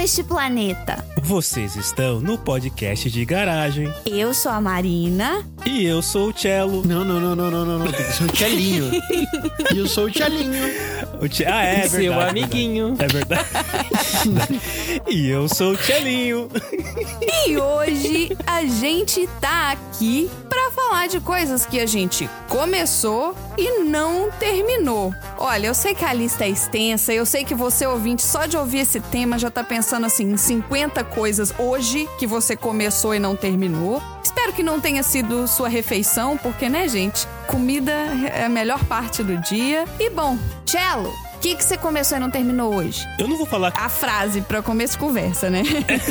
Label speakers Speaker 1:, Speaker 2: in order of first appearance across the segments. Speaker 1: este planeta.
Speaker 2: Vocês estão no podcast de garagem.
Speaker 1: Eu sou a Marina.
Speaker 2: E eu sou o Cello.
Speaker 3: Não, não, não, não, não, não, não. Tem que ser o Tchelinho. E eu sou o Tchelinho.
Speaker 2: O Tche- Ah, é, é verdade.
Speaker 4: Seu
Speaker 2: verdade.
Speaker 4: amiguinho.
Speaker 2: É verdade. e eu sou o Tchelinho.
Speaker 1: E hoje a gente tá aqui pra falar de coisas que a gente começou e não terminou. Olha, eu sei que a lista é extensa, eu sei que você ouvinte só de ouvir esse tema já tá pensando assim em 50 coisas hoje que você começou e não terminou. Espero que não tenha sido sua refeição, porque né, gente, comida é a melhor parte do dia. E bom, cello, o que que você começou e não terminou hoje?
Speaker 2: Eu não vou falar.
Speaker 1: A frase pra começo de conversa, né?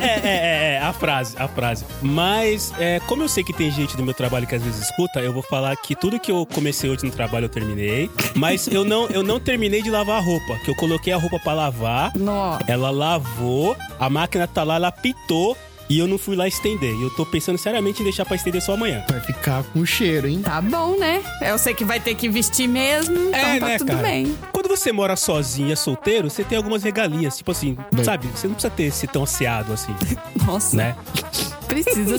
Speaker 2: É, é, é, é, a frase, a frase. Mas, é, como eu sei que tem gente do meu trabalho que às vezes escuta, eu vou falar que tudo que eu comecei hoje no trabalho eu terminei. Mas eu não, eu não terminei de lavar a roupa, que eu coloquei a roupa pra lavar.
Speaker 1: Nó.
Speaker 2: Ela lavou, a máquina tá lá, ela pitou e eu não fui lá estender. E eu tô pensando seriamente em deixar pra estender só amanhã.
Speaker 3: Vai ficar com cheiro, hein?
Speaker 1: Tá bom, né? Eu sei que vai ter que vestir mesmo, então
Speaker 2: É,
Speaker 1: tá
Speaker 2: né,
Speaker 1: tudo bem.
Speaker 2: Quando você mora sozinha, solteiro, você tem algumas regalias. Tipo assim,
Speaker 3: Bem.
Speaker 2: sabe? Você não precisa ter ser tão asseado assim,
Speaker 1: Nossa,
Speaker 2: né?
Speaker 1: precisa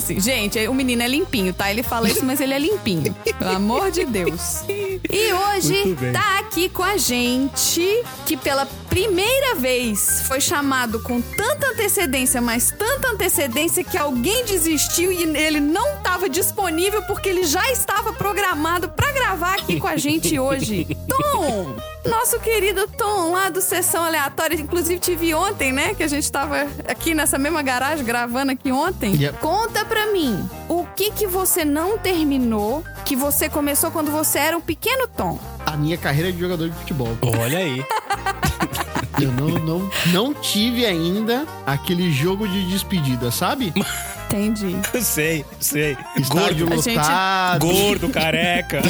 Speaker 1: sim. Gente, o menino é limpinho, tá? Ele fala isso, mas ele é limpinho. Pelo amor de Deus. E hoje
Speaker 2: Muito bem.
Speaker 1: tá aqui com a gente, que pela primeira vez foi chamado com tanta antecedência, mas tanta antecedência que alguém desistiu e ele não tava disponível porque ele já estava programado pra gravar aqui com a gente hoje. Tom! Nosso querido Tom lá do Sessão Aleatória, inclusive te vi ontem, né? Que a gente tava aqui nessa mesma garagem gravando aqui ontem.
Speaker 3: Yep.
Speaker 1: Conta pra mim, o que que você não terminou que você começou quando você era um pequeno Tom?
Speaker 3: A minha carreira é de jogador de futebol.
Speaker 2: Olha aí.
Speaker 3: Eu não, não, não tive ainda aquele jogo de despedida, sabe?
Speaker 1: Entendi.
Speaker 2: sei, sei.
Speaker 3: Estádio
Speaker 1: A gente-
Speaker 3: lotado.
Speaker 2: Gordo, careca.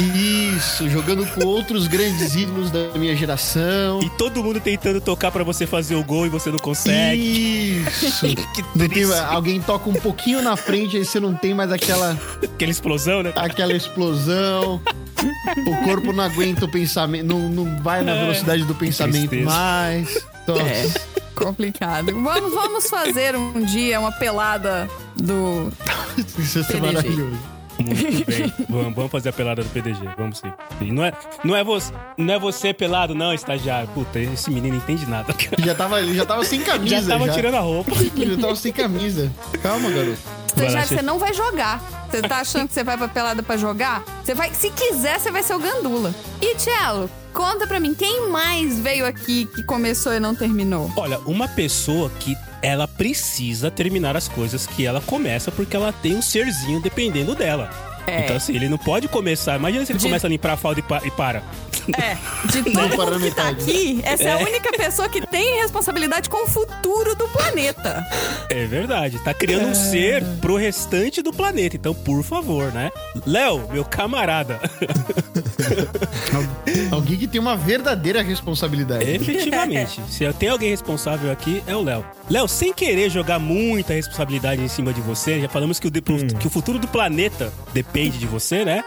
Speaker 3: Isso, jogando com outros grandes ídolos da minha geração.
Speaker 2: E todo mundo tentando tocar pra você fazer o gol e você não consegue.
Speaker 3: Isso.
Speaker 2: Que
Speaker 3: Não tem-
Speaker 2: triste.
Speaker 3: alguém toca um pouquinho na frente, aí você não tem mais aquela,
Speaker 2: Aquela explosão, né?
Speaker 3: aquela explosão. O corpo não aguenta o pensamento, não, não vai na velocidade do pensamento
Speaker 2: tristeza.
Speaker 3: mais. Então,
Speaker 1: Complicado. vamos, vamos fazer um dia uma pelada do.
Speaker 3: Isso é
Speaker 1: PDG.
Speaker 3: maravilhoso.
Speaker 2: Muito bem. Vamos, vamos fazer a pelada do PDG. Vamos sim. E Não é, não, é você, não é você pelado, não, estagiário. Puta, esse menino não entende nada.
Speaker 3: Ele já tava, ele já tava sem camisa.
Speaker 2: Já tava tirando a roupa.
Speaker 3: Ele já tava sem camisa. Calma, garoto.
Speaker 1: Você, já,
Speaker 2: lá,
Speaker 1: você
Speaker 2: chefe.
Speaker 1: não vai jogar. Você tá achando que você vai pra pelada pra jogar? Você vai, se quiser, você vai ser o Gandula. E Cello, conta pra mim, quem mais veio aqui que começou e não terminou?
Speaker 2: Olha, uma pessoa que ela precisa terminar as coisas que ela começa porque ela tem um serzinho dependendo dela. Então, assim, ele não pode começar. Imagina se ele
Speaker 1: De-
Speaker 2: começa a limpar a falda e, pa- e para.
Speaker 1: É, de
Speaker 3: Não
Speaker 1: todo
Speaker 3: parou
Speaker 1: mundo que tá
Speaker 3: metade.
Speaker 1: aqui, essa é. a única pessoa que tem responsabilidade com o futuro do planeta.
Speaker 2: É verdade. Tá criando um ser pro restante do planeta. Então, por favor, né? Léo, meu camarada.
Speaker 3: Alguém que tem uma verdadeira responsabilidade.
Speaker 2: Efetivamente. Se eu tenho alguém responsável aqui, é o Léo. Léo, sem querer jogar muita responsabilidade em cima de você, já falamos que o, de- que o futuro do planeta depende de você, né?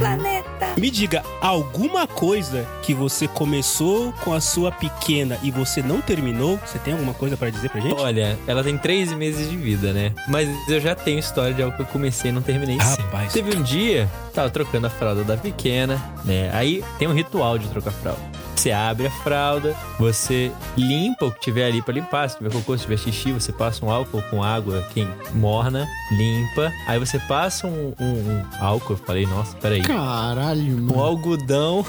Speaker 1: Planeta.
Speaker 2: Me diga, alguma coisa que você começou com a sua pequena e você não terminou? Você tem alguma coisa pra dizer pra gente?
Speaker 4: Olha, ela tem três meses de vida, né? Mas eu já tenho história de algo que eu comecei e não terminei sim.
Speaker 2: Rapaz.
Speaker 4: Teve um dia, tava trocando a fralda da pequena, né? Aí tem um ritual de trocar a fralda. Você abre a fralda, você limpa o que tiver ali pra limpar. Se tiver cocô, se tiver xixi, você passa um álcool com água quem morna, limpa. Aí você passa um, um- um álcool, eu falei, nossa, peraí.
Speaker 3: Caralho,
Speaker 4: Um
Speaker 3: mano.
Speaker 4: algodão.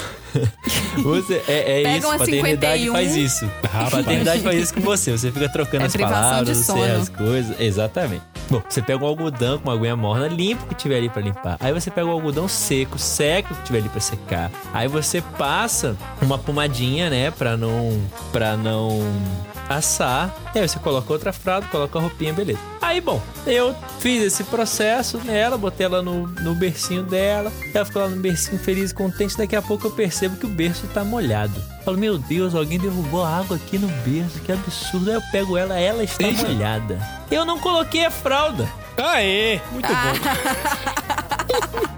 Speaker 4: Você, é é
Speaker 1: Pega
Speaker 4: isso,
Speaker 1: uma
Speaker 4: paternidade
Speaker 1: 51.
Speaker 4: faz isso.
Speaker 2: Rapaz.
Speaker 4: A paternidade faz isso com você. Você fica trocando
Speaker 1: É
Speaker 4: as
Speaker 1: privação de
Speaker 4: palavras, você
Speaker 1: sono.
Speaker 4: as coisas. Exatamente. Bom, você pega um algodão com uma aguinha morna, limpa o que tiver ali pra limpar. Aí você pega o algodão seco, seca o que tiver ali pra secar. Aí você passa uma pomadinha, né, pra não para não assar. E aí você coloca outra fralda, coloca a roupinha, beleza. Aí, bom, eu fiz esse processo nela, botei ela no, no bercinho dela. Ela ficou lá no bercinho feliz, contente. Daqui a pouco eu percebo que o berço tá molhado. Eu Falo, meu Deus, alguém derrubou água aqui no berço, que absurdo. Aí eu pego ela, ela está
Speaker 2: Eita.
Speaker 4: molhada. Eu não coloquei a fralda.
Speaker 2: Aê! Muito bom.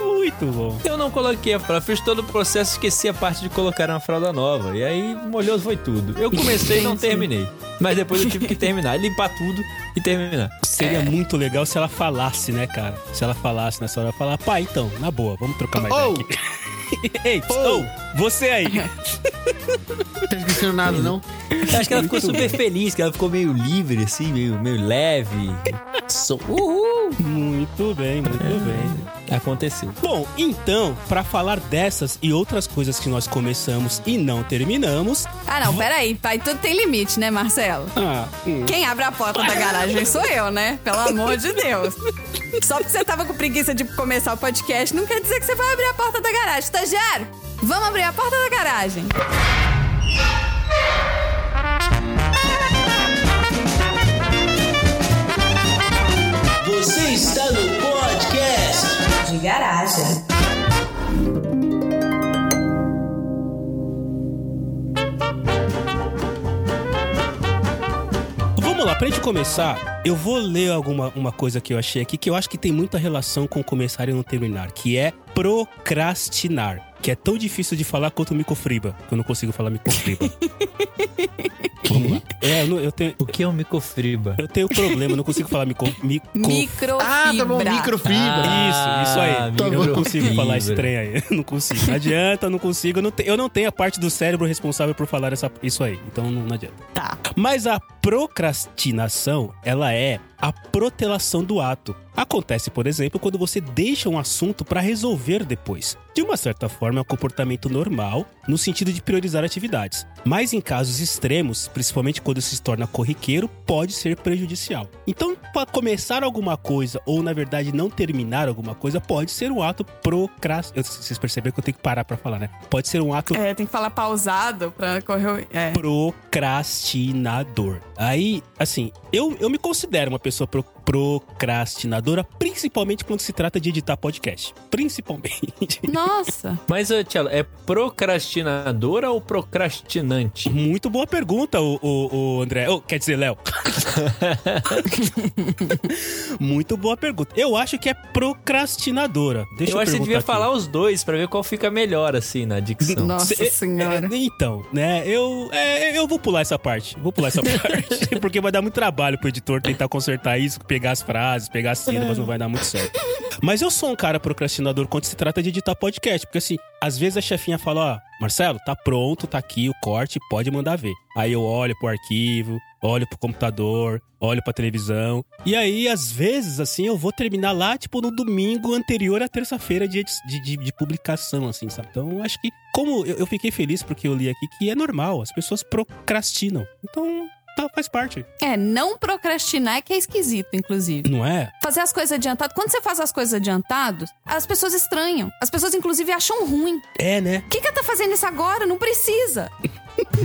Speaker 2: Muito bom.
Speaker 4: Eu não coloquei a fralda, fiz todo o processo, esqueci a parte de colocar uma fralda nova. E aí molhou, foi tudo. Eu comecei e não terminei. Mas depois eu tive que terminar, limpar tudo e terminar.
Speaker 2: Seria muito legal se ela falasse, né, cara? Se ela falasse nessa hora, ela falar, pá, então, na boa, vamos trocar mais
Speaker 3: Oh!
Speaker 2: ideia aqui. Ei, oh. você aí.
Speaker 3: Tá esquecendo nada, não?
Speaker 4: Eu acho que ela ficou super feliz, que ela ficou meio livre, assim, meio, meio leve. So- Uhul!
Speaker 2: muito bem, muito bem.
Speaker 4: Aconteceu.
Speaker 2: Bom, então, pra falar dessas e outras coisas que nós começamos e não terminamos.
Speaker 1: Ah, não, peraí. Pai, tudo tem limite, né, Marcelo?
Speaker 2: Ah, hum.
Speaker 1: Quem abre a porta da garagem sou eu, né? Pelo amor de Deus. Só porque você tava com preguiça de começar o podcast, não quer dizer que você vai abrir a porta da garagem. Estagiário, vamos abrir a porta da garagem.
Speaker 5: Você está no podcast
Speaker 6: de garagem.
Speaker 2: Vamos lá, pra gente começar, eu vou ler alguma uma coisa que eu achei aqui que eu acho que tem muita relação com começar e não terminar, que é procrastinar. Que é tão difícil de falar quanto micofriba, que eu não consigo falar micofriba. Vamos lá. É, eu, não- eu tenho,
Speaker 4: O que é um micofriba?
Speaker 2: eu tenho problema, eu não consigo falar mico, mico,
Speaker 1: Microfibra.
Speaker 3: Ah, tá bom, microfibra.
Speaker 4: Ah,
Speaker 2: Isso, isso aí.
Speaker 4: tá
Speaker 2: eu
Speaker 3: bom.
Speaker 2: não consigo falar esse
Speaker 4: Fibra.
Speaker 2: trem aí. Eu não consigo. Não adianta, eu não consigo. Eu não, te- eu não tenho a parte do cérebro responsável por falar essa, isso aí. Então não, não adianta.
Speaker 1: Tá.
Speaker 2: Mas a procrastinação, ela é a protelação do ato. Acontece, por exemplo, quando você deixa um assunto para resolver depois. De uma certa forma, é um comportamento normal no sentido de priorizar atividades. Mas em casos extremos, principalmente quando se torna corriqueiro, pode ser prejudicial. Então, para começar alguma coisa ou na verdade não terminar alguma coisa, pode ser um ato procrastinação. Vocês perceberam que eu tenho que parar para falar, né? Pode ser um ato
Speaker 1: É, tem que falar pausado pra correr. o- É.
Speaker 2: procrastinador. Aí, assim, eu, eu me considero uma pessoa pro- procrastinadora, principalmente quando se trata de editar podcast. Principalmente.
Speaker 1: Nossa.
Speaker 4: Mas, ô, Tchelo, é procrastinadora ou procrastinante?
Speaker 2: Muito boa pergunta, o, o- o André. Oh, quer dizer, Léo. Muito boa pergunta. Eu acho que é procrastinadora. Deixa eu,
Speaker 4: eu acho que você devia
Speaker 2: perguntar aqui.
Speaker 4: falar os dois pra ver qual fica melhor, assim, na dicção.
Speaker 1: Nossa
Speaker 2: Cê-
Speaker 1: senhora.
Speaker 2: É, então, né? Eu, é, eu vou pular essa parte. Vou pular essa parte. porque vai dar muito trabalho pro editor tentar consertar isso, pegar as frases, pegar
Speaker 1: É.
Speaker 2: as sílabas, não vai dar muito certo. Mas eu sou um cara procrastinador quando se trata de editar podcast. Porque assim, às vezes a chefinha fala: Ó, Marcelo, tá pronto, tá aqui o corte, pode mandar ver. Aí eu olho pro arquivo, olho pro computador, olho pra televisão. E aí, às vezes, assim, eu vou terminar lá, tipo, no domingo anterior à terça-feira de, edi- de, de- de publicação, assim, sabe? Então, eu acho que, como eu, eu fiquei feliz porque eu li aqui que é normal, as pessoas procrastinam. Então, tá, faz parte.
Speaker 1: É, não procrastinar é que é esquisito, inclusive.
Speaker 2: Não é?
Speaker 1: fazer as coisas adiantado. Quando você faz as coisas adiantado, as pessoas estranham. As pessoas, inclusive, acham ruim.
Speaker 2: É, né?
Speaker 1: Por que, que ela tá fazendo isso agora? Não precisa.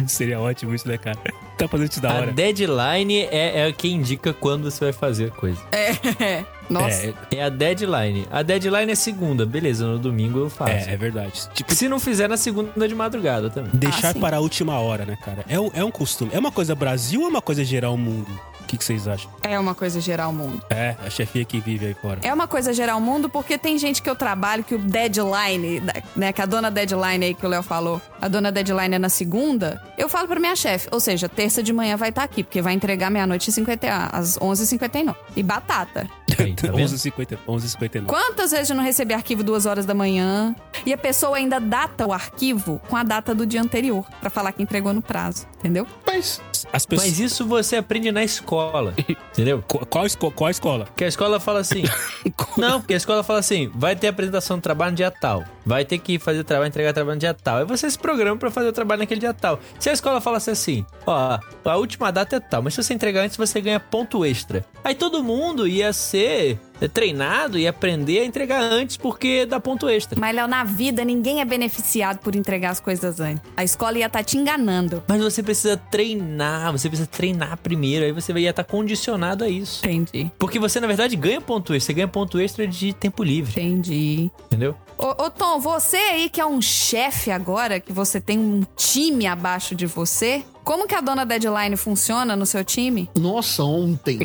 Speaker 2: Seria ótimo isso, né, cara? Tá fazendo isso da
Speaker 4: A
Speaker 2: hora.
Speaker 4: deadline é, é quem indica quando você vai fazer a coisa.
Speaker 1: É. Nossa.
Speaker 2: É,
Speaker 4: É a deadline. A deadline é segunda, beleza, no domingo eu faço.
Speaker 2: é, é verdade. Tipo,
Speaker 4: Se não fizer na segunda de madrugada também.
Speaker 2: deixar
Speaker 1: sim.
Speaker 2: para a última hora, né, cara? É, um- é um costume. É uma coisa Brasil ou é uma coisa geral mundo? O que, que vocês acham?
Speaker 1: É. uma coisa geral ao mundo.
Speaker 2: É, a chefia que vive aí fora.
Speaker 1: É uma coisa geral ao mundo porque tem gente que eu trabalho que o deadline, da- né, que a dona deadline aí que o Léo falou, a dona deadline é na segunda, eu falo pra minha chefe, ou seja, terça de manhã vai estar aqui, porque vai entregar meia-noite e 50, às 11h59. E batata.
Speaker 4: Aí, tá vendo?
Speaker 2: 11h50, 11h59.
Speaker 1: Quantas vezes eu não recebi arquivo duas horas da manhã? E a pessoa ainda data o arquivo com a data do dia anterior, pra falar que entregou no prazo, entendeu?
Speaker 3: Mas
Speaker 2: As pessoas.
Speaker 4: Mas isso você aprende na escola, entendeu?
Speaker 2: Qu- Qual, esco- qual escola?
Speaker 4: Porque a escola fala assim. não, porque a escola fala assim: vai ter apresentação do trabalho no dia tal. Vai ter que fazer o trabalho, entregar o trabalho no dia tal. Aí você se programa pra fazer o trabalho naquele dia tal. Se a escola falasse assim: ó, a última data é tal, mas se você entregar antes, você ganha ponto extra. Aí todo mundo ia ser treinado e aprender a entregar antes porque dá ponto extra.
Speaker 1: Mas, Léo, na vida ninguém é beneficiado por entregar as coisas antes. A escola ia estar te enganando.
Speaker 4: Mas você precisa treinar, você precisa treinar primeiro, aí você ia estar condicionado a isso.
Speaker 1: Entendi,
Speaker 4: Porque você, na verdade, ganha ponto extra, você ganha ponto extra de tempo livre,
Speaker 1: entendi.
Speaker 4: entendeu?
Speaker 1: Ô, ô, Tom, você aí que é um chefe agora, que você tem um time abaixo de você, como que a dona deadline funciona no seu time?
Speaker 3: Nossa, ontem.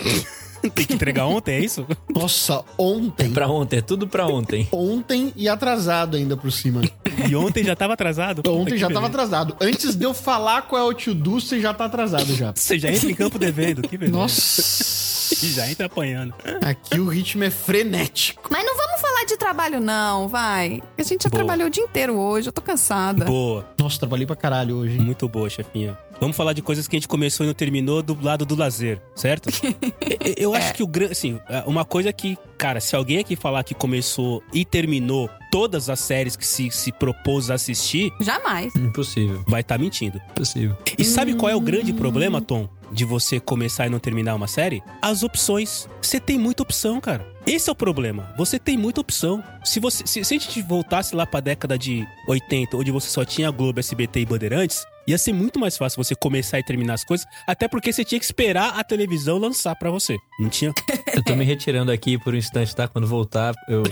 Speaker 2: Tem que entregar ontem, é isso?
Speaker 3: Nossa, ontem.
Speaker 4: Pra ontem, é tudo pra ontem.
Speaker 3: Ontem e atrasado ainda por cima.
Speaker 2: E ontem já tava atrasado? Puta
Speaker 3: Ontem
Speaker 2: que
Speaker 3: já tava
Speaker 2: beleza.
Speaker 3: atrasado. Antes de eu falar qual é o tio do, você já tá atrasado já.
Speaker 2: Você já entra em campo devendo, que beleza. E
Speaker 3: Nossa.
Speaker 2: já entra apanhando.
Speaker 3: Aqui o ritmo é frenético.
Speaker 1: Mas não vamos falar de trabalho, não, vai. A gente já
Speaker 2: Boa.
Speaker 1: trabalhou o dia inteiro hoje, eu tô cansada.
Speaker 3: Tá.
Speaker 2: Boa,
Speaker 3: Nossa, trabalhei pra caralho hoje. hein?
Speaker 2: muito boa, chefinha. Vamos falar de coisas que a gente começou e não terminou do lado do lazer, certo? E- e- Eu acho que o grande. Assim, uma coisa que, cara, se alguém aqui falar que começou e terminou todas as séries que se, se propôs a assistir,
Speaker 1: Jamais.
Speaker 4: Impossível,
Speaker 2: vai estar mentindo.
Speaker 4: impossível.
Speaker 2: E sabe qual é o grande problema, Tom, de você começar e não terminar uma série? As opções. Você tem muita opção, cara. Esse é o problema. Você tem muita opção. Se você se, se a gente voltasse lá pra década de 80, onde você só tinha Globo, SBT e Bandeirantes, ia ser muito mais fácil você começar e terminar as coisas, até porque você tinha que esperar a televisão lançar pra você. Não tinha
Speaker 4: Eu tô me retirando aqui por um instante, tá? Quando voltar, eu.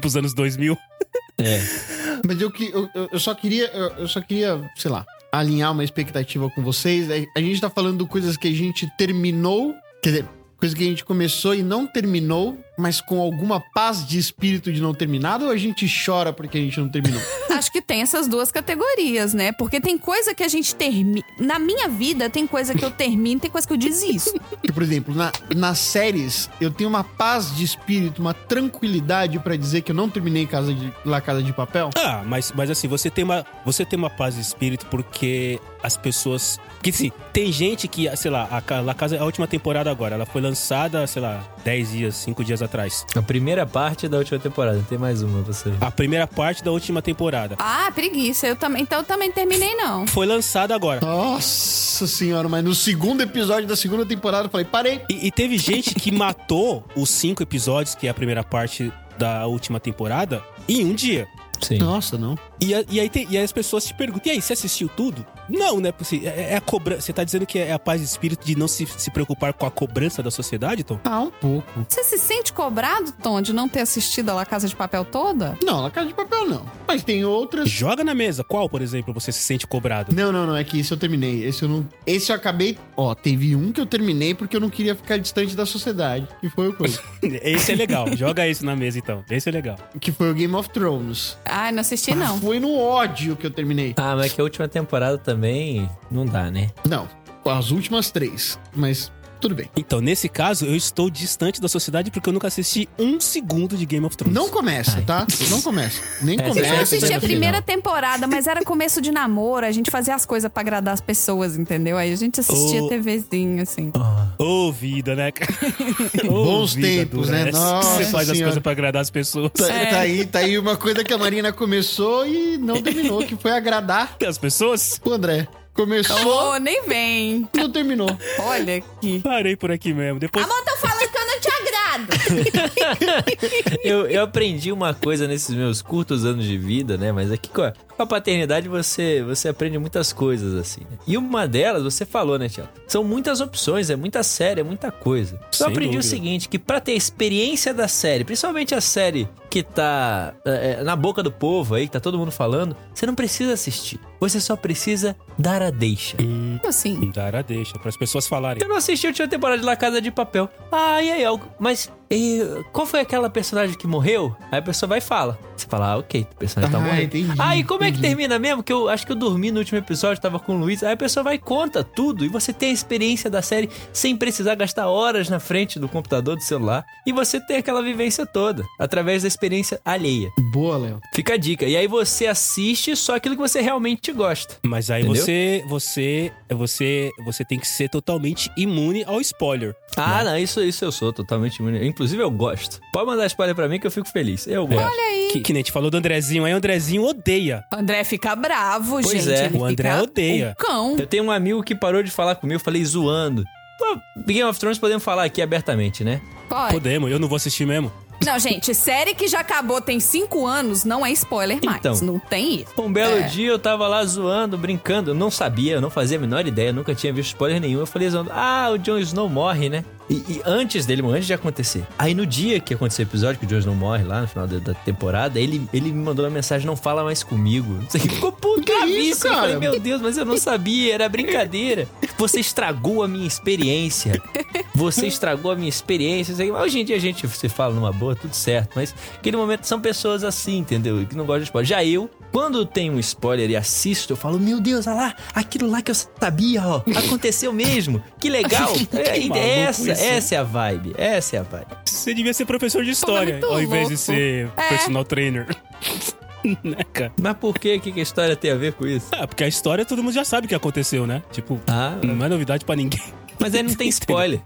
Speaker 2: pros anos 2000.
Speaker 3: Mas eu, que- eu, eu- eu só queria, eu, eu só queria, sei lá, alinhar uma expectativa com vocês. A, a gente tá falando coisas que a gente terminou, quer dizer, coisas que a gente começou e não terminou, mas com alguma paz de espírito de não terminado, ou a gente chora porque a gente não terminou?
Speaker 1: Acho que tem essas duas categorias, né? Porque tem coisa que a gente termina. Na minha vida, tem coisa que eu termino, tem coisa que eu desisto.
Speaker 3: Porque, por exemplo, na- nas séries, eu tenho uma paz de espírito, uma tranquilidade pra dizer que eu não terminei casa de, La Casa de Papel.
Speaker 2: Ah, mas, mas assim, você tem, uma, você tem uma paz de espírito porque as pessoas. Porque assim, tem gente que, sei lá, a, Ca- La casa, é a última temporada agora, ela foi lançada, sei lá, 10 dias, 5 dias atrás.
Speaker 4: A primeira parte da última temporada, tem mais uma, você.
Speaker 2: A primeira parte da última temporada.
Speaker 1: Ah, preguiça. Eu também. Então eu também terminei, não.
Speaker 2: Foi lançada agora.
Speaker 3: Nossa senhora, mas no segundo episódio da segunda temporada eu falei, parei.
Speaker 2: E, e teve gente que matou os cinco episódios, que é a primeira parte da última temporada, em um dia.
Speaker 4: Sim.
Speaker 3: Nossa, não.
Speaker 2: E, a- e aí tem- e aí as pessoas te perguntam, e aí, você assistiu tudo? Não, né? É, é a cobrança. Você tá dizendo que é a paz de espírito de não se, se preocupar com a cobrança da sociedade, Tom?
Speaker 3: Ah, um pouco.
Speaker 1: Você se sente cobrado, Tom, de não ter assistido a La Casa de Papel toda?
Speaker 3: Não, La Casa de Papel não. Mas tem outras.
Speaker 2: Joga na mesa. Qual, por exemplo, você se sente cobrado?
Speaker 3: Não, não, não, é que esse eu terminei. Esse eu não. Esse eu acabei. Ó, teve um que eu terminei porque eu não queria ficar distante da sociedade. Que foi o coisa.
Speaker 2: Esse é legal. Joga esse na mesa, então. Esse é legal.
Speaker 3: que foi o Game of Thrones.
Speaker 1: Ah, não assisti, não.
Speaker 3: Foi no ódio que eu terminei.
Speaker 4: Ah, mas que a última temporada também não dá, né?
Speaker 3: Não, as últimas três. Mas tudo bem.
Speaker 2: Então, nesse caso, eu estou distante da sociedade porque eu nunca assisti um segundo de Game of Thrones.
Speaker 3: Não começa,
Speaker 4: Ai.
Speaker 3: tá? Não começa. Nem
Speaker 4: É,
Speaker 3: começa. Tá
Speaker 4: você
Speaker 1: Eu
Speaker 4: Essa
Speaker 1: assisti
Speaker 4: é
Speaker 1: a
Speaker 4: a
Speaker 1: primeira
Speaker 4: final.
Speaker 1: temporada, mas era começo de namoro, a gente fazia as coisas pra agradar as pessoas, entendeu? Aí a gente assistia
Speaker 2: O-
Speaker 1: TVzinho, assim.
Speaker 2: Ô, vida, né? cara? Ô,
Speaker 3: Bons
Speaker 2: vida
Speaker 3: tempos, né?
Speaker 2: essa que
Speaker 3: Nossa
Speaker 2: Você faz as
Speaker 3: Senhora.
Speaker 2: coisas pra agradar as pessoas.
Speaker 3: Tá, tá aí, tá aí uma coisa que a Marina começou e não terminou, que foi agradar
Speaker 2: As pessoas?
Speaker 3: o André. Começou,
Speaker 1: Ô, nem vem.
Speaker 3: não terminou.
Speaker 1: Olha aqui.
Speaker 2: Parei por aqui mesmo. Depois.
Speaker 1: Amor, tô falando que eu não te agrado.
Speaker 4: eu, eu aprendi uma coisa nesses meus curtos anos de vida, né? Mas aqui com a, com a paternidade você, você aprende muitas coisas, assim. né? E uma delas, você falou, né, Tiago? São muitas opções, é muita série, é muita coisa. Só
Speaker 2: Sem
Speaker 4: aprendi
Speaker 2: dúvida.
Speaker 4: o seguinte, que pra ter a experiência da série, principalmente a série que tá é, é, na boca do povo aí, que tá todo mundo falando, você não precisa assistir. Você só precisa dar a deixa.
Speaker 1: Como assim?
Speaker 2: Dara deixa, para as pessoas
Speaker 4: Eu
Speaker 2: falarem.
Speaker 4: não assisti a última temporada de La Casa de Papel. Ah, e aí? algo- Mas e, qual foi aquela personagem que morreu? Aí a pessoa vai e fala. Você fala, ah, ok, o personagem tá
Speaker 3: Ah,
Speaker 4: morrendo.
Speaker 3: entendi,
Speaker 4: ah, e como é que
Speaker 3: entendi.
Speaker 4: termina mesmo? Que eu acho que eu dormi no último episódio, tava com o Luiz. Aí a pessoa vai e conta tudo. E você tem a experiência da série sem precisar gastar horas na frente do computador, do celular. E você tem aquela vivência toda, através da experiência alheia.
Speaker 3: Boa, Léo.
Speaker 4: Fica a dica. E aí você assiste só aquilo que você realmente gosta.
Speaker 2: Mas aí
Speaker 4: Entendeu?
Speaker 2: você, você, você, você tem que ser totalmente imune ao spoiler.
Speaker 4: Ah, não, isso, isso eu sou totalmente imune. Inclusive, eu gosto. Pode mandar spoiler pra mim que eu fico feliz. Eu gosto.
Speaker 2: Que, que nem a gente falou do Andrezinho. Aí o Andrezinho odeia.
Speaker 1: O André fica bravo,
Speaker 4: Pois
Speaker 1: gente.
Speaker 4: é,
Speaker 1: ele
Speaker 2: o André
Speaker 1: fica
Speaker 2: odeia.
Speaker 1: Um cão.
Speaker 4: Eu tenho um amigo que parou de falar comigo, eu falei zoando. Pô, Game of Thrones podemos falar aqui abertamente, né?
Speaker 1: Pode.
Speaker 2: Podemos, eu não vou assistir mesmo.
Speaker 1: Não, gente, série que já acabou tem cinco anos, não é spoiler mais.
Speaker 4: Então.
Speaker 1: Não tem isso.
Speaker 4: Um belo
Speaker 1: É.
Speaker 4: dia eu tava lá zoando, brincando. Eu não sabia, eu não fazia a menor ideia, eu nunca tinha visto spoiler nenhum. Eu falei zoando, ah, o Jon Snow morre, né? E, e antes dele, antes de acontecer. Aí no dia que aconteceu o episódio, que o Jones não morre lá no final da, da temporada, ele, ele me mandou uma mensagem, não fala mais comigo. Isso aqui ficou puto,
Speaker 3: Que isso,
Speaker 4: gravíssimo. Eu falei,
Speaker 3: cara?
Speaker 4: meu Deus, mas eu não sabia, era brincadeira. Você estragou a minha experiência. Você estragou a minha experiência. Isso aqui. Mas Hoje em dia a gente se fala numa boa, tudo certo. Mas aquele momento são pessoas assim, entendeu? Que não gostam de spoiler. Já eu, quando tem um spoiler e assisto, eu falo, meu Deus, olha lá, aquilo lá que eu sabia, ó, aconteceu mesmo. Que legal. É,
Speaker 2: Que maluco
Speaker 4: essa,
Speaker 2: isso, né?
Speaker 4: essa é a vibe. Essa é a vibe.
Speaker 2: Você devia ser professor de história,
Speaker 1: muito
Speaker 2: ao invés
Speaker 1: louco.
Speaker 2: de ser
Speaker 1: É.
Speaker 2: personal trainer. né, cara?
Speaker 4: Mas por que, que que a história tem a ver com isso?
Speaker 2: Ah, porque a história todo mundo já sabe o que aconteceu, né? Tipo,
Speaker 4: Ah,
Speaker 2: não é novidade pra ninguém.
Speaker 4: mas aí não tem spoiler.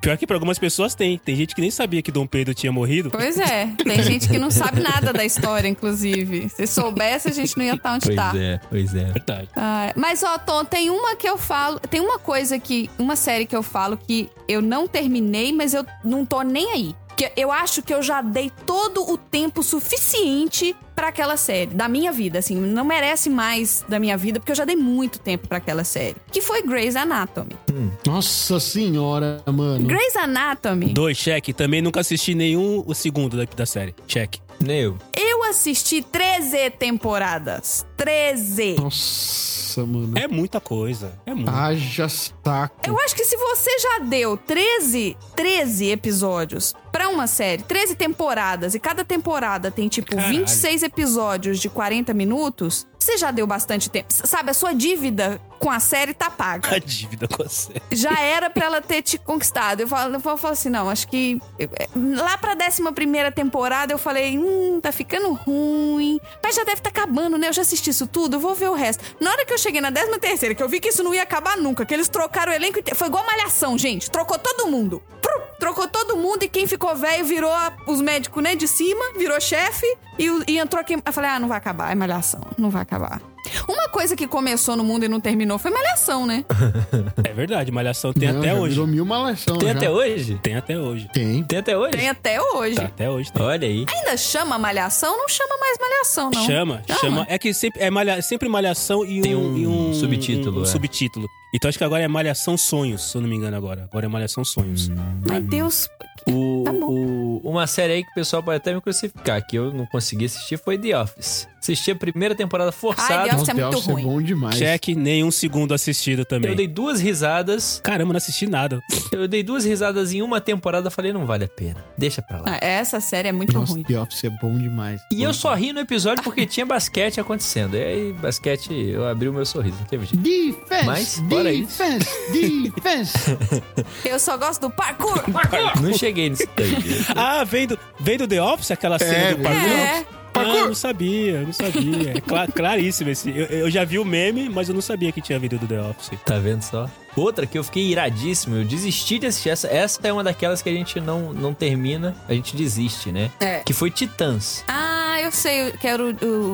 Speaker 2: Pior que pra algumas pessoas tem. Tem gente que nem sabia que Dom Pedro tinha morrido.
Speaker 1: Pois é, tem gente que não sabe nada da história, inclusive. Se soubesse, a gente não ia estar onde
Speaker 4: Pois
Speaker 1: tá.
Speaker 4: é, pois é.
Speaker 2: Verdade.
Speaker 1: Ah, mas, ó, Tom, tem uma que eu falo. Tem uma coisa que. Uma série que eu falo que eu não terminei, mas eu não tô nem aí. Que eu acho que eu já dei todo o tempo suficiente pra aquela série, da minha vida, assim, não merece mais da minha vida, porque eu já dei muito tempo pra aquela série. Que foi Grey's Anatomy.
Speaker 3: Nossa senhora, mano.
Speaker 1: Grey's Anatomy.
Speaker 2: Dois, cheque. Também nunca assisti nenhum o segundo da, da série. Cheque.
Speaker 4: Meu,
Speaker 1: Eu assisti 13 temporadas. 13.
Speaker 3: Nossa, mano.
Speaker 2: É muita coisa. É muito.
Speaker 3: Haja saco.
Speaker 1: Eu acho que se você já deu 13, 13 episódios pra uma série, 13 temporadas, e cada temporada tem tipo
Speaker 2: Caralho.
Speaker 1: 26 episódios de 40 minutos, você já deu bastante tempo. S- Sabe, a sua dívida com a série tá paga.
Speaker 2: A dívida com a série.
Speaker 1: Já era pra ela ter te conquistado. Eu falo, eu falo assim, não, acho que eu- é, lá pra 11 temporada eu falei, hum, tá ficando ruim. Mas já deve tá acabando, né? Eu já assisti isso tudo, eu vou ver o resto. Na hora que eu cheguei na 13ª, que eu vi que isso não ia acabar nunca, que eles trocaram o elenco inteiro. Foi igual malhação, gente. Trocou todo mundo. Prum! Trocou todo mundo e quem ficou velho virou a- os médicos, né, de cima, virou chefe e, o- e entrou aqui. Eu falei, ah, não vai acabar, é malhação, não vai acabar. Uma coisa que começou no mundo e não terminou foi malhação, né?
Speaker 2: É verdade. Malhação tem
Speaker 3: Não,
Speaker 2: até
Speaker 3: já
Speaker 2: hoje.
Speaker 3: Virou mil malhação.
Speaker 4: tem
Speaker 3: já.
Speaker 4: até hoje?
Speaker 2: Tem até hoje.
Speaker 3: Tem.
Speaker 4: Tem até hoje?
Speaker 1: Tem até hoje.
Speaker 2: Tá, até hoje tem.
Speaker 4: Olha aí.
Speaker 1: Ainda chama malhação? Não chama mais malhação, não.
Speaker 2: Chama, chama. É que sempre é malha, sempre malhação e
Speaker 4: Tem
Speaker 2: um,
Speaker 4: um
Speaker 2: e
Speaker 4: subtítulo,
Speaker 2: um
Speaker 4: é.
Speaker 2: subtítulo. Então acho que agora é malhação sonhos, se eu não me engano agora. Agora é malhação sonhos.
Speaker 1: Ai, Deus.
Speaker 4: O,
Speaker 1: Tá bom.
Speaker 4: o- uma série aí que o pessoal pode até me crucificar, que eu não consegui assistir, foi The Office. Assisti a primeira temporada
Speaker 1: Ai,
Speaker 4: forçada.
Speaker 1: The Office é
Speaker 3: The
Speaker 1: muito
Speaker 3: Office
Speaker 1: ruim.
Speaker 3: é bom demais.
Speaker 2: Cheque, nenhum segundo assistido
Speaker 4: eu
Speaker 2: também.
Speaker 4: dei duas risadas.
Speaker 2: Caramba, não assisti nada.
Speaker 4: Eu dei duas risadas em uma temporada, falei, não vale a pena. Deixa pra lá.
Speaker 1: Ah, Essa série é muito
Speaker 3: Nossa,
Speaker 1: ruim.
Speaker 3: The Office é bom demais.
Speaker 4: E eu só ri no episódio porque tinha basquete acontecendo. E aí, basquete, eu abri o meu sorriso, não teve jeito.
Speaker 3: Defense!
Speaker 4: Mas, fora isso.
Speaker 3: defense! Defense!
Speaker 1: Eu só gosto do parkour.
Speaker 4: Não cheguei nisso daí.
Speaker 2: Ah, vem do, vem do The Office aquela cena do
Speaker 3: vem do
Speaker 2: parkour?
Speaker 1: É.
Speaker 2: Ah, eu não sabia, eu não sabia. É cla- claríssimo esse. Eu, eu já vi o meme, mas eu não sabia que tinha vídeo do The Office.
Speaker 4: Tá vendo só? Outra que eu fiquei iradíssimo, eu desisti de assistir essa. Essa é uma daquelas que a gente não, não termina, a gente desiste, né?
Speaker 1: É.
Speaker 4: Que foi Titãs.
Speaker 1: Ah, eu sei que era o,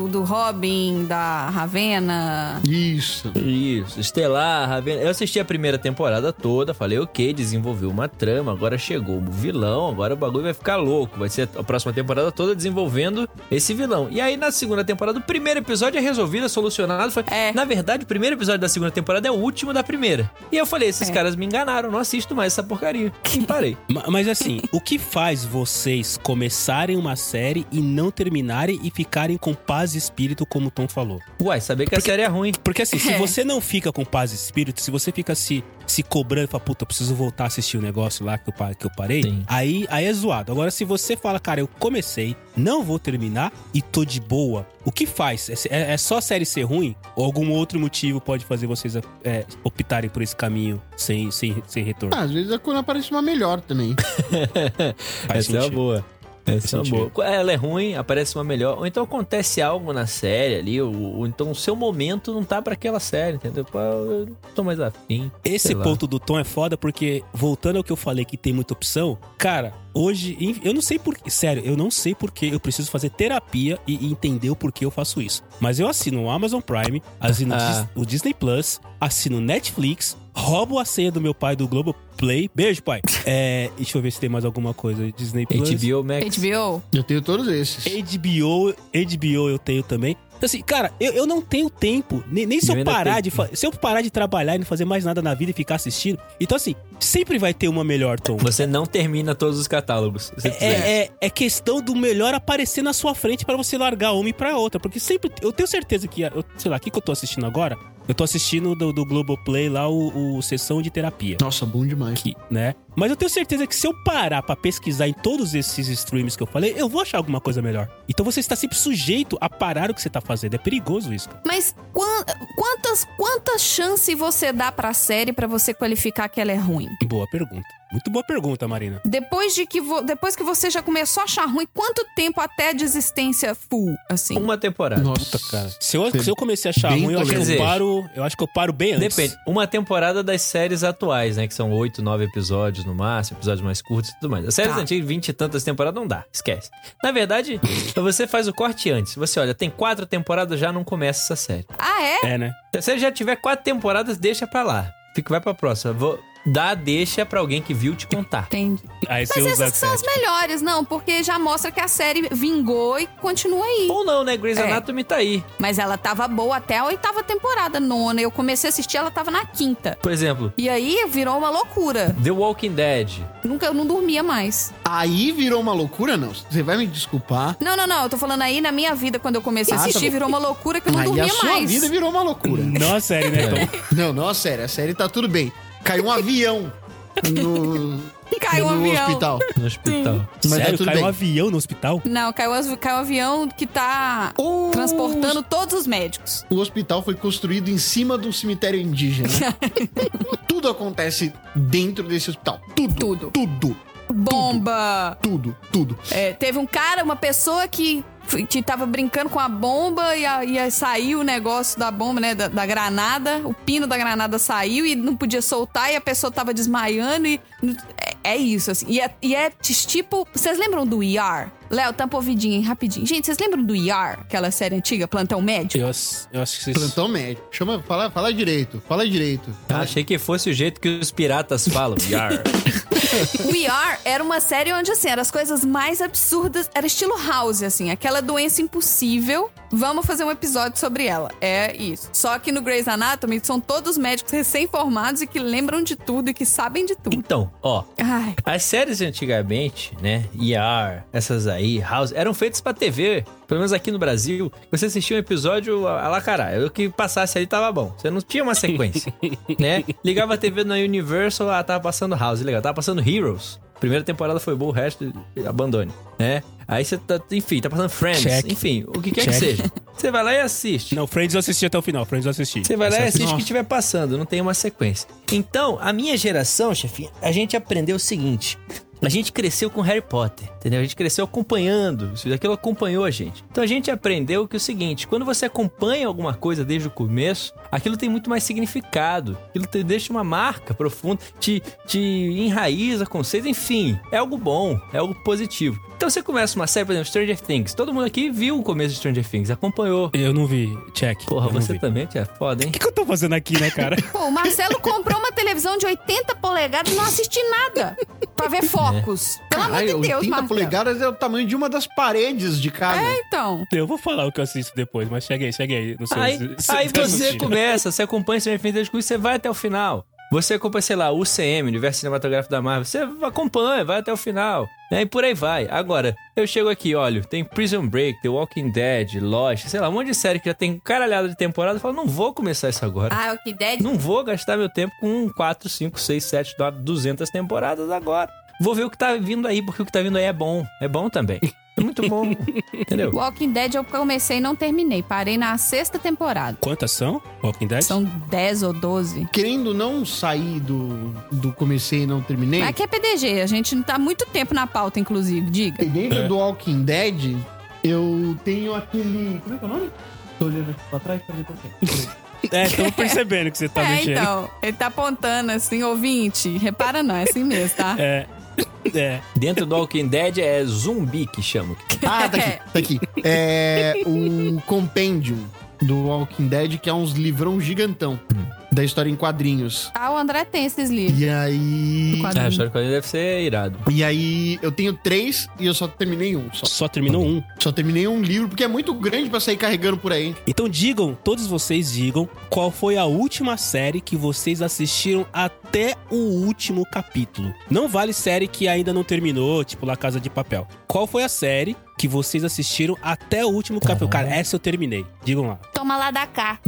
Speaker 1: o do Robin, da Ravena.
Speaker 3: Isso.
Speaker 4: Isso, Estelar, Ravena. Eu assisti a primeira temporada toda, falei, ok, desenvolveu uma trama, agora chegou o vilão, agora o bagulho vai ficar louco. Vai ser a próxima temporada toda desenvolvendo esse vilão. E aí, na segunda temporada, o primeiro episódio é resolvido, é solucionado. Foi...
Speaker 1: É.
Speaker 4: Na verdade, o primeiro episódio da segunda temporada é o último da primeira. E eu falei, esses
Speaker 1: É.
Speaker 4: caras me enganaram, não assisto mais essa porcaria. E parei.
Speaker 2: Ma- Mas assim, o que faz vocês começarem uma série e não terminarem e ficarem com paz e espírito, como o Tom falou?
Speaker 4: Uai, saber que a série é ruim.
Speaker 2: Porque assim, se
Speaker 1: É.
Speaker 2: você não fica com paz e espírito, se você fica se, se cobrando e fala, puta, eu preciso voltar a assistir o negócio lá que eu, pa- que eu parei,
Speaker 4: Sim.
Speaker 2: aí, aí é zoado. Agora, se você fala, cara, eu comecei, não vou terminar e tô de boa, o que faz? É se- É, é só a série ser ruim? Ou algum outro motivo pode fazer vocês é, optarem por esse caminho sem, sem, sem retorno?
Speaker 3: Ah, às vezes é quando aparece uma melhor também.
Speaker 2: Faz
Speaker 4: Essa é uma
Speaker 2: sentido.
Speaker 4: boa. Essa é uma
Speaker 2: sentido.
Speaker 4: boa. Qu- Ela é ruim, aparece uma melhor. Ou então acontece algo na série ali, ou, ou então o seu momento não tá pra aquela série, entendeu? Pô, eu não tô mais afim.
Speaker 2: Esse
Speaker 4: sei lá.
Speaker 2: ponto do Tom é foda porque, voltando ao que eu falei que tem muita opção, cara, hoje, em- eu não sei por sério, eu não sei por que eu preciso fazer terapia e, e entender o porquê eu faço isso. Mas eu assino o Amazon Prime, assino o
Speaker 4: Ah.
Speaker 2: Dis- o Disney Plus, assino o Netflix, roubo a senha do meu pai do Globoplay. Beijo, pai. É, deixa eu ver se tem mais alguma coisa. Disney Plus.
Speaker 4: HBO Max.
Speaker 1: HBO?
Speaker 3: Eu tenho todos esses.
Speaker 2: HBO, HBO eu tenho também. Então, assim, cara, eu, eu não tenho tempo. Nem, nem se
Speaker 4: Eu
Speaker 2: eu
Speaker 4: ainda
Speaker 2: parar
Speaker 4: tenho.
Speaker 2: de fa- Se eu parar de trabalhar e não fazer mais nada na vida e ficar assistindo. Então, assim, Sempre vai ter uma melhor, Tom.
Speaker 4: Você não termina todos os catálogos. se você
Speaker 2: É,
Speaker 4: quiser.
Speaker 2: é- é questão do melhor aparecer na sua frente pra você largar uma e pra outra. Porque sempre. Eu tenho certeza que. Eu, sei lá, o que, que eu tô assistindo agora? Eu tô assistindo do, do Globoplay lá o, o Sessão de Terapia.
Speaker 3: Nossa, bom demais.
Speaker 2: Aqui, né? Mas eu tenho certeza que se eu parar pra pesquisar em todos esses streams que eu falei, eu vou achar alguma coisa melhor. Então você está sempre sujeito a parar o que você tá fazendo. É perigoso isso. cara.
Speaker 1: Mas quan- quantas, quantas chances você dá pra série pra você qualificar que ela é ruim?
Speaker 2: Boa pergunta. Muito boa pergunta, Marina.
Speaker 1: Depois, de que vo- depois que você já começou a achar ruim, quanto tempo até a desistência full,
Speaker 2: é.
Speaker 1: assim?
Speaker 4: Uma temporada.
Speaker 3: Nossa,
Speaker 2: Cara, se eu,
Speaker 3: Sim.
Speaker 2: se eu comecei a achar
Speaker 3: Bem
Speaker 2: ruim, eu acho, que
Speaker 4: polêmico.
Speaker 2: eu, paro, eu acho que eu paro bem antes.
Speaker 4: Depende. Uma temporada das séries atuais, né? Que são oito, nove episódios no máximo, episódios mais curtos e tudo mais. As séries
Speaker 1: Tá.
Speaker 4: antigas, vinte e tantas temporadas, não dá. Esquece. Na verdade, você faz o corte antes. Você olha, tem quatro temporadas, já não começa essa série.
Speaker 1: Ah, é?
Speaker 2: É, né?
Speaker 4: Se a série já tiver quatro temporadas, deixa pra lá. Fica, vai pra próxima. Vou dar deixa pra alguém que viu te contar.
Speaker 1: Entendi.
Speaker 2: Aí você
Speaker 1: Mas
Speaker 2: usa.
Speaker 1: essas são as melhores, não, porque já mostra que a série vingou e continua aí.
Speaker 4: Ou não, né? Grey's
Speaker 1: É.
Speaker 4: Anatomy tá aí.
Speaker 1: Mas ela tava boa até a oitava temporada, nona. Eu comecei a assistir, ela tava na quinta.
Speaker 4: Por exemplo,
Speaker 1: E aí virou uma loucura.
Speaker 4: The Walking Dead.
Speaker 1: Nunca eu não dormia mais.
Speaker 3: Aí virou uma loucura, não. Você vai me desculpar.
Speaker 1: Não, não, não. Eu tô falando aí na minha vida, quando eu comecei a
Speaker 3: Ah, tá
Speaker 1: assistir,
Speaker 3: bom.
Speaker 1: virou uma loucura que eu não
Speaker 3: Aí a
Speaker 1: dormia
Speaker 3: sua
Speaker 1: mais.
Speaker 3: vida virou uma loucura.
Speaker 2: Não a série, né,
Speaker 4: É.
Speaker 2: Tom?
Speaker 3: Não, não, a série. A série tá tudo bem. Caiu um avião no,
Speaker 1: Caiu um
Speaker 3: no
Speaker 1: avião.
Speaker 3: hospital.
Speaker 4: No hospital.
Speaker 3: Mas tá
Speaker 2: Sério,
Speaker 3: tudo
Speaker 2: caiu
Speaker 3: bem.
Speaker 2: um avião no hospital?
Speaker 1: Não, caiu, as- caiu um avião que tá transportando todos os médicos.
Speaker 3: O hospital foi construído em cima de um cemitério indígena. tudo acontece dentro desse hospital. Tudo.
Speaker 1: Tudo.
Speaker 3: Tudo.
Speaker 1: Bomba!
Speaker 3: Tudo. Tudo.
Speaker 1: É, teve um cara, uma pessoa que, f- que tava brincando com a bomba e, a- e aí saiu o negócio da bomba, né? Da, da granada. O pino da granada saiu e não podia soltar e a pessoa tava desmaiando e. É, é isso, assim. E é, e é tis- tipo. Vocês lembram do ER? Léo, tampa o ouvidinho aí rapidinho. Gente, vocês lembram do ER? Aquela série antiga, Plantão Médico?
Speaker 2: Eu, ass- eu acho que vocês.
Speaker 3: Plantão médico. Chama, fala, fala direito. Fala direito.
Speaker 4: Ah, achei que fosse o jeito que os piratas falam. Yar.
Speaker 1: O ER era uma série onde, assim, eram as coisas mais absurdas. Era estilo House, assim, aquela doença impossível. Vamos fazer um episódio sobre ela. É isso. Só que no Grey's Anatomy são todos médicos recém-formados e que lembram de tudo e que sabem de tudo.
Speaker 4: Então, ó,
Speaker 1: Ai.
Speaker 4: As séries antigamente, né? ER, essas aí, House, eram feitas pra TV. Pelo menos aqui no Brasil, você assistia um episódio a a lá caralho. O que passasse ali tava bom. Você não tinha uma sequência, né? Ligava a TV na Universal, ah, tava passando House, legal. Tava passando Heroes. Primeira temporada foi boa, o resto abandone, né? Aí você tá, enfim, tá passando Friends,
Speaker 2: Check.
Speaker 4: enfim, o que quer
Speaker 2: Check.
Speaker 4: que seja. Você vai lá e assiste.
Speaker 2: Não, Friends eu assisti até o final. Friends eu assisti.
Speaker 4: Você vai lá e
Speaker 2: Essa- é
Speaker 4: assiste o que estiver passando, não tem uma sequência. Então, a minha geração, chefinha, a gente aprendeu o seguinte. A gente cresceu com Harry Potter, entendeu? A gente cresceu acompanhando, isso aquilo acompanhou a gente. Então a gente aprendeu que o seguinte, quando você acompanha alguma coisa desde o começo, aquilo tem muito mais significado, aquilo te deixa uma marca profunda, te, te enraiza conceitos, enfim, é algo bom, é algo positivo. Então você começa uma série, por exemplo, Stranger Things. Todo mundo aqui viu o começo de Stranger Things, acompanhou.
Speaker 2: Eu não vi. Check.
Speaker 4: Porra,
Speaker 2: Eu não
Speaker 4: você tá-
Speaker 2: vi.
Speaker 4: também, tia, é foda, hein?
Speaker 2: O que, que eu tô fazendo aqui, né, cara?
Speaker 1: Pô, o Marcelo comprou uma televisão de 80 polegadas e não assisti nada. Pra ver focos. Pelo amor de
Speaker 3: É. Caralho,
Speaker 1: Deus,
Speaker 3: 80
Speaker 1: Marcelo.
Speaker 3: polegadas é o tamanho de uma das paredes de casa.
Speaker 1: É, então.
Speaker 2: eu vou falar o que eu assisto depois, mas chega aí, chega aí. Não sei
Speaker 4: Aí,
Speaker 2: se- se-
Speaker 4: aí
Speaker 2: se-
Speaker 4: você
Speaker 2: se-
Speaker 4: começa, você acompanha esse evento desde o começo, você vai até o final. Você acompanha, sei lá, o UCM, Universo Cinematográfico da Marvel, você acompanha, vai até o final. Né? E por aí vai. Agora, eu chego aqui, olha, tem Prison Break, The Walking Dead, Lost, sei lá, um monte de série que já tem caralhada de temporada, eu falo, não vou começar isso agora.
Speaker 1: Ah, o que der.
Speaker 4: Não vou gastar meu tempo com um, 4, 5, 6, 7, 9, 200 temporadas agora. Vou ver o que tá vindo aí, porque o que tá vindo aí é bom. É bom também. É muito bom. entendeu?
Speaker 1: Walking Dead eu comecei e não terminei. Parei na sexta temporada.
Speaker 2: Quantas são? Walking Dead?
Speaker 1: São 10 ou 12.
Speaker 3: Querendo não sair do, do comecei e não terminei.
Speaker 1: Aqui é PDG, a gente não tá há muito tempo na pauta, inclusive, diga.
Speaker 3: E dentro do Walking Dead, eu tenho aquele. Como é que é o nome? Tô olhando aqui pra trás pra ver qual que é.
Speaker 2: É, estão percebendo que você tá
Speaker 1: é,
Speaker 2: mexendo.
Speaker 1: então, ele tá apontando assim, ouvinte, repara não, é assim mesmo, tá?
Speaker 2: É. É.
Speaker 4: Dentro do Walking Dead é zumbi que chama.
Speaker 3: Ah, tá aqui, tá aqui. É o Compendium do Walking Dead, que é uns livrão gigantão. da história em quadrinhos.
Speaker 1: Ah, o André tem esses livros.
Speaker 3: E aí.
Speaker 1: do
Speaker 4: É, a
Speaker 1: quadrinho.
Speaker 4: história de quadrinhos deve ser irado.
Speaker 3: E aí, eu tenho três e eu só terminei um. Só,
Speaker 2: Só terminou um.
Speaker 3: só terminei um livro, porque é muito grande pra sair carregando por aí.
Speaker 2: Então digam, todos vocês digam, qual foi a última série que vocês assistiram até o último capítulo. Não vale série que ainda não terminou, tipo La Casa de Papel. Qual foi a série que vocês assistiram até o último capítulo? Cara, essa eu terminei. Digam lá.
Speaker 1: Toma lá da cá.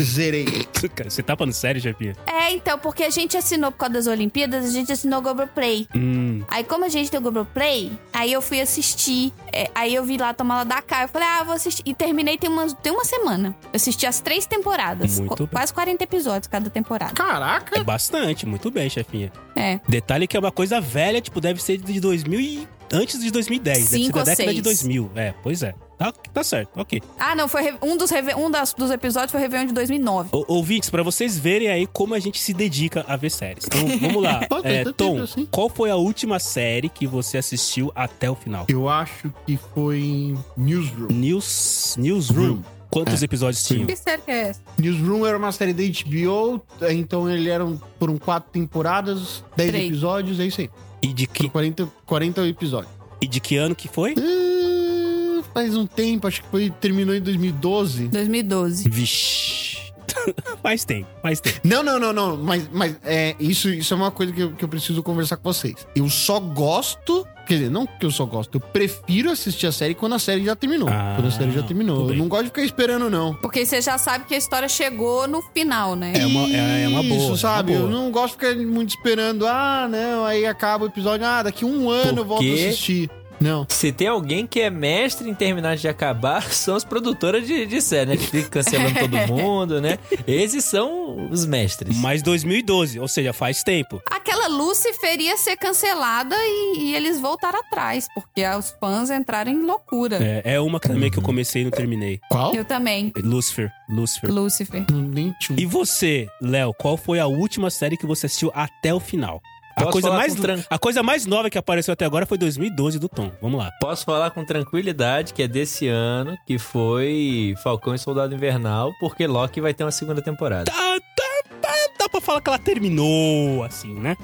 Speaker 3: Zerei.
Speaker 2: Cara, Você tá falando sério, Japinha?
Speaker 1: É, então, porque a gente assinou por causa das Olimpíadas, a gente assinou o Globoplay.
Speaker 2: Hum.
Speaker 1: Aí, como a gente tem o Globoplay, aí eu fui assistir. é, aí eu vi lá tomar lá da cá. Eu falei, ah, vou assistir. E terminei tem uma, tem uma semana. Eu assisti as três temporadas.
Speaker 2: Muito
Speaker 1: co-
Speaker 2: bem.
Speaker 1: quase 40 episódios cada temporada.
Speaker 3: Caraca!
Speaker 2: É bastante, muito bem, chefinha.
Speaker 1: É.
Speaker 2: Detalhe que é uma coisa velha, tipo, deve ser de 2000 e... Antes de 2010, deve ser
Speaker 1: Cinco
Speaker 2: da
Speaker 1: ou
Speaker 2: década de
Speaker 1: seis.
Speaker 2: 2000. É, pois é. Tá, tá certo, ok.
Speaker 1: Ah, não, foi re- um dos, reve- um das- dos episódios foi Réveillon de 2009.
Speaker 2: Ô, ouvintes, pra vocês verem aí como a gente se dedica a ver séries. Então, vamos lá.
Speaker 1: Tá
Speaker 3: Pô, tem
Speaker 2: É,
Speaker 3: tanto
Speaker 2: Tom,
Speaker 3: tempo assim.
Speaker 2: qual foi a última série que você assistiu até o final?
Speaker 3: Eu acho que foi Newsroom.
Speaker 2: News, Newsroom.
Speaker 3: Room.
Speaker 2: Quantos episódios tinham?
Speaker 1: Que série que é essa?
Speaker 3: Newsroom era uma série da HBO, então ele eram foram quatro temporadas, dez
Speaker 1: Três.
Speaker 3: episódios, é isso aí.
Speaker 2: E de que,
Speaker 3: Foram 40, 40 episódios.
Speaker 2: e de que ano que foi?
Speaker 3: Ah, faz um tempo, acho que foi terminou em 2012.
Speaker 1: 2012.
Speaker 2: Vixe. Faz tempo, faz tempo.
Speaker 3: Não, não, não, não. Mas, mas é, isso, isso é uma coisa que eu, que eu preciso conversar com vocês. Eu só gosto. Quer dizer, não que eu só gosto, eu prefiro assistir a série quando a série já terminou.
Speaker 2: Ah,
Speaker 3: quando a série já terminou.
Speaker 2: tudo
Speaker 3: Eu
Speaker 2: bem.
Speaker 3: não gosto de ficar esperando, não.
Speaker 1: Porque você já sabe que a história chegou no final, né?
Speaker 2: É uma- é- é uma boa, é
Speaker 3: Isso,
Speaker 2: uma
Speaker 3: sabe?
Speaker 2: boa.
Speaker 3: Eu não gosto de ficar muito esperando. Ah, não, aí acaba o episódio. Ah, daqui um ano eu volto a
Speaker 4: quê?
Speaker 3: assistir. Não.
Speaker 4: Se tem alguém que é mestre em terminar de acabar, são as produtoras de, de série, né? Que fica cancelando todo mundo, né? Esses são os mestres.
Speaker 2: Mas 2012, ou seja, faz tempo.
Speaker 1: Aquela Lucifer ia ser cancelada e, e eles voltaram atrás, porque os fãs entraram em loucura.
Speaker 2: É, é uma que também que eu comecei e não terminei. É
Speaker 3: Qual?
Speaker 1: Eu também.
Speaker 2: Lucifer, Lucifer.
Speaker 1: Lucifer.
Speaker 3: Nem tinha.
Speaker 2: E você, Léo, qual foi a última série que você assistiu até o final? A
Speaker 4: Posso
Speaker 2: coisa,
Speaker 4: falar
Speaker 2: mais,
Speaker 4: com tran-
Speaker 2: a coisa mais nova que apareceu até agora foi 2012 do Tom. Vamos lá.
Speaker 4: Posso falar com tranquilidade que é desse ano, que foi Falcão e Soldado Invernal, porque Loki vai ter uma segunda temporada.
Speaker 2: Dá, dá, dá, Tá, dá pra falar que ela terminou, assim, né?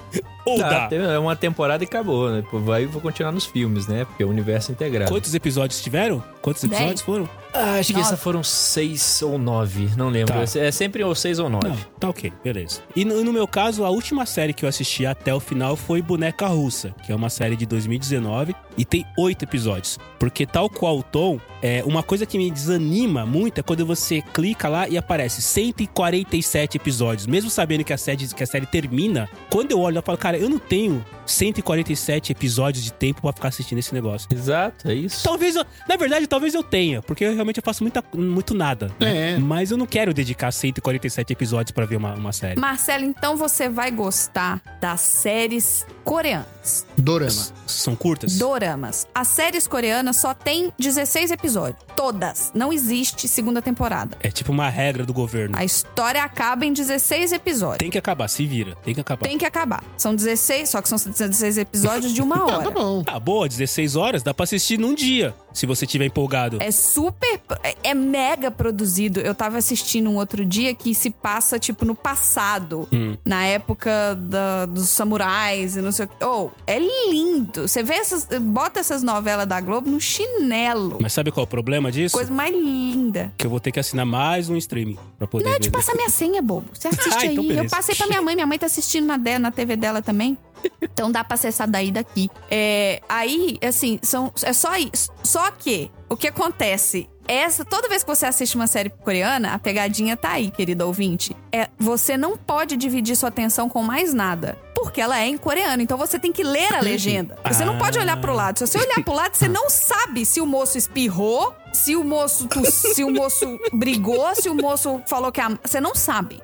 Speaker 2: Ou dá.
Speaker 4: Tá, tem- é uma temporada e acabou, né? Pô, Vai vou continuar nos filmes, né? Porque é o universo integrado.
Speaker 2: Quantos episódios tiveram? Quantos
Speaker 1: Dez.
Speaker 2: episódios foram?
Speaker 4: Ah, acho que
Speaker 1: Nove.
Speaker 4: essa foram seis ou nove, não lembro.
Speaker 2: Tá.
Speaker 4: É sempre ou seis ou nove.
Speaker 2: Não, tá ok, beleza. E no, no meu caso, a última série que eu assisti até o final foi Boneca Russa, que é uma série de 2019 e tem oito episódios. Porque tal qual o Tom, é, uma coisa que me desanima muito é quando você clica lá e aparece 147 episódios. Mesmo sabendo que a série, que a série termina, quando eu olho, eu falo, cara, eu não tenho 147 episódios de tempo pra ficar assistindo esse negócio.
Speaker 4: Exato, é isso.
Speaker 2: Talvez eu, na verdade, talvez eu tenha, porque eu realmente faço muita, muito nada. né?
Speaker 3: É.
Speaker 2: Mas eu não quero dedicar 147 episódios pra ver uma, uma série.
Speaker 1: Marcelo, então você vai gostar das séries coreanas.
Speaker 3: Dorama.
Speaker 2: São curtas?
Speaker 1: Doramas. As séries coreanas só tem 16 episódios. Todas. Não existe segunda temporada.
Speaker 2: É tipo uma regra do governo.
Speaker 1: A história acaba em 16 episódios.
Speaker 2: Tem que acabar, se vira. Tem que acabar.
Speaker 1: Tem que acabar. São 16, só que são 16 episódios de uma
Speaker 3: Ah, tá
Speaker 1: hora.
Speaker 3: bom.
Speaker 2: Tá boa, 16 horas, dá pra assistir num dia, se você tiver empolgado.
Speaker 1: É super. É mega produzido. Eu tava assistindo um outro dia que se passa, tipo, no passado.
Speaker 2: Hum.
Speaker 1: Na época da- dos samurais e não sei o que. Oh, é lindo. Você vê essas. Bota essas novelas da Globo no chinelo.
Speaker 2: Mas sabe qual é o problema disso?
Speaker 1: Coisa mais linda.
Speaker 2: Que eu vou ter que assinar mais um streaming pra poder
Speaker 1: Não, tipo,
Speaker 2: ver.
Speaker 1: eu te passar minha senha, bobo. Você assiste
Speaker 2: Ah,
Speaker 1: aí.
Speaker 2: então
Speaker 1: eu
Speaker 2: beleza.
Speaker 1: passei pra minha mãe, minha mãe tá assistindo na, dela, na TV dela também. Então dá pra acessar daí e daqui. É, aí, assim, são, é só isso. Só que o que acontece? Essa, toda vez que você assiste uma série coreana, a pegadinha tá aí, querido ouvinte. É, você não pode dividir sua atenção com mais nada. Porque ela é em coreano, então você tem que ler a legenda. Você não
Speaker 2: Ah.
Speaker 1: pode olhar pro lado. Se você olhar pro lado, você não sabe se o moço espirrou, se o moço toss- se o moço brigou, se o moço falou que a... Você não sabe.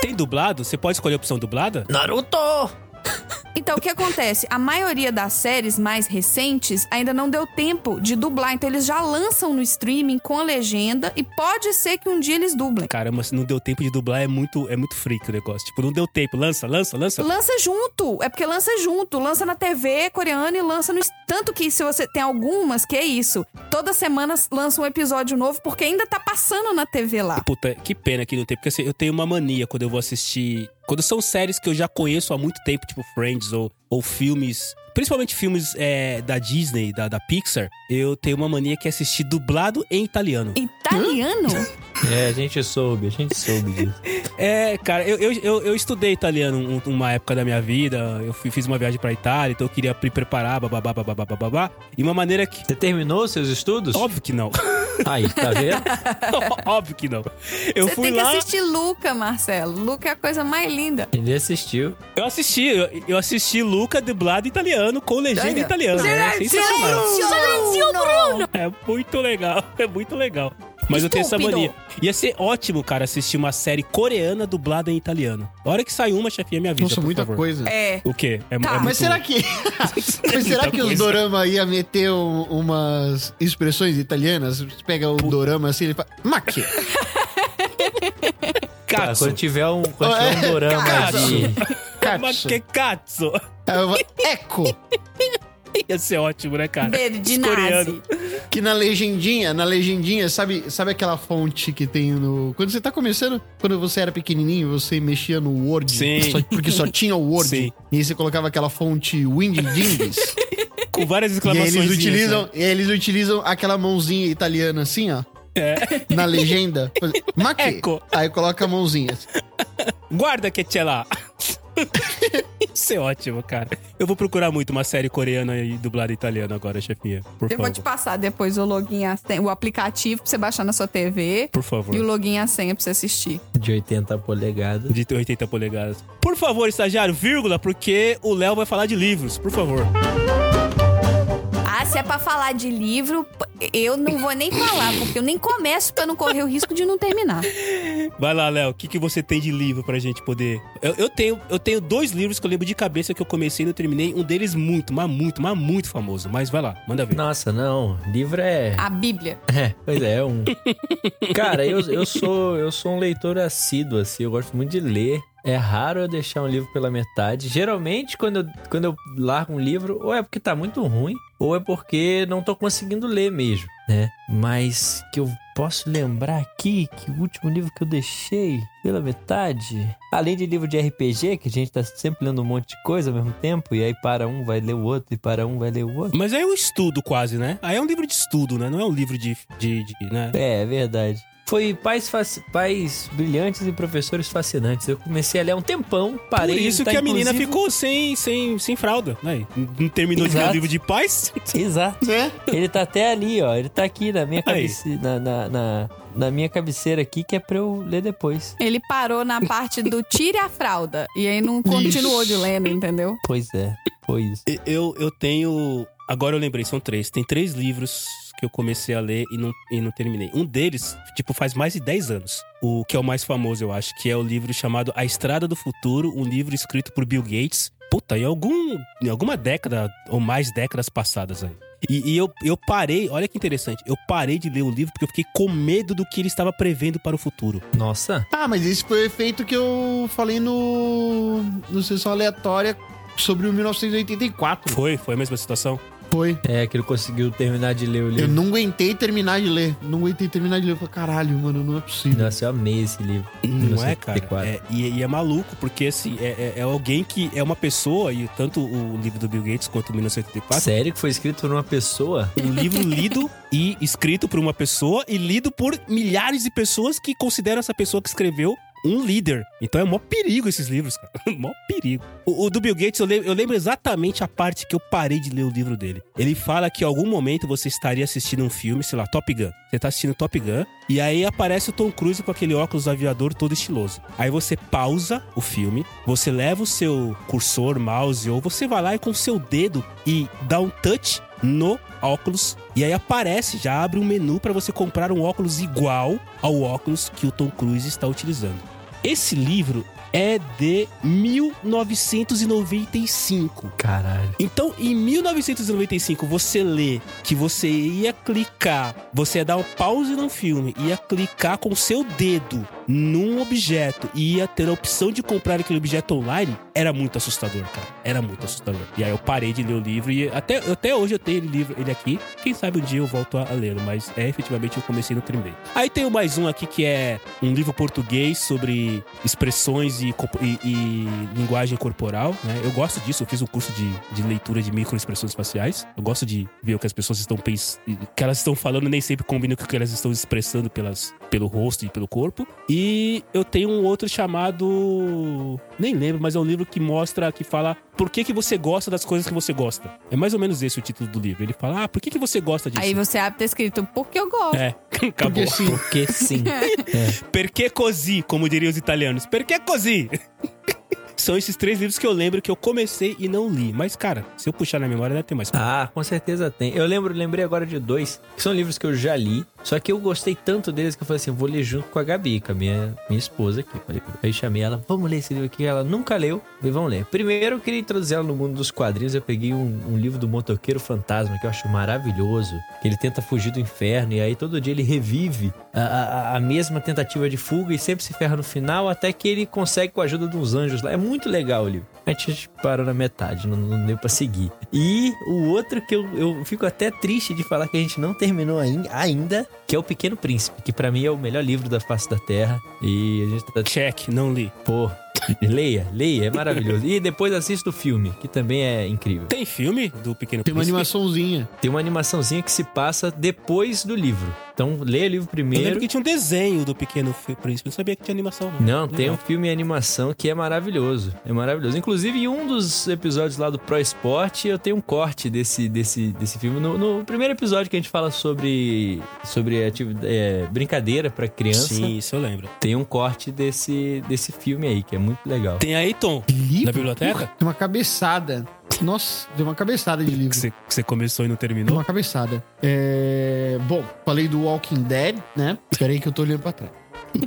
Speaker 2: Tem dublado? Você pode escolher a opção dublada?
Speaker 4: Naruto!
Speaker 1: Então, o que acontece? A maioria das séries mais recentes ainda não deu tempo de dublar. Então, eles já lançam no streaming com a legenda e pode ser que um dia eles dublem.
Speaker 2: Caramba, se não deu tempo de dublar, é muito, é muito freak o negócio. Tipo, não deu tempo. Lança, lança, lança.
Speaker 1: Lança junto, é porque lança junto, lança na TV coreana e lança no. Tanto que se você tem algumas que é isso. Toda semana lança um episódio novo, porque ainda tá passando na TV lá.
Speaker 2: Ah, Puta, que pena que não tem, porque assim, eu tenho uma mania quando eu vou assistir. Quando são séries que eu já conheço há muito tempo, tipo Friends ou, ou filmes. Principalmente filmes é, da Disney, da, da Pixar, eu tenho uma mania que é assistir dublado em italiano.
Speaker 1: Italiano?
Speaker 4: É, a gente soube, a gente soube disso.
Speaker 2: É, cara, eu, eu, eu, eu estudei italiano um- uma época da minha vida, eu fui- fiz uma viagem pra Itália, então eu queria me preparar, bababá, bababá, bababá, e uma maneira que.
Speaker 4: Você terminou os seus estudos?
Speaker 2: Óbvio que não.
Speaker 4: Aí, tá vendo?
Speaker 2: Óbvio que não. Eu
Speaker 1: Você
Speaker 2: fui
Speaker 1: tem
Speaker 2: lá.
Speaker 1: que assistir Luca, Marcelo. Luca é a coisa mais linda.
Speaker 4: Ele assistiu.
Speaker 2: Eu assisti, eu, eu assisti Luca dublado italiano com legenda
Speaker 1: Olha.
Speaker 2: italiana. né? Sensacional.
Speaker 1: Silêncio, Bruno!
Speaker 2: É muito legal, é muito legal. Mas eu tenho essa
Speaker 1: Estúpido.
Speaker 2: mania. Ia ser ótimo, cara, assistir uma série coreana dublada em italiano. A hora que sai uma, chefinha, me avisa,
Speaker 3: Nossa,
Speaker 2: por
Speaker 3: muita
Speaker 2: favor.
Speaker 3: coisa.
Speaker 1: É.
Speaker 2: O quê? É,
Speaker 1: Tá.
Speaker 2: é muito-
Speaker 3: Mas será que. Mas será
Speaker 2: Muita
Speaker 3: que os
Speaker 2: coisa.
Speaker 3: dorama ia meter um- umas expressões italianas? Você pega o dorama assim e ele fala. Maqui!
Speaker 4: Tá,
Speaker 2: Katsu.
Speaker 4: quando tiver um, quando
Speaker 3: É,
Speaker 4: tiver um dorama
Speaker 3: Katsu.
Speaker 4: de...
Speaker 2: Mas
Speaker 3: Katsu.
Speaker 2: que katsu.
Speaker 3: Aí eu falo, É Eco!
Speaker 2: Ia ser ótimo, né, cara?
Speaker 1: Verde,
Speaker 2: Coreano.
Speaker 1: nazi.
Speaker 3: Que na legendinha, na legendinha, sabe, sabe aquela fonte que tem no. Quando você tá começando, quando você era pequenininho, você mexia no Word.
Speaker 2: Sim.
Speaker 3: só- porque só tinha o Word.
Speaker 2: Sim.
Speaker 3: E aí você colocava aquela fonte Windy Dings.
Speaker 2: Com várias
Speaker 3: e aí
Speaker 2: exclamações.
Speaker 3: eles utilizam,
Speaker 2: assim.
Speaker 3: e aí eles utilizam aquela mãozinha italiana assim, ó. Na legenda. Maque.
Speaker 2: É. Eco.
Speaker 3: Aí coloca a mãozinha.
Speaker 2: Guarda que tchê lá. Isso é ótimo, cara. Eu vou procurar muito uma série coreana e dublada italiana agora, chefinha. Por
Speaker 1: Eu
Speaker 2: favor.
Speaker 1: vou te passar depois o login, e a senha- o aplicativo pra você baixar na sua TV.
Speaker 2: Por favor.
Speaker 1: E o login e a senha pra você assistir.
Speaker 4: de 80 polegadas.
Speaker 2: De 80 polegadas. Por favor, estagiário, vírgula, porque o Léo vai falar de livros, por favor.
Speaker 1: Ah, se é pra falar de livro, p- eu não vou nem falar, porque eu nem começo pra não correr o risco de não terminar.
Speaker 2: Vai lá, Léo, o que, que você tem de livro pra gente poder. Eu, eu tenho, eu tenho dois livros que eu lembro de cabeça que eu comecei e não terminei. Um deles muito, mas muito, mas muito famoso. Mas vai lá, manda ver.
Speaker 4: Nossa, não. Livro é...
Speaker 1: A Bíblia.
Speaker 4: É, pois é, é um. Cara, eu, eu sou eu sou um leitor assíduo, assim, eu gosto muito de ler. É raro eu deixar um livro pela metade. Geralmente, quando eu, quando eu largo um livro, ou é porque tá muito ruim, ou é porque não tô conseguindo ler mesmo, né? Mas que eu posso lembrar aqui que o último livro que eu deixei pela metade. Além de livro de RPG, que a gente tá sempre lendo um monte de coisa ao mesmo tempo, e aí para um, vai ler o outro, e para um, vai ler o outro.
Speaker 2: Mas aí é um estudo quase, né? Aí é um livro de estudo, né? Não é um livro de. de, de né?
Speaker 4: É, é verdade. Foi pais, faci- pais brilhantes e professores fascinantes. Eu comecei a ler há um tempão,
Speaker 2: Por
Speaker 4: parei. de
Speaker 2: isso
Speaker 4: tá,
Speaker 2: que a menina
Speaker 4: inclusive-
Speaker 2: ficou sem, sem, sem fralda. Né? Não terminou de ler o
Speaker 4: Exato.
Speaker 2: livro de paz?
Speaker 4: Exato.
Speaker 3: Né?
Speaker 4: Ele tá até ali, ó. Ele tá aqui na minha,
Speaker 2: assim. Aí.
Speaker 4: cabece... na, na, na- na minha cabeceira aqui, que é pra eu ler depois.
Speaker 1: Ele parou na parte do tire a fralda. E aí não continuou de lendo, entendeu?
Speaker 4: Pois é, foi isso.
Speaker 2: E- Eu, eu tenho. Agora eu lembrei, são três. Tem três livros que eu comecei a ler e não, e não terminei. Um deles, tipo, faz mais de 10 anos. O que é o mais famoso, eu acho, que é o livro chamado A Estrada do Futuro, um livro escrito por Bill Gates. Puta, em, algum, em alguma década ou mais décadas passadas aí. E, e eu, eu parei, olha que interessante, eu parei de ler o livro porque eu fiquei com medo do que ele estava prevendo para o futuro.
Speaker 4: Nossa.
Speaker 3: Ah, mas esse foi o efeito que eu falei no. no sessão aleatória sobre o 1984.
Speaker 2: Foi? Foi a mesma situação?
Speaker 3: Foi.
Speaker 4: É, que ele conseguiu terminar de ler o
Speaker 3: Eu
Speaker 4: livro.
Speaker 3: não aguentei terminar de ler. Não aguentei terminar de ler. Eu falei, caralho, mano, não é possível.
Speaker 4: Nossa, eu amei esse livro.
Speaker 2: Não é, cara.
Speaker 4: 1984.
Speaker 2: É, e, e é maluco, porque assim, é, é- é alguém que é uma pessoa, e tanto o livro do Bill Gates quanto o 1984,
Speaker 4: Sério que foi escrito por uma pessoa?
Speaker 2: um livro lido e escrito por uma pessoa e lido por milhares de pessoas que consideram essa pessoa que escreveu um líder. Então é mó perigo esses livros, cara. mó perigo. O, o do Bill Gates, eu lem- eu lembro, exatamente a parte que eu parei de ler o livro dele. Ele fala que em algum momento você estaria assistindo um filme, sei lá, Top Gun. Você tá assistindo Top Gun, e aí aparece o Tom Cruise com aquele óculos aviador todo estiloso. Aí você pausa o filme, você leva o seu cursor, mouse, ou você vai lá e com o seu dedo e dá um touch no óculos. E aí aparece, já abre um menu pra você comprar um óculos igual ao óculos que o Tom Cruise está utilizando. Esse livro é de 1995.
Speaker 4: Caralho.
Speaker 2: Então, em 1995, você lê que você ia clicar, você ia dar um pause num filme, ia clicar com o seu dedo num objeto e ia ter a opção de comprar aquele objeto online, era muito assustador, cara. Era muito assustador. E aí eu parei de ler o livro e até, até hoje eu tenho ele, livro, ele aqui. Quem sabe um dia eu volto a a lê-lo, mas é efetivamente eu comecei no primeiro. Aí tem mais um aqui que é um livro português sobre expressões e, compo- e- e linguagem corporal, né? Eu gosto disso, eu fiz um curso de, de leitura de microexpressões faciais. Eu gosto de ver o que as pessoas estão pensando, que elas estão falando nem sempre combina com o que elas estão expressando pelas, pelo rosto e pelo corpo. E eu tenho um outro chamado. Nem lembro, mas é um livro que mostra, que fala por que, que você gosta das coisas que você gosta. É mais ou menos esse o título do livro. Ele fala, ah, por que, que você gosta disso?
Speaker 1: Aí você abre tá escrito, porque eu gosto.
Speaker 2: É, acabou.
Speaker 3: Porque sim.
Speaker 4: Porque sim.
Speaker 2: Perché così, como diriam os italianos. Perché così? São esses três livros que eu lembro que eu comecei e não li. Mas, cara, se eu puxar na memória, deve ter mais.
Speaker 4: Ah, com certeza tem. Eu lembro, lembrei agora de dois, que são livros que eu já li, só que eu gostei tanto deles que eu falei assim, vou ler junto com a Gabi, com a minha, minha esposa aqui. Falei, aí chamei ela, vamos ler esse livro aqui, ela nunca leu, falei, vamos ler. Primeiro eu queria introduzir ela no mundo dos quadrinhos, eu peguei um, um livro do Motoqueiro Fantasma, que eu acho maravilhoso, que ele tenta fugir do inferno, e aí todo dia ele revive a, a- a- a mesma tentativa de fuga e sempre se ferra no final, até que ele consegue com a ajuda de uns anjos lá. É muito legal o livro. A gente parou na metade, não, não deu pra seguir. E o outro que eu, eu fico até triste de falar que a gente não terminou ain- ainda, que é O Pequeno Príncipe, que pra mim é o melhor livro da face da Terra. E a gente tá.
Speaker 2: Check, não li.
Speaker 4: Pô, leia, leia, é maravilhoso. E depois assista o filme, que também é incrível.
Speaker 2: Tem filme do Pequeno
Speaker 3: Tem uma
Speaker 2: Príncipe?
Speaker 3: animaçãozinha.
Speaker 4: Tem uma animaçãozinha que se passa depois do livro. Então, leia o livro
Speaker 2: Eu lembro
Speaker 4: primeiro.
Speaker 2: que tinha um desenho do Pequeno Fi- Príncipe. Eu Não sabia que tinha animação.
Speaker 4: Não, tem um
Speaker 2: Legal.
Speaker 4: filme e animação que é maravilhoso. É maravilhoso. Inclusive, em um dos episódios lá do Pro Esporte, eu tenho um corte desse, desse, desse filme. No, no primeiro episódio que a gente fala sobre, sobre ativi- é, brincadeira pra criança,
Speaker 2: Sim, isso eu lembro.
Speaker 4: tem um corte desse, desse filme aí, que é muito legal.
Speaker 2: Tem aí, Tom,
Speaker 3: Livro?
Speaker 2: da biblioteca?
Speaker 3: Tem uma cabeçada. Nossa, deu uma cabeçada de
Speaker 2: Que
Speaker 3: livro.
Speaker 2: você- que você começou e não
Speaker 3: Deu
Speaker 2: terminou?
Speaker 3: uma cabeçada. É... Bom, falei do Walking Dead, né? Espera aí que eu tô olhando pra trás.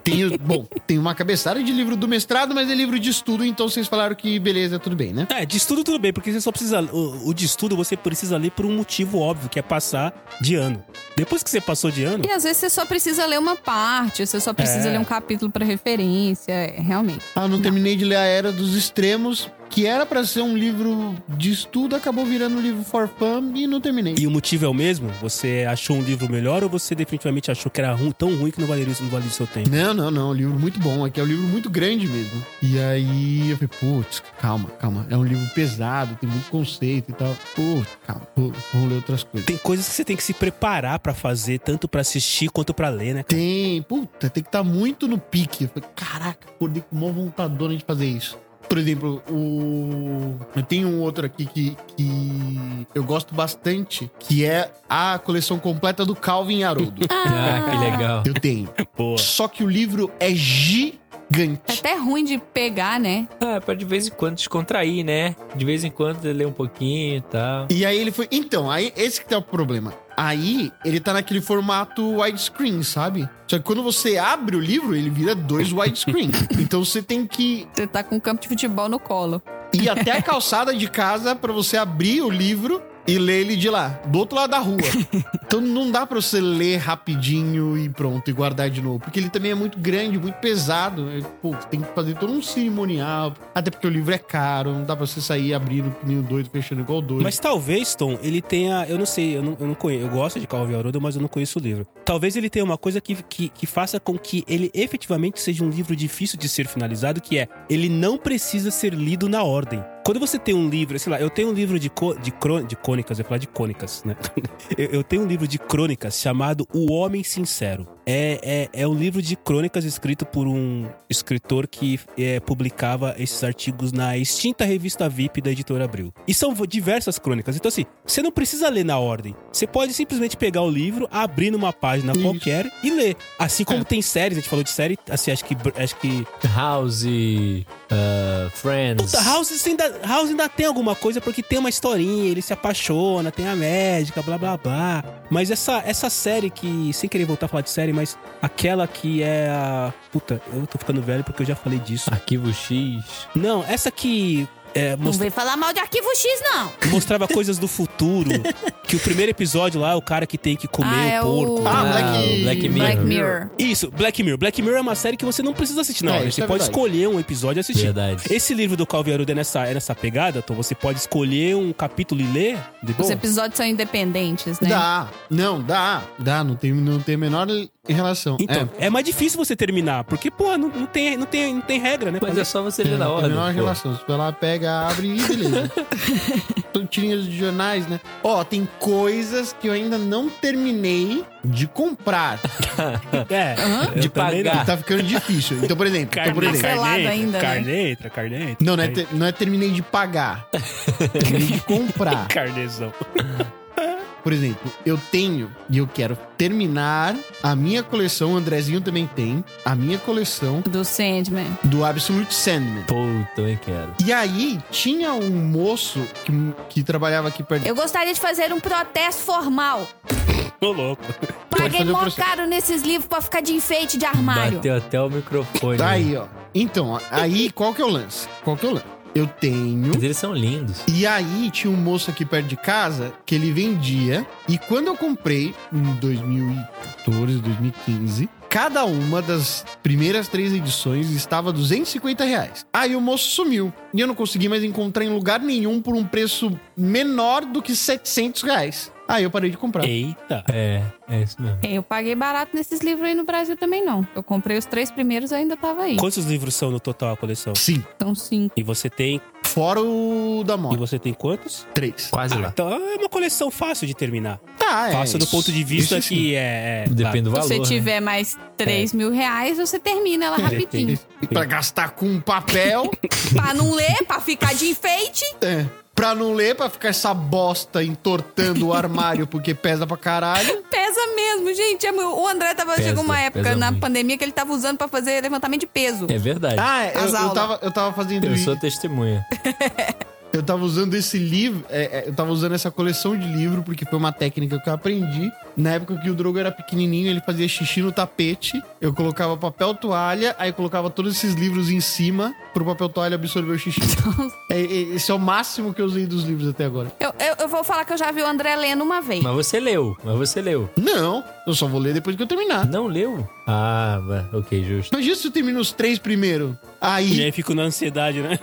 Speaker 3: Tem, o- bom, tem uma cabeçada de livro do mestrado, mas é livro de estudo, então vocês falaram que beleza, tudo bem, né?
Speaker 2: É, de estudo tudo bem, porque você só precisa. O, o de estudo você precisa ler por um motivo óbvio, que é passar de ano. Depois que você passou de ano,
Speaker 1: E às vezes você só precisa ler uma parte, você só precisa
Speaker 2: É.
Speaker 1: ler um capítulo pra referência, é, realmente.
Speaker 3: Ah, não terminei de ler A Era dos Extremos, que era pra ser um livro de estudo, acabou virando um livro for fun e não terminei.
Speaker 2: E o motivo é o mesmo? Você achou um livro melhor ou você definitivamente achou que era ru- tão ruim que não valeria, não valeria o seu tempo?
Speaker 3: Não, não, não. Um livro muito bom. Aqui é um livro muito grande mesmo. E aí eu falei, putz, calma, calma. É um livro pesado, tem muito conceito e tal. Pô, calma, pô, vamos ler outras coisas.
Speaker 2: Tem coisas que você tem que se preparar pra fazer, tanto pra assistir quanto pra ler, né? cara?
Speaker 3: Tem, puta, tem que estar muito no pique. Eu falei, caraca, acordei com uma vontadona de fazer isso. Por exemplo, o. Eu tenho um outro aqui que, que eu gosto bastante, que é a coleção completa do Calvin e Haroldo.
Speaker 4: Ah, que legal.
Speaker 3: eu tenho.
Speaker 2: Boa.
Speaker 3: Só que o livro é
Speaker 1: É
Speaker 3: gigante.
Speaker 1: até ruim de pegar, né?
Speaker 4: Ah, pra de vez em quando descontrair, né? De vez em quando ler um pouquinho e tal.
Speaker 3: E aí ele foi. Então, aí esse que é o problema. Aí ele tá naquele formato widescreen, sabe? Só que quando você abre o livro, ele vira dois widescreen. então você tem que
Speaker 1: Você tá com um campo de futebol no colo.
Speaker 3: ir até a calçada de casa pra você abrir o livro e ler ele de lá, do outro lado da rua. Então não dá pra você ler rapidinho e pronto, e guardar de novo. Porque ele também é muito grande, muito pesado. É, Pô, você tem que fazer todo um cerimonial. Até porque o livro é caro, não dá pra você sair abrindo que nem o doido, fechando igual o doido.
Speaker 2: Mas talvez, Tom, ele tenha. Eu não sei, eu não, eu não conheço. Eu gosto de Calvin Haroldo, mas eu não conheço o livro. Talvez ele tenha uma coisa que, que, que faça com que ele efetivamente seja um livro difícil de ser finalizado, que é ele não precisa ser lido na ordem. Quando você tem um livro, sei lá, eu tenho um livro de, co- de, crô- de crônicas, eu ia falar de cônicas, né? Eu, eu tenho um livro de crônicas chamado O Homem Sincero. É, é, é um livro de crônicas escrito por um escritor que é, publicava esses artigos na extinta revista VIP da editora Abril. E são vo- diversas crônicas. Então, assim, você não precisa ler na ordem. Você pode simplesmente pegar o livro, abrir numa página
Speaker 3: Isso.
Speaker 2: qualquer e ler. Assim como
Speaker 3: É.
Speaker 2: tem séries, a gente falou de série, assim, acho que. Acho que
Speaker 4: House, ah, Friends.
Speaker 2: Puta, House você ainda, House ainda tem alguma coisa, porque tem uma historinha, ele se apaixona, tem a médica, blá blá blá. Mas essa, essa série que, sem querer voltar a falar de série, mas aquela que é a. Puta, eu tô ficando velho porque eu já falei disso.
Speaker 4: Arquivo X.
Speaker 2: Não, essa que é,
Speaker 6: Não
Speaker 2: mostra-
Speaker 6: vem falar mal de arquivo X, não.
Speaker 2: mostrava coisas do futuro. Que o primeiro episódio lá, o cara que tem que comer
Speaker 1: Ah,
Speaker 2: o
Speaker 1: é o-
Speaker 2: porco. né?
Speaker 3: Ah, Black,
Speaker 4: o Black
Speaker 1: Black
Speaker 4: Mirror.
Speaker 1: Mirror.
Speaker 2: Isso, Black Mirror. Black Mirror é uma série que você não precisa assistir na
Speaker 3: É,
Speaker 2: hora.
Speaker 3: isso
Speaker 2: você
Speaker 3: é
Speaker 2: pode
Speaker 3: verdade.
Speaker 2: escolher um episódio e assistir.
Speaker 4: Verdade.
Speaker 2: Esse livro do Calviarudo é nessa, é nessa pegada, então você pode escolher um capítulo e ler de
Speaker 1: Os
Speaker 2: boa.
Speaker 1: episódios são independentes, né?
Speaker 3: Dá. Não, dá. Dá, não tem, não tem a menor relação.
Speaker 2: Então, é. mais difícil você terminar, porque, pô, não, não tem, não, tem, não tem regra, né?
Speaker 4: Mas é só você ler
Speaker 3: Não
Speaker 4: na
Speaker 3: tem a
Speaker 4: ordem.
Speaker 3: menor
Speaker 4: pô.
Speaker 3: relação. Você vai lá, pega, abre e beleza. São tirinhas de jornais, né? Ó, tem coisas que eu ainda não terminei de comprar.
Speaker 2: É, eu
Speaker 4: De
Speaker 2: também não.
Speaker 4: pagar.
Speaker 3: Tá ficando difícil. Então, por exemplo... Então, por
Speaker 2: Carne,
Speaker 3: exemplo
Speaker 1: Parcelado
Speaker 2: carne,
Speaker 1: ainda,
Speaker 2: ainda,
Speaker 1: né?
Speaker 2: carne entra, carne entra.
Speaker 3: não, não é,
Speaker 2: carne-
Speaker 3: ter- não é terminei de pagar. terminei de comprar.
Speaker 2: Carnezão.
Speaker 3: Por exemplo, eu tenho e eu quero terminar a minha coleção, o Andrezinho também tem, a minha coleção
Speaker 1: Do Sandman.
Speaker 3: do Absolute Sandman.
Speaker 4: Pô, também quero.
Speaker 3: E aí, tinha um moço que, que trabalhava aqui perto.
Speaker 6: Eu gostaria de fazer um protesto formal.
Speaker 2: Tô louco.
Speaker 6: Paguei
Speaker 3: fazer o
Speaker 6: mó
Speaker 3: processo.
Speaker 6: caro nesses livros pra ficar de enfeite de armário.
Speaker 4: Bateu até o microfone. né?
Speaker 3: Tá aí, ó. Então, ó, aí, qual que é o lance? Qual que é o lance? Eu tenho.
Speaker 4: Mas eles são lindos.
Speaker 3: E aí, tinha um moço aqui perto de casa que ele vendia. E quando eu comprei, em 2014, 2015, cada uma das primeiras três edições estava 250 reais. Aí o moço sumiu. E eu não consegui mais encontrar em lugar nenhum por um preço menor do que 700 reais. Aí eu parei de comprar.
Speaker 2: Eita.
Speaker 4: É, é isso mesmo.
Speaker 1: Eu paguei barato nesses livros aí no Brasil também, não. Eu comprei os três primeiros e ainda tava aí.
Speaker 2: Quantos livros são no total a coleção?
Speaker 3: Sim.
Speaker 1: São cinco.
Speaker 2: E você tem.
Speaker 3: Fora o da
Speaker 2: E
Speaker 3: moto.
Speaker 2: você tem quantos?
Speaker 3: Três.
Speaker 4: Quase lá.
Speaker 2: Então é uma coleção fácil de terminar.
Speaker 3: Ah, Tá,
Speaker 2: fácil do
Speaker 3: isso.
Speaker 2: ponto de vista
Speaker 3: Isso sim.
Speaker 2: que é. é,
Speaker 4: Depende do
Speaker 1: tá. Se
Speaker 4: valor.
Speaker 1: você
Speaker 4: né? É.
Speaker 1: tiver mais 3 mil reais, você termina ela rapidinho.
Speaker 3: E Pra gastar com um papel,
Speaker 1: pra não ler, pra ficar de enfeite.
Speaker 3: é. pra não ler, pra ficar essa bosta entortando o armário porque pesa pra caralho.
Speaker 1: Pesa mesmo, gente. É mu- O André tava,
Speaker 4: Pesa,
Speaker 1: chegou uma época
Speaker 4: pesa
Speaker 1: na
Speaker 4: muito.
Speaker 1: pandemia que ele tava usando pra fazer levantamento de peso.
Speaker 4: É verdade.
Speaker 3: Ah, eu,
Speaker 1: As
Speaker 3: eu
Speaker 1: aulas.
Speaker 3: tava, eu tava fazendo
Speaker 4: eu
Speaker 3: isso.
Speaker 4: sou testemunha.
Speaker 3: Eu tava usando esse livro, é, é, eu tava usando essa coleção de livro, porque foi uma técnica que eu aprendi. Na época que o Drogo era pequenininho, ele fazia xixi no tapete, eu colocava papel toalha, aí colocava todos esses livros em cima, pro papel toalha absorver o xixi. É, é, esse é o máximo que eu usei dos livros até agora.
Speaker 1: Eu, eu, eu vou falar que eu já vi o André lendo uma vez.
Speaker 4: Mas você leu, mas você leu.
Speaker 3: Não, eu só vou ler depois que eu terminar.
Speaker 4: Não leu? Ah, bah, ok, justo.
Speaker 3: Imagina se eu termino os três primeiro.
Speaker 2: E
Speaker 3: Aí,
Speaker 2: aí fico na ansiedade, né?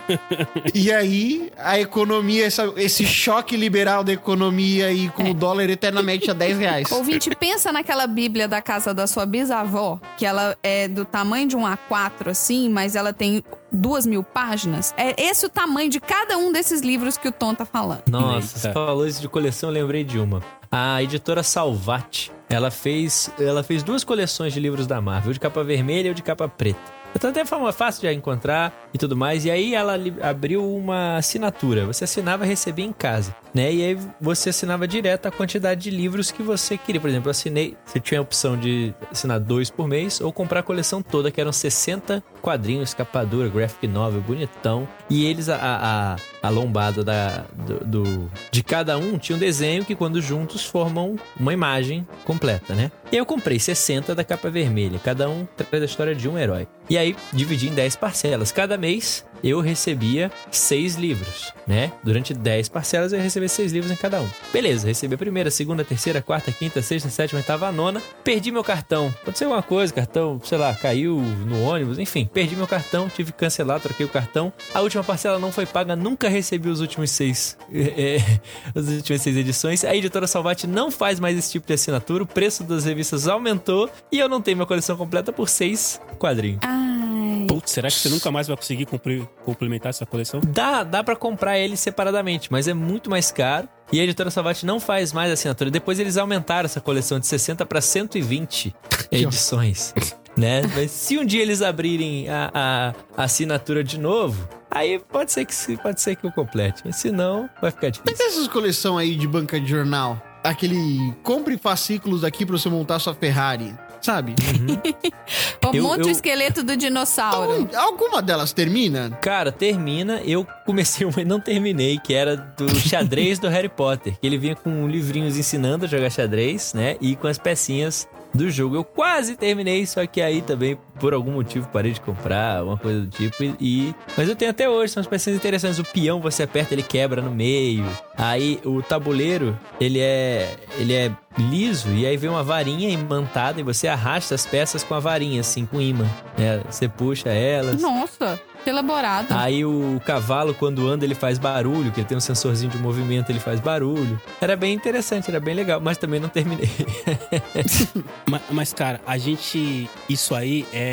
Speaker 3: e aí, a economia, essa- esse choque liberal da economia e com o dólar eternamente a 10 reais.
Speaker 1: Ouvinte, pensa naquela bíblia da casa da sua bisavó, que ela é do tamanho de um A4, assim, mas ela tem duas mil páginas. É esse o tamanho de cada um desses livros que o Tom tá falando.
Speaker 4: Nossa,
Speaker 2: Eita.
Speaker 4: você falou isso de coleção, eu lembrei de uma. A editora Salvat, ela fez, ela fez duas coleções de livros da Marvel, o de capa vermelha e o de capa preta. Então até foi uma fácil de encontrar e tudo mais. E aí ela li- abriu uma assinatura. Você assinava e recebia em casa, né? E aí você assinava direto a quantidade de livros que você queria. Por exemplo, eu assinei. Você tinha a opção de assinar dois por mês ou comprar a coleção toda, que eram 60 quadrinhos, capa dura, graphic novel, bonitão. E eles, a, a, a lombada da, do, do- de cada um tinha um desenho que, quando juntos, formam uma imagem completa, né? E aí eu comprei 60 da capa vermelha, cada um traz a história de um herói. E aí dividi em 10 parcelas. Cada mês eu recebia 6 livros, né? Durante 10 parcelas eu recebia 6 livros em cada um. Beleza, recebi a primeira, a segunda, a terceira, a quarta, a quinta, a sexta, a sétima, a oitava, a nona. Perdi meu cartão. Aconteceu alguma coisa, cartão, sei lá, caiu no ônibus, enfim, perdi meu cartão, tive que cancelar, troquei o cartão. A última parcela não foi paga, nunca recebi os últimos seis. é, é, as últimas seis edições. A editora Salvati não faz mais esse tipo de assinatura, o preço das revistas aumentou e eu não tenho minha coleção completa por seis quadrinhos.
Speaker 1: Ai.
Speaker 2: Putz, será que você nunca mais vai conseguir cumprir- complementar essa coleção?
Speaker 4: Dá, dá para comprar ele separadamente, mas é muito mais caro. E a editora Salvati não faz mais assinatura. Depois eles aumentaram essa coleção de 60 para 120 edições. né? Mas se um dia eles abrirem a, a assinatura de novo, aí pode ser que se- pode ser que eu complete. Mas se não, vai ficar
Speaker 3: Mas
Speaker 4: difícil.
Speaker 3: é tá essas coleção aí de banca de jornal, aquele compre fascículos aqui pra você montar sua Ferrari, sabe?
Speaker 1: Ó,
Speaker 4: Eu-
Speaker 1: monta o
Speaker 4: eu-
Speaker 1: esqueleto do dinossauro.
Speaker 3: Algum- alguma delas termina?
Speaker 4: Cara, termina. Eu comecei uma e não terminei, que era do xadrez do Harry Potter. Que ele vinha com um livrinhos ensinando a jogar xadrez, né? E com as pecinhas do jogo. Eu quase terminei, só que aí também por algum motivo parei de comprar, uma coisa do tipo. E, e- Mas eu tenho até hoje, são umas pecinhas interessantes. O peão você aperta, ele quebra no meio. Aí o tabuleiro, ele é. ele é liso, e aí vem uma varinha imantada e você arrasta as peças com a varinha, assim, com imã. né? Você puxa elas.
Speaker 1: Nossa, que elaborado.
Speaker 4: Aí o cavalo, quando anda, ele faz barulho, que ele tem um sensorzinho de movimento, ele faz barulho. Era bem interessante, era bem legal, mas também não terminei.
Speaker 2: Ma- Mas, cara, a gente. Isso aí é.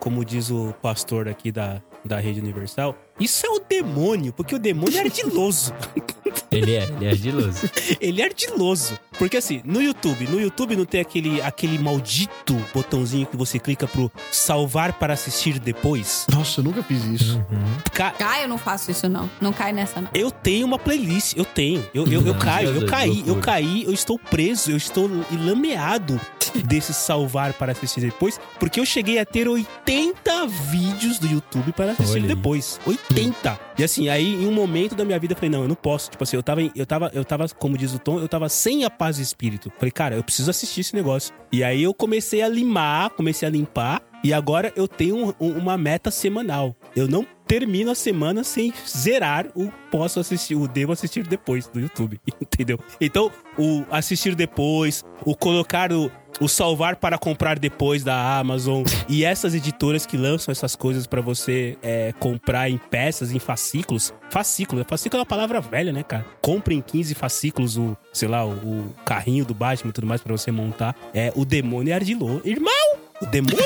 Speaker 2: Como diz o pastor aqui da, da Rede Universal. Isso é o demônio, porque o demônio é ardiloso.
Speaker 4: ele é, ele é ardiloso.
Speaker 2: Ele é ardiloso. Porque assim, no YouTube, no YouTube não tem aquele, aquele maldito botãozinho que você clica pro salvar para assistir depois.
Speaker 3: Nossa, eu nunca fiz isso.
Speaker 2: Ca-
Speaker 1: Ah, eu não faço isso, não. Não cai nessa, não.
Speaker 2: Eu tenho uma playlist, eu tenho. Eu, eu, eu
Speaker 4: Não,
Speaker 2: caio,
Speaker 4: meu
Speaker 2: eu
Speaker 4: Deus,
Speaker 2: caí, eu
Speaker 4: loucura.
Speaker 2: caí, eu estou preso, eu estou lameado desse salvar para assistir depois, porque eu cheguei a ter 80 vídeos do YouTube para assistir
Speaker 4: Olha aí.
Speaker 2: depois. 80! E assim, aí em um momento da minha vida eu falei, não, eu não posso. Tipo assim, eu tava, em- eu tava, eu tava, como diz o Tom, eu tava sem a paz de espírito. Falei, cara, eu preciso assistir esse negócio. E aí eu comecei a limar, comecei a limpar, e agora eu tenho um- um- uma meta semanal. Eu não termino a semana sem zerar o posso assistir, o devo assistir depois do YouTube, entendeu? Então, o assistir depois, o colocar o, o salvar para comprar depois da Amazon e essas editoras que lançam essas coisas pra você é, comprar em peças, em fascículos. Fascículo, fascículo é uma palavra velha, né, cara? Compre em 15 fascículos o, sei lá, o, o carrinho do Batman e tudo mais pra você montar. É, o demônio é ardiloso. Irmão! O demônio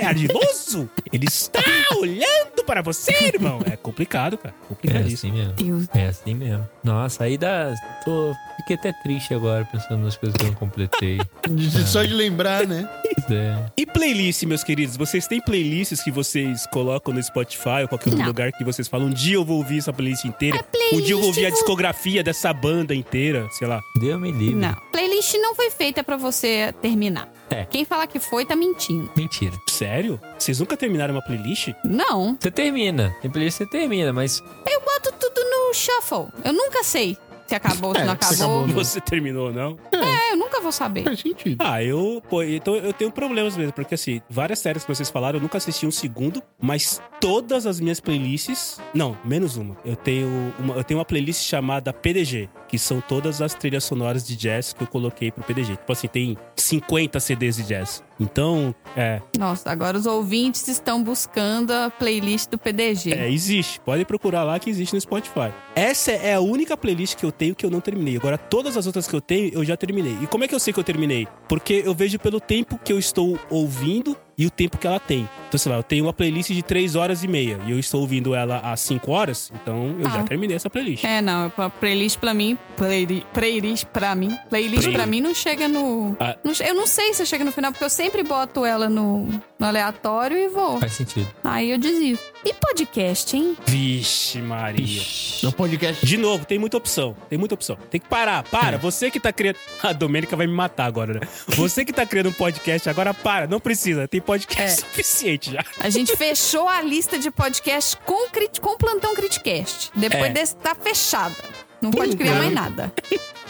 Speaker 2: é ardiloso! Ele está olhando para você, irmão! É complicado, cara.
Speaker 4: É
Speaker 2: Complicadíssimo.
Speaker 4: assim mesmo.
Speaker 1: Deus.
Speaker 4: É assim mesmo. Nossa, aí dá. Tô. Fiquei até triste agora pensando nas coisas que eu não completei.
Speaker 3: De- Só de lembrar, né?
Speaker 4: é.
Speaker 2: E playlist, meus queridos? Vocês têm playlists que vocês colocam no Spotify ou qualquer outro
Speaker 6: Não. É
Speaker 2: lugar que vocês falam? Um dia eu vou ouvir essa playlist inteira. um
Speaker 6: playlist
Speaker 2: dia eu vou ouvir a
Speaker 6: eu-
Speaker 2: discografia dessa banda inteira, sei lá.
Speaker 4: Deus me livre.
Speaker 1: Não. Playlist não foi feita pra você terminar.
Speaker 4: É.
Speaker 1: Quem fala que foi, tá mentindo.
Speaker 4: Mentira.
Speaker 2: Sério? Vocês nunca terminaram uma playlist?
Speaker 1: Não.
Speaker 4: Você termina. Tem playlist que você termina, mas
Speaker 1: Eu boto tudo no shuffle. Eu nunca sei se acabou, se
Speaker 3: É,
Speaker 1: não
Speaker 3: se
Speaker 1: acabou.
Speaker 3: acabou, não.
Speaker 2: Você terminou, não?
Speaker 1: É, eu nunca vou saber.
Speaker 3: Faz sentido.
Speaker 2: Ah, eu. Pô, então eu tenho problemas mesmo, porque assim, várias séries que vocês falaram, eu nunca assisti um segundo, mas todas as minhas playlists. Não, menos uma. Eu tenho uma, eu tenho uma playlist chamada PDG, que são todas as trilhas sonoras de jazz que eu coloquei pro PDG. Tipo assim, tem 50 CDs de jazz. Então, é,
Speaker 1: Nossa, agora os ouvintes estão buscando a playlist do PDG.
Speaker 2: é, existe. Podem procurar lá que existe no Spotify. Essa é a única playlist que eu tenho que eu não terminei. Agora, todas as outras que eu tenho, eu já terminei. E como é que eu sei que eu terminei? Porque eu vejo pelo tempo que eu estou ouvindo e o tempo que ela tem. Então, sei lá, eu tenho uma playlist de 3 horas e meia e eu estou ouvindo ela há 5 horas, então eu já
Speaker 1: Ah.
Speaker 2: terminei essa playlist.
Speaker 1: É, não, é pra- playlist pra mim, playli- playlist pra mim, playlist
Speaker 2: Play-
Speaker 1: pra mim não chega no,
Speaker 2: Ah.
Speaker 1: não che- Eu não sei se chega no final, porque eu sempre boto ela no, no aleatório e vou.
Speaker 4: faz sentido.
Speaker 1: Aí eu desisto. E podcast, hein?
Speaker 2: Vixe, Maria.
Speaker 3: No podcast.
Speaker 2: De novo, tem muita opção. Tem muita opção. Tem que parar, para. Você que tá criando. A Domênica vai me matar agora, né? Você que tá criando um podcast agora, para. Não precisa. Tem podcast suficiente já.
Speaker 1: A gente fechou a lista de podcast com, crit- com plantão Criticast. Depois
Speaker 2: É.
Speaker 1: desse, tá fechada. Não pode criar mais nada.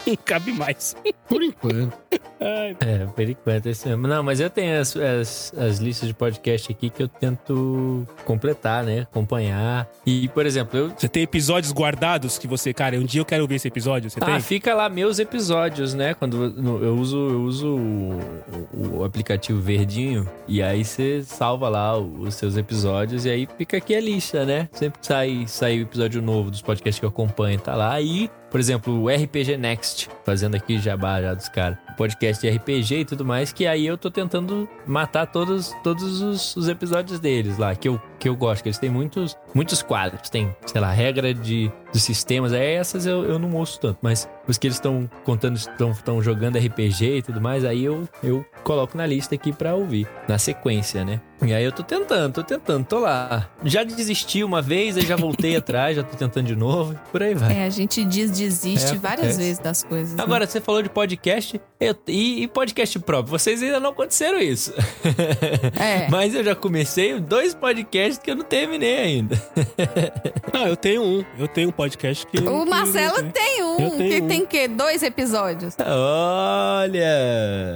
Speaker 2: Não cabe mais.
Speaker 3: Por enquanto.
Speaker 2: Ai,
Speaker 4: É, por enquanto é isso mesmo. Não, mas eu tenho as, as, as listas de podcast aqui que eu tento completar, né? Acompanhar. E, por exemplo, eu.
Speaker 2: Você tem episódios guardados que você, cara, um dia eu quero ouvir esse episódio? Você
Speaker 4: Ah,
Speaker 2: tem?
Speaker 4: fica lá meus episódios, né? Quando eu- no- eu uso, eu uso o, o- o aplicativo verdinho e aí você salva lá o- os seus episódios e aí fica aqui a lista, né? Sempre que sai, sai o episódio novo dos podcasts que eu acompanho, tá lá. E, por exemplo, o RPG Next, fazendo aqui jabá já dos caras. Podcast de RPG e tudo mais, que aí eu tô tentando matar todos, todos os, os episódios deles lá, que eu, que eu gosto, que eles têm muitos, muitos quadros. Tem, sei lá, regra de, de sistemas, aí essas eu, eu não ouço tanto, mas os que eles estão contando, estão jogando RPG e tudo mais, aí eu, eu coloco na lista aqui pra ouvir, na sequência, né? E aí eu tô tentando, tô tentando, tô lá. Já desisti uma vez, aí já voltei atrás, já tô tentando de novo, e por aí vai.
Speaker 1: É, a gente diz, desiste
Speaker 4: É,
Speaker 1: várias
Speaker 4: acontece.
Speaker 1: vezes das coisas. né?
Speaker 4: Agora, você falou de podcast eu- e, e podcast próprio. Vocês ainda não aconteceram isso.
Speaker 1: É.
Speaker 4: Mas eu já comecei dois podcasts que eu não terminei ainda.
Speaker 2: Não, eu tenho um. Eu tenho né? um podcast que.
Speaker 1: O
Speaker 2: que-
Speaker 1: Marcelo tem um,
Speaker 2: Eu tenho
Speaker 1: que
Speaker 2: um.
Speaker 1: tem o quê? Dois episódios.
Speaker 4: Olha!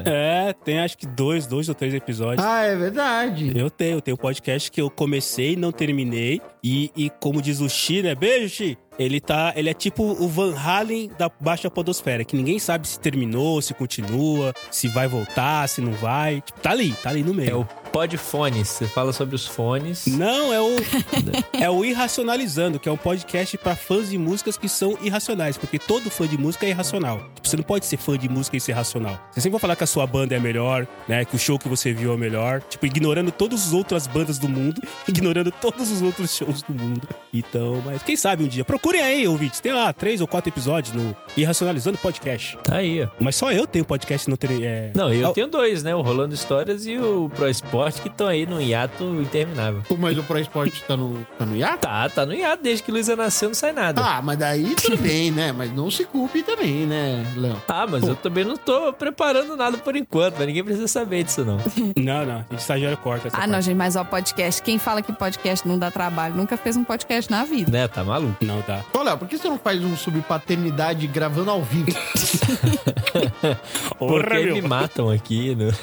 Speaker 2: É, tem acho que dois, dois ou três episódios.
Speaker 3: Ah, é verdade.
Speaker 2: Eu tenho, eu tenho um podcast que eu comecei, não terminei. E, e como diz o Xi, né? Beijo, Xi! Ele tá. Ele é tipo o Van Halen da baixa podosfera, que ninguém sabe se terminou, se continua, se vai voltar, se não vai. Tipo, tá ali, tá ali no meio.
Speaker 4: É o Podfones. Você fala sobre os fones.
Speaker 2: Não, é o. é o Irracionalizando, que é um podcast pra fãs de músicas que são irracionais, porque todo fã de música é irracional. Tipo, você não pode ser fã de música e ser racional. Você sempre vai falar que a sua banda é a melhor, né? Que o show que você viu é o melhor. Tipo, ignorando todas as outras bandas do mundo, ignorando todos os outros shows do mundo. Então, mas quem sabe um dia. Procurem aí, ouvintes. Tem lá três ou quatro episódios no Irracionalizando Podcast.
Speaker 4: Tá aí, ó.
Speaker 2: Mas só eu tenho podcast no ter... é...
Speaker 4: Não, eu
Speaker 2: Ah,
Speaker 4: tenho dois, né? O Rolando Histórias e o Pro Esporte, que estão aí no hiato interminável.
Speaker 3: Pô, mas o Pro Esporte tá no, tá no hiato?
Speaker 4: Tá, tá no hiato. Desde que Luísa nasceu, não sai nada.
Speaker 3: Ah, mas daí tudo bem, né? Mas não se culpe também, né, Léo?
Speaker 4: Ah, mas eu também não tô preparando nada por enquanto, mas ninguém precisa saber disso, não.
Speaker 2: Não, não. Estagiário corta. essa
Speaker 1: Ah, não, gente, mas ó, podcast. Quem fala que podcast não dá trabalho nunca fez um podcast na vida.
Speaker 4: Né, tá maluco?
Speaker 2: parte. Não dá.
Speaker 3: Ô, Léo, por que você não faz um sobre paternidade gravando ao vivo?
Speaker 4: Porque
Speaker 2: Porra,
Speaker 4: me
Speaker 2: meu.
Speaker 4: matam aqui. né?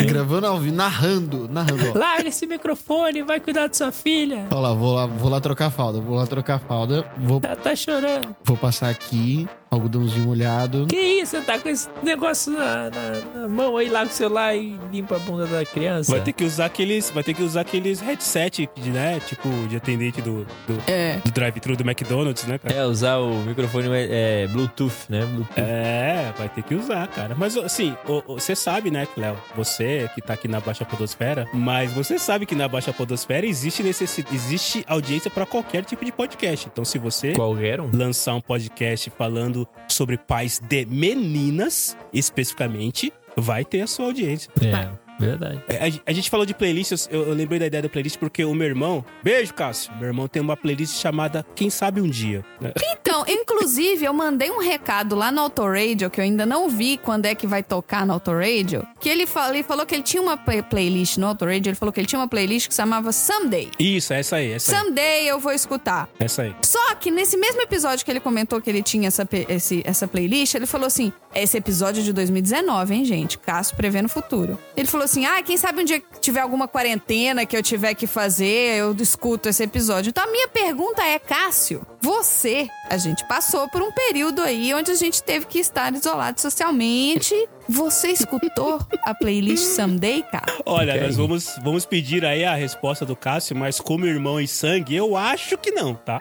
Speaker 4: No...
Speaker 3: gravando ao vivo, narrando, narrando. ó.
Speaker 4: Larga esse microfone, vai cuidar da sua filha.
Speaker 3: Olha lá, vou lá, vou lá trocar a fralda, vou lá trocar a fralda, vou,
Speaker 4: Tá, tá chorando.
Speaker 3: vou passar aqui, algodãozinho molhado.
Speaker 4: Que isso? Você tá com esse negócio na, na- na mão aí, larga o celular e limpa a bunda da criança.
Speaker 2: Vai ter que usar aqueles, vai ter que usar aqueles headset, de, né? Tipo, de atendente do, do,
Speaker 1: É.
Speaker 2: do drive-thru do McDonald's, né, cara?
Speaker 4: É, usar o microfone é, Bluetooth, né? Bluetooth.
Speaker 2: É, vai ter que usar, cara. Mas assim, o- o- você sabe, né, Cléo? Você que tá aqui na Baixa Podosfera, mas você sabe que na Baixa Podosfera existe necessidade, existe audiência pra qualquer tipo de podcast. Então, se você
Speaker 4: Qualquer um.
Speaker 2: lançar um podcast falando sobre pais de meninas, especificamente, vai ter a sua audiência.
Speaker 4: É, verdade.
Speaker 2: É, A, a gente falou de playlists, eu, eu lembrei da ideia da playlist porque o meu irmão. Beijo, Cássio! Meu irmão tem uma playlist chamada Quem Sabe Um Dia. né?
Speaker 1: Então, inclusive, eu mandei um recado lá no Autoradio, que eu ainda não vi quando é que vai tocar no Autoradio, que ele, fala, ele falou que ele tinha uma play- playlist no Autoradio, ele falou que ele tinha uma playlist que se chamava Someday.
Speaker 2: Isso, é essa aí, essa aí.
Speaker 1: Someday eu vou escutar.
Speaker 2: Essa aí.
Speaker 1: Só que nesse mesmo episódio que ele comentou que ele tinha essa, pe- esse- essa playlist, ele falou assim: esse episódio é de 2019, hein, gente? Cássio prevê no futuro. Ele falou assim: ah, quem sabe um dia que tiver alguma quarentena que eu tiver que fazer, eu escuto esse episódio. Então a minha pergunta é, Cássio, você, a gente passou por um período aí onde a gente teve que estar isolado socialmente. Você escutou a playlist Someday, cara?
Speaker 2: Olha,
Speaker 4: Fica
Speaker 2: nós
Speaker 4: aí.
Speaker 2: vamos, vamos pedir aí a resposta do Cássio, mas como irmão em sangue, eu acho que não, tá?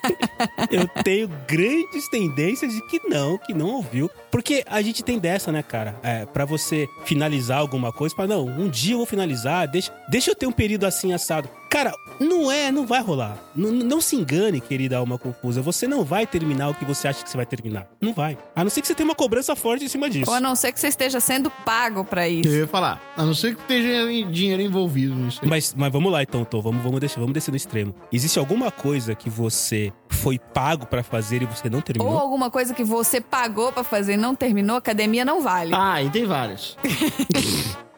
Speaker 2: eu tenho grandes tendências de que não, que não ouviu. Porque a gente tem dessa, né, cara? É, para você finalizar alguma coisa, para não, um dia eu vou finalizar, deixa, deixa eu ter um período assim assado. Cara, não é, não vai rolar. N- n- não se engane, querida alma confusa. Você não vai terminar o que você acha que você vai terminar. Não vai. A não ser que você tenha uma cobrança forte em cima disso.
Speaker 1: Ou a não ser que você esteja sendo pago pra isso.
Speaker 3: Eu ia falar, a não ser que esteja em- dinheiro envolvido nisso aí.
Speaker 2: Mas, mas vamos lá então, Tô. Vamos, vamos, deixar, vamos descer no extremo. Existe alguma coisa que você foi pago pra fazer e você não
Speaker 1: Ou
Speaker 2: terminou?
Speaker 1: alguma coisa que você pagou pra fazer e não terminou, academia não vale.
Speaker 3: Ah, e tem vários.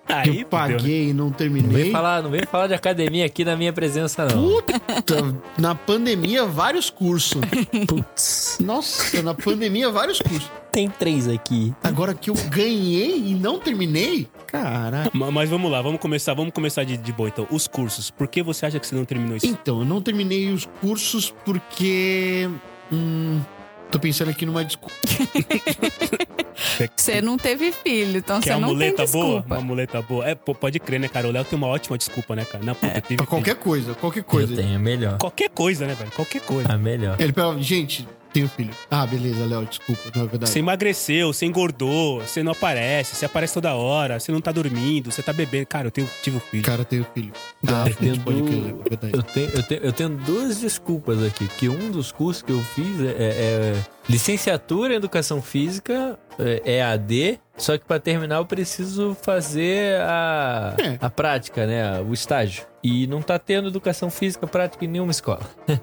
Speaker 2: Aí,
Speaker 3: Que eu
Speaker 2: fudeu, né?
Speaker 3: paguei e não
Speaker 4: Não vem
Speaker 3: terminei.
Speaker 4: falar, não vem falar de academia aqui na minha presença, não.
Speaker 3: Puta, na pandemia, vários cursos.
Speaker 4: Putz.
Speaker 3: Nossa, na pandemia, vários cursos.
Speaker 4: Tem três aqui.
Speaker 3: Agora que eu ganhei e não terminei, caraca.
Speaker 2: Ma- Mas vamos lá, vamos começar, vamos começar de, de boa então. Os cursos. Por que você acha que você não terminou isso?
Speaker 3: Então, eu não terminei os cursos porque. Hum, tô pensando aqui numa desculpa.
Speaker 1: Você não teve filho, então
Speaker 2: Que
Speaker 1: você
Speaker 2: é uma
Speaker 1: não tem
Speaker 2: muleta boa?
Speaker 1: desculpa.
Speaker 2: Uma muleta boa. É, pô, pode crer, né, cara? O Léo tem uma ótima desculpa, né, cara? Não, puta, teve
Speaker 3: É, Pra
Speaker 2: filho.
Speaker 3: qualquer coisa, qualquer
Speaker 4: Eu
Speaker 3: coisa.
Speaker 4: tenho a melhor.
Speaker 2: Qualquer coisa, né, velho? Qualquer coisa.
Speaker 3: É.
Speaker 4: A melhor.
Speaker 3: Ele falou, gente, tenho filho. Ah, beleza, Léo, desculpa, não é verdade.
Speaker 2: Você emagreceu, você engordou, você não aparece, você aparece toda hora, você não tá dormindo, você tá bebendo. Cara, eu tenho, tive um filho.
Speaker 3: Cara, tenho filho. Ah,
Speaker 4: tenho
Speaker 3: putz, pode
Speaker 4: do-
Speaker 3: crer, é verdade.
Speaker 4: Eu tenho, eu, tenho, eu tenho duas desculpas aqui. Que um dos cursos que eu fiz é, é- é licenciatura em educação física, é, é AD. Só que pra terminar eu preciso fazer a,
Speaker 3: É.
Speaker 4: a prática, né? O estágio. E não tá tendo educação física prática em nenhuma escola.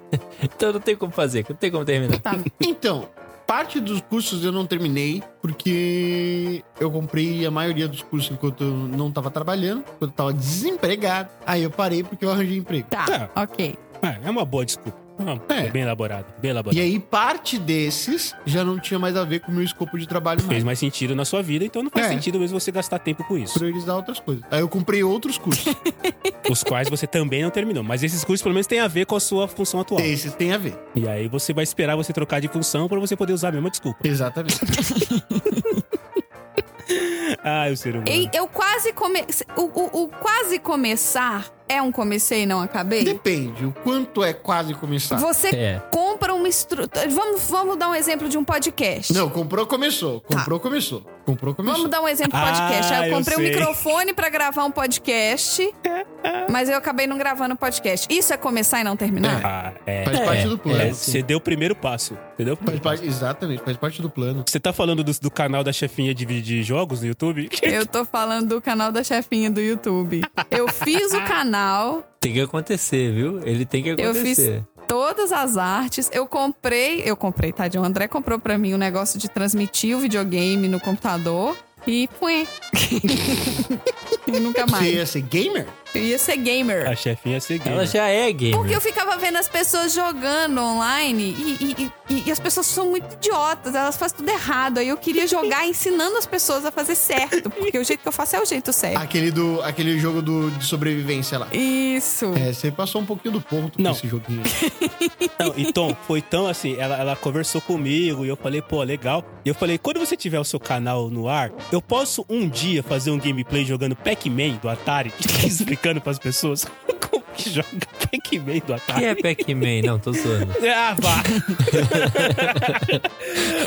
Speaker 4: então não tem como fazer, não tem como terminar.
Speaker 1: Tá,
Speaker 3: Então, parte dos cursos eu não terminei, porque eu comprei a maioria dos cursos enquanto eu não tava trabalhando, enquanto eu tava desempregado. Aí eu parei porque eu arranjei emprego.
Speaker 1: Tá, ok.
Speaker 2: É, é uma boa desculpa. Não,
Speaker 3: É.
Speaker 2: foi bem elaborado, bem elaborado.
Speaker 3: E aí, parte desses já não tinha mais a ver com o meu escopo de trabalho mais.
Speaker 2: Fez mais sentido na sua vida, então não faz
Speaker 3: É.
Speaker 2: sentido mesmo você gastar tempo com isso.
Speaker 3: Priorizar outras coisas. Aí eu comprei outros cursos.
Speaker 2: Os quais você também não terminou. Mas esses cursos, pelo menos, têm a ver com a sua função atual.
Speaker 3: Esses tem a ver.
Speaker 2: E aí você vai esperar você trocar de função pra você poder usar a mesma desculpa.
Speaker 3: Exatamente.
Speaker 2: Ah, o ser humano.
Speaker 1: Ei, eu quase comecei. O, o- o quase começar é um comecei e não acabei?
Speaker 3: Depende. O quanto é quase
Speaker 2: tá.
Speaker 3: começar?
Speaker 1: Você
Speaker 4: É.
Speaker 1: compra uma estrutura. Vamos, vamos dar um exemplo de um podcast.
Speaker 3: Não, comprou, começou. Comprou, começou. Comprou, começou.
Speaker 1: Tá. Vamos dar um exemplo de podcast.
Speaker 2: Ah,
Speaker 1: Aí eu
Speaker 2: eu
Speaker 1: comprei um
Speaker 2: sei.
Speaker 1: microfone pra gravar um podcast, mas eu acabei não gravando o podcast. Isso é começar e não terminar?
Speaker 2: Ah, é.
Speaker 3: Faz parte do plano.
Speaker 2: É, você deu o primeiro passo, entendeu?
Speaker 3: Faz parte- exatamente, faz parte do plano.
Speaker 2: Você tá falando do, do canal da chefinha de, de jogos no YouTube?
Speaker 1: Eu tô falando do canal da chefinha do YouTube. Eu fiz o canal,
Speaker 4: Tem que acontecer, viu? Ele tem que
Speaker 1: Eu fiz-
Speaker 4: acontecer.
Speaker 1: todas as artes. Eu comprei, eu comprei, tadinho. O André comprou pra mim um negócio de transmitir o videogame no computador e fui. e nunca
Speaker 3: Você
Speaker 1: mais.
Speaker 3: ia ser gamer?
Speaker 1: Eu ia ser gamer.
Speaker 2: A chefinha é seguinte.
Speaker 4: Ela já é gamer.
Speaker 1: Porque eu ficava vendo as pessoas jogando online e, e- e- e as pessoas são muito idiotas, elas fazem tudo errado. Aí eu queria jogar ensinando as pessoas a fazer certo, porque o jeito que eu faço é o jeito certo.
Speaker 3: Aquele, do, aquele jogo do, de sobrevivência lá.
Speaker 1: Isso.
Speaker 3: É, você passou um pouquinho do ponto
Speaker 2: Não.
Speaker 3: com esse joguinho.
Speaker 2: Não, e Tom, foi tão assim, ela, ela conversou comigo e eu falei, pô, legal. E eu falei, quando você tiver o seu canal no ar, eu posso um dia fazer um gameplay jogando Pac-Man do Atari, explicando pras pessoas como que joga Pac-Man do
Speaker 4: Que
Speaker 2: Atari.
Speaker 4: é Pac-Man? Não, tô zoando.
Speaker 2: Ah, vá!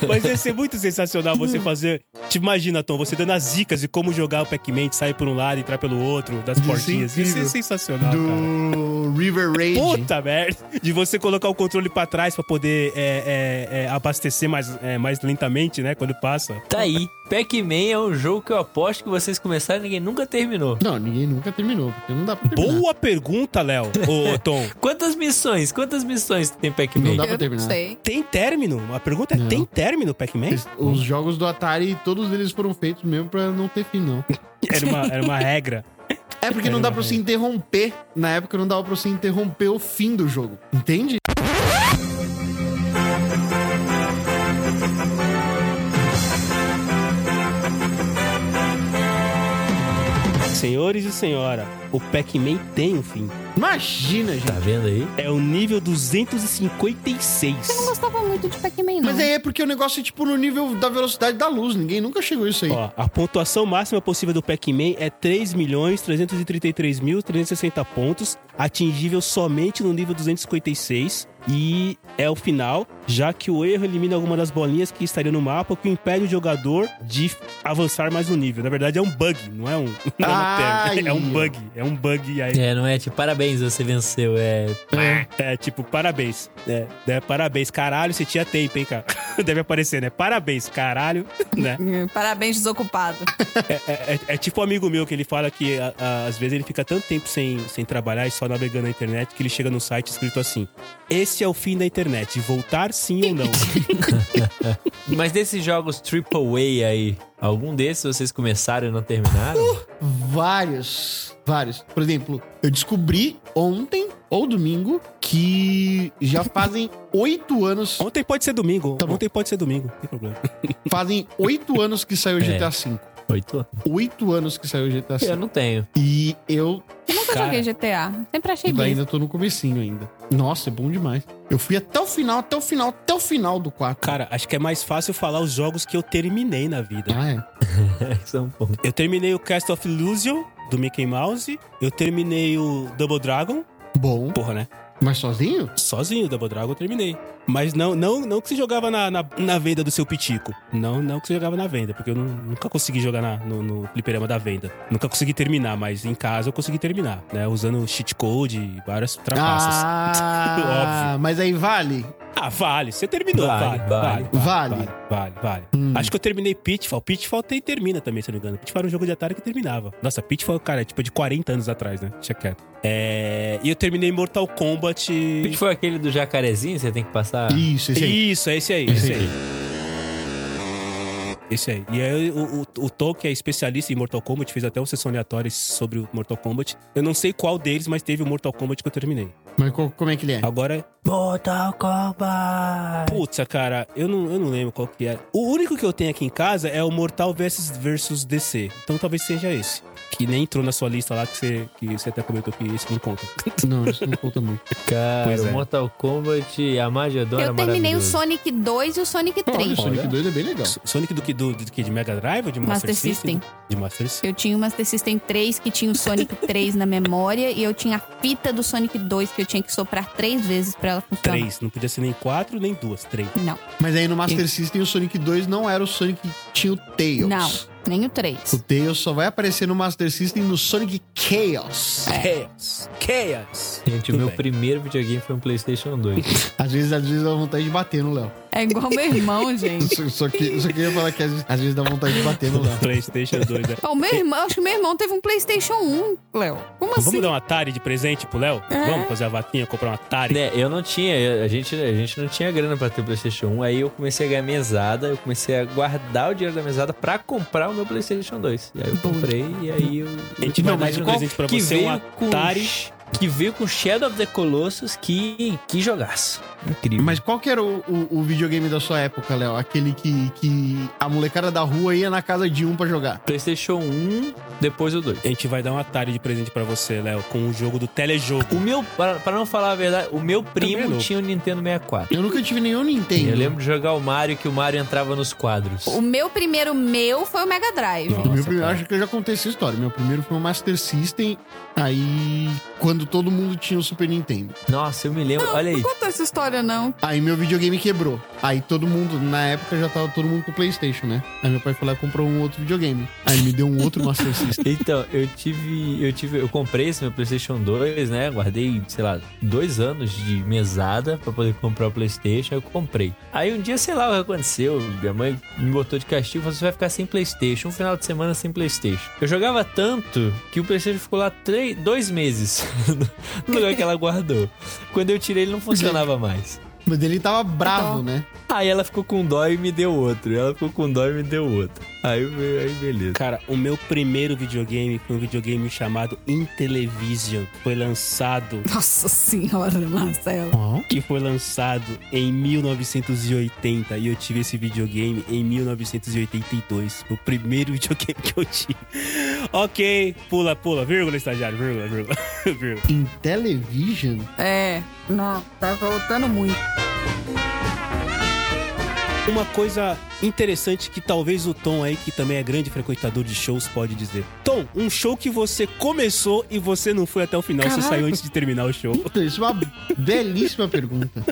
Speaker 2: Mas ia ser muito sensacional você fazer. Te imagina, Tom, você dando as dicas de como jogar o Pac-Man, de sair por um lado e entrar pelo outro, das
Speaker 3: Isso é
Speaker 2: portinhas. Isso é
Speaker 3: incrível.
Speaker 2: sensacional. cara.
Speaker 3: Do River Raid.
Speaker 2: Puta merda! De você colocar o controle pra trás pra poder é, é, é, abastecer mais, é, mais lentamente, né? Quando passa.
Speaker 4: Tá aí. Pac-Man é um jogo que eu aposto que vocês começaram e ninguém nunca terminou.
Speaker 3: Não, ninguém nunca terminou, porque não dá pra terminar.
Speaker 2: Boa pergunta, Léo. Ô, Tom.
Speaker 4: Quantas missões? Quantas missões tem
Speaker 3: Não
Speaker 4: Pac-Man?
Speaker 3: dá pra
Speaker 1: Eu não
Speaker 3: terminar.
Speaker 1: sei.
Speaker 2: Tem término? A pergunta é:
Speaker 3: Não.
Speaker 2: tem término, Pac-Man?
Speaker 3: Os jogos do Atari, todos eles foram feitos mesmo pra não ter fim, não.
Speaker 2: Era uma, era uma regra.
Speaker 3: É porque não dá pra você interromper. Na época não dava pra você interromper o fim do jogo. Entende?
Speaker 2: Senhores e senhora, o Pac-Man tem um fim.
Speaker 3: Imagina, gente.
Speaker 4: Tá vendo aí?
Speaker 2: É o nível 256.
Speaker 6: Eu não gostava muito de Pac-Man, não.
Speaker 3: Mas aí é porque o negócio é tipo no nível da velocidade da luz. Ninguém nunca chegou a isso aí.
Speaker 2: Ó, a pontuação máxima possível do Pac-Man é 3.333.360 pontos, atingível somente no nível 256 e é o final, já que o erro elimina alguma das bolinhas que estariam no mapa, o que impede o jogador de avançar mais no nível. Na verdade é um bug, não é um, não é um
Speaker 3: Ai.
Speaker 2: término, é um bug, é um bug e aí
Speaker 4: É, não é? Tipo, parabéns, você venceu. É.
Speaker 2: é tipo parabéns, é, né? Parabéns, caralho, você tinha tempo, hein, cara. Deve aparecer, né? Parabéns, caralho, né?
Speaker 1: Hum, Parabéns, desocupado.
Speaker 2: É, é- é tipo um amigo meu que ele fala que a- a- às vezes ele fica tanto tempo sem, sem trabalhar e só navegando na internet que ele chega num site escrito assim: Esse é o fim da internet, voltar sim ou não.
Speaker 4: Mas desses jogos AAA aí, algum desses vocês começaram e não terminaram?
Speaker 3: Vários. Vários. Por exemplo, eu descobri ontem ou domingo que já fazem oito anos.
Speaker 2: Ontem pode ser domingo,
Speaker 3: Tá bom.
Speaker 2: ontem pode ser domingo, não tem problema.
Speaker 3: Fazem oito anos que saiu o GTA V.
Speaker 4: Oito anos?
Speaker 3: Oito anos que saiu o GTA
Speaker 4: Eu
Speaker 3: V.
Speaker 4: não tenho.
Speaker 3: E eu
Speaker 1: Eu nunca
Speaker 2: Cara.
Speaker 1: joguei GTA. Sempre achei
Speaker 3: Ainda-
Speaker 1: bem.
Speaker 3: Ainda tô no comecinho ainda. Nossa, é bom demais. Eu fui até o final, até o final, até o final do 4.
Speaker 2: Cara, acho que é mais fácil falar os jogos que eu terminei na vida.
Speaker 3: Ah, é.
Speaker 4: Isso é um
Speaker 3: Tá
Speaker 4: ponto.
Speaker 2: Eu terminei o Cast of Illusion do Mickey Mouse, eu terminei o Double Dragon,
Speaker 3: Bom.
Speaker 2: porra, né?
Speaker 3: Mas sozinho?
Speaker 2: Sozinho, Double Dragon eu terminei. Mas não não, não que você jogava na, na, na venda do seu pitico. Não, não que você jogava na venda, porque eu nu- nunca consegui jogar na- no, no fliperama da venda. Nunca consegui terminar, mas em casa eu consegui terminar, né? Usando cheat code e várias trapaças. Ah,
Speaker 3: Ah,
Speaker 2: Óbvio.
Speaker 3: mas aí vale.
Speaker 2: vale. Você terminou,
Speaker 4: Vale,
Speaker 2: vale. Vale,
Speaker 3: vale.
Speaker 2: Vale, Hum. vale. vale. Acho que eu terminei Pitfall. Pitfall tem, termina também, se eu não me engano. Pitfall era um jogo de Atari que terminava. Nossa, Pitfall, cara, é tipo de 40 anos atrás, né? Deixa quieto. É... E eu terminei Mortal Kombat...
Speaker 4: Pitch foi aquele do jacarezinho, você tem que passar.
Speaker 3: Isso, esse aí.
Speaker 2: Isso, é esse aí, esse aí. Esse aí. E aí, o, o, o Tom, que é especialista em Mortal Kombat, fez até um sessão aleatória sobre o Mortal Kombat. Eu não sei qual deles, mas teve o Mortal Kombat que eu terminei.
Speaker 3: Mas co- como é que ele é?
Speaker 2: Agora,
Speaker 4: Mortal Kombat.
Speaker 2: Putz, cara, eu não, eu não lembro qual que é. O único que eu tenho aqui em casa é o Mortal vs versus DC. Então talvez seja esse. Que nem entrou na sua lista lá que você, que você até comentou que esse não conta.
Speaker 3: Não, isso não conta muito.
Speaker 4: Cara,
Speaker 2: Pois é.
Speaker 4: Mortal Kombat, a Magedona
Speaker 6: Eu terminei o
Speaker 4: é maravilhoso.
Speaker 6: Sonic 2 e o Sonic 3.
Speaker 3: O Sonic
Speaker 4: Olha.
Speaker 3: 2 é bem legal.
Speaker 2: Sonic do que? Do, do que? De Mega Drive ou de Master,
Speaker 6: Master
Speaker 2: System? De Master System.
Speaker 6: Eu tinha o Master System 3, que tinha o Sonic 3 na memória, e eu tinha a fita do Sonic 2, que eu tinha que soprar três vezes pra ela funcionar.
Speaker 2: Três. Não podia ser nem quatro, nem duas. Três.
Speaker 6: Não,
Speaker 3: Mas aí no Master System o Sonic 2 não era o Sonic que tinha o Tails.
Speaker 6: não, nem o 3.
Speaker 3: O Tails só vai aparecer no Master System no Sonic Chaos.
Speaker 2: É. Chaos. Chaos.
Speaker 4: Gente, o
Speaker 2: Tudo
Speaker 4: meu
Speaker 2: bem.
Speaker 4: primeiro videogame foi um Playstation 2.
Speaker 3: Às vezes, às vezes dá vontade de bater no Léo.
Speaker 1: É igual meu irmão, gente.
Speaker 3: Só, só que só queria falar que às, vezes- às vezes dá vontade de bater no Léo.
Speaker 2: Playstation 2, né?
Speaker 1: Ó, o meu irmão, acho que meu irmão teve um Playstation 1, Léo. Como
Speaker 2: Vamos
Speaker 1: assim?
Speaker 2: dar um Atari de presente pro Léo? Vamos fazer a vaquinha, comprar um Atari?
Speaker 4: né, eu não tinha, eu- a gente, a gente não tinha grana pra ter Playstation 1, aí eu comecei a ganhar mesada, eu comecei a guardar o dinheiro da mesada pra comprar o meu Playstation 2. E aí eu comprei, e aí eu...
Speaker 2: A gente vai dar de presente pra
Speaker 4: que
Speaker 2: você um
Speaker 4: veio com-
Speaker 2: Atari.
Speaker 4: Que veio com Shadow of the Colossus, que, que jogaço. Incrível.
Speaker 3: Mas qual que era o, o- o videogame da sua época, Léo? Aquele que, que a molecada da rua ia na casa de um pra jogar.
Speaker 4: Playstation 1, depois o 2.
Speaker 2: A gente vai dar um Atari de presente pra você, Léo, com o jogo do telejogo.
Speaker 4: O meu, pra, pra não falar a verdade, o meu
Speaker 2: Também é
Speaker 4: primo
Speaker 2: louco.
Speaker 4: tinha o Nintendo 64.
Speaker 3: Eu nunca tive nenhum Nintendo.
Speaker 4: Eu lembro de jogar o Mario, que o Mario entrava nos quadros.
Speaker 6: O meu primeiro meu foi o Mega Drive.
Speaker 2: Não.
Speaker 3: O meu
Speaker 2: Nossa,
Speaker 3: primeiro,
Speaker 2: cara.
Speaker 3: acho que eu já contei essa história. Meu primeiro foi o Master System, aí quando todo mundo tinha o Super Nintendo.
Speaker 4: Nossa, eu me lembro. Olha
Speaker 1: Não
Speaker 4: aí.
Speaker 1: contou essa história, não.
Speaker 3: Aí meu videogame quebrou. Aí todo mundo, na época já tava todo mundo com o PlayStation, né? Aí meu pai foi lá e comprou um outro videogame. Aí ele me deu um outro Master System.
Speaker 4: Então, eu tive. Eu tive. Eu comprei esse meu Playstation 2, né? Guardei, sei lá, dois anos de mesada pra poder comprar o Playstation. Eu comprei. Aí um dia, sei lá o que aconteceu. Minha mãe me botou de castigo e falou: você vai ficar sem Playstation, um final de semana sem Playstation. Eu jogava tanto que o Playstation ficou lá três, dois meses no lugar que ela guardou. Quando eu tirei, ele não funcionava mais.
Speaker 3: Mas ele tava bravo, né?
Speaker 4: Aí ela ficou com dó e me deu outro. Ela ficou com dó e me deu outro. Aí, eu- aí beleza.
Speaker 2: Cara, o meu primeiro videogame foi um videogame chamado Intellivision. Foi lançado,
Speaker 1: Nossa senhora, Marcelo.
Speaker 2: que foi lançado em 1980 e eu tive esse videogame em 1982. Foi O primeiro videogame que eu tive. ok, pula, pula, vírgula, estagiário, vírgula, vírgula, vírgula.
Speaker 3: Em television?
Speaker 1: É, não, tá voltando muito.
Speaker 2: Uma coisa interessante que talvez o Tom aí, que também é grande frequentador de shows, pode dizer. Tom, um show que você começou e você não foi até o final, você
Speaker 3: Caraca.
Speaker 2: saiu antes de terminar o show.
Speaker 3: Puta, isso é uma belíssima pergunta.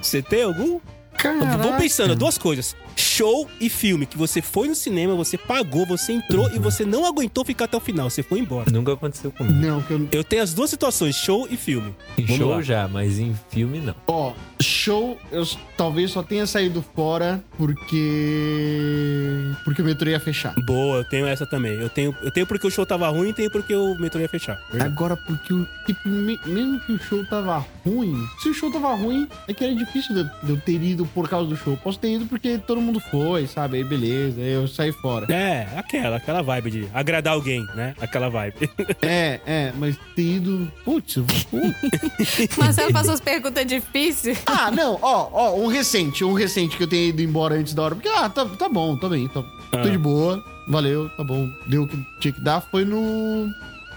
Speaker 2: Você tem algum? Vou
Speaker 3: Caraca.
Speaker 2: pensando, duas coisas. Show e filme, que você foi no cinema, você pagou, você entrou e você não aguentou ficar até o final, você foi embora.
Speaker 4: Nunca aconteceu comigo.
Speaker 3: Não, que eu...
Speaker 2: Eu tenho as duas situações, show e filme.
Speaker 4: Em
Speaker 2: Vamos
Speaker 4: show
Speaker 2: lá.
Speaker 4: já, mas em filme não.
Speaker 3: Ó, show, eu s- talvez só tenha saído fora porque... Porque o metrô ia fechar.
Speaker 2: Boa, eu tenho essa também. Eu tenho, eu tenho porque o show tava ruim e tenho porque o metrô ia fechar.
Speaker 3: Agora, porque o tipo, me- mesmo que o show tava ruim, se o show tava ruim, é que era difícil de, de eu ter ido por causa do show. Posso ter ido porque todo mundo foi, sabe? Aí beleza, aí eu saí fora.
Speaker 2: É, aquela, aquela vibe de agradar alguém, né? Aquela vibe.
Speaker 3: É, é, mas ter ido. Putz, eu- putz.
Speaker 1: Marcelo faz umas perguntas difíceis.
Speaker 3: Ah, não, ó, ó, um recente, um recente que eu tenha ido embora antes da hora. Porque, ah, tá, tá bom, tá bem, tá, tô de boa, valeu, tá bom. Deu o que tinha que dar, foi no.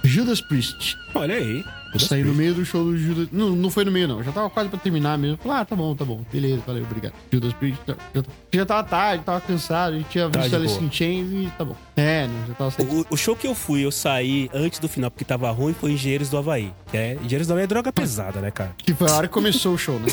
Speaker 3: Judas Priest.
Speaker 2: Olha aí.
Speaker 3: Saí no meio do show do Judas. Não, não foi no meio, não. Já tava quase pra terminar mesmo. Falei, ah, tá bom, tá bom. Beleza, valeu, obrigado. Judas Priest. tá, Já, tá- já tava tarde, tava cansado. A gente tinha
Speaker 2: Tá
Speaker 3: visto
Speaker 2: de
Speaker 3: Alice
Speaker 2: boa.
Speaker 3: in Chains e tá bom. É, não, já tava saindo.
Speaker 2: O, o show que eu fui, eu saí antes do final porque tava ruim, foi Engenheiros do Havaí. Que é, Engenheiros do Havaí é droga pesada, né, cara?
Speaker 3: Que foi a hora que começou o show, né?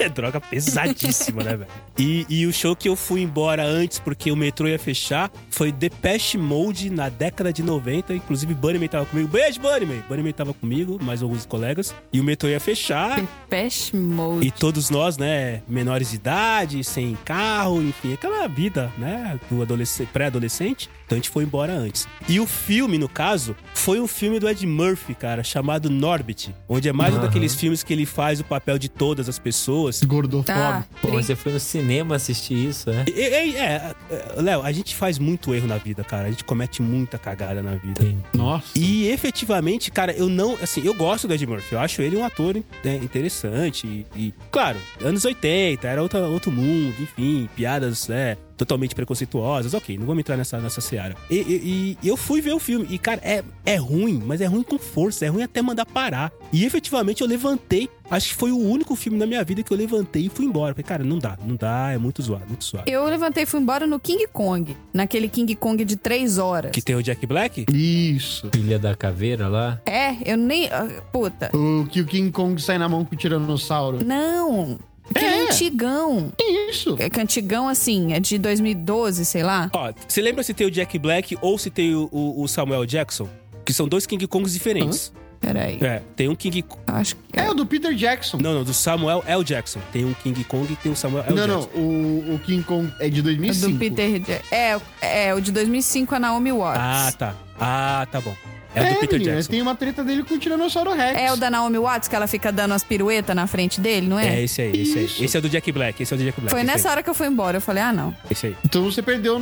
Speaker 2: É droga pesadíssima, né, velho? E, e o show que eu fui embora antes porque o metrô ia fechar foi Depeche Mode na década de 90. Inclusive, Bunnyman tava comigo. Beijo, Bunnyman! Bunnyman tava comigo, mais alguns colegas. E o metrô ia fechar.
Speaker 1: Depeche Mode.
Speaker 2: E todos nós, né, menores de idade, sem carro, enfim, aquela vida, né, do adolescente, pré-adolescente. Então a gente foi embora antes. E o filme, no caso, foi um filme do Ed Murphy, cara, chamado Norbit, onde é mais um
Speaker 4: Aham.
Speaker 2: daqueles filmes que ele faz o papel de todas as pessoas.
Speaker 3: Gordofóbico.
Speaker 1: Tá.
Speaker 4: Pô, mas você foi no cinema assistir isso, né?
Speaker 2: E- e- e- É, é, Léo, a gente faz muito erro na
Speaker 1: Tá.
Speaker 2: vida, cara. A gente comete muita cagada na vida.
Speaker 4: Tem.
Speaker 3: Nossa.
Speaker 2: E efetivamente, cara, eu não. Assim, eu gosto do Ed Murphy. Eu acho ele um ator né, interessante. E, e, claro, anos 80, era outra, outro mundo, enfim, piadas né, totalmente preconceituosas. Ok, não vamos entrar nessa, nessa seara. E, e- e eu fui ver o filme. E, cara, é, é ruim, mas é ruim com força. É ruim até mandar parar. E efetivamente eu levantei. Acho que foi o único filme na minha vida que eu levantei e fui embora. Porque, cara, não dá, não dá, é muito zoado, muito zoado.
Speaker 1: Eu levantei e fui embora no King Kong. Naquele King Kong de três horas.
Speaker 2: Que tem o Jack Black?
Speaker 3: Isso.
Speaker 4: Filha da caveira lá.
Speaker 1: É, eu nem. ah, Puta.
Speaker 3: O que o King Kong sai na mão com o Tiranossauro.
Speaker 1: Não. Aquele
Speaker 3: É.
Speaker 1: antigão.
Speaker 3: Isso.
Speaker 1: É que antigão, assim, é de 2012, sei lá.
Speaker 2: Ó, você lembra se tem o Jack Black ou se tem o, o- o Samuel Jackson? Que são dois King Kongs diferentes.
Speaker 1: Peraí.
Speaker 2: É, tem um King Kong.
Speaker 1: Acho que.
Speaker 3: É o do Peter Jackson.
Speaker 2: Não, não, do Samuel L. Jackson. Tem um King Kong e tem um Samuel L.
Speaker 3: Não, não.
Speaker 2: Jackson.
Speaker 3: O, o King Kong é de
Speaker 1: É
Speaker 3: 2005.
Speaker 1: do Peter Jackson. É, é, o de 2005 a Naomi Watts.
Speaker 2: Ah, tá. Ah, tá bom. É,
Speaker 3: É,
Speaker 2: o do Peter
Speaker 3: menino,
Speaker 2: Jackson.
Speaker 3: Tem uma treta dele com o Tiranossauro Rex.
Speaker 1: É o da Naomi Watts que ela fica dando as piruetas na frente dele, não é?
Speaker 2: É esse aí, esse
Speaker 3: Isso.
Speaker 2: aí. Esse é do Jack Black, esse é do Jack Black.
Speaker 1: Foi
Speaker 2: esse
Speaker 1: nessa
Speaker 2: aí,
Speaker 1: hora que eu fui embora. Eu falei, ah, não.
Speaker 2: Esse aí.
Speaker 3: Então você perdeu.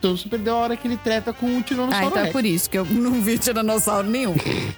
Speaker 3: Então você perdeu a hora que ele treta com o
Speaker 1: Ah,
Speaker 3: Tiranossauro
Speaker 1: então é
Speaker 3: Rex.
Speaker 1: por isso que eu não vi tiranossauro nenhum.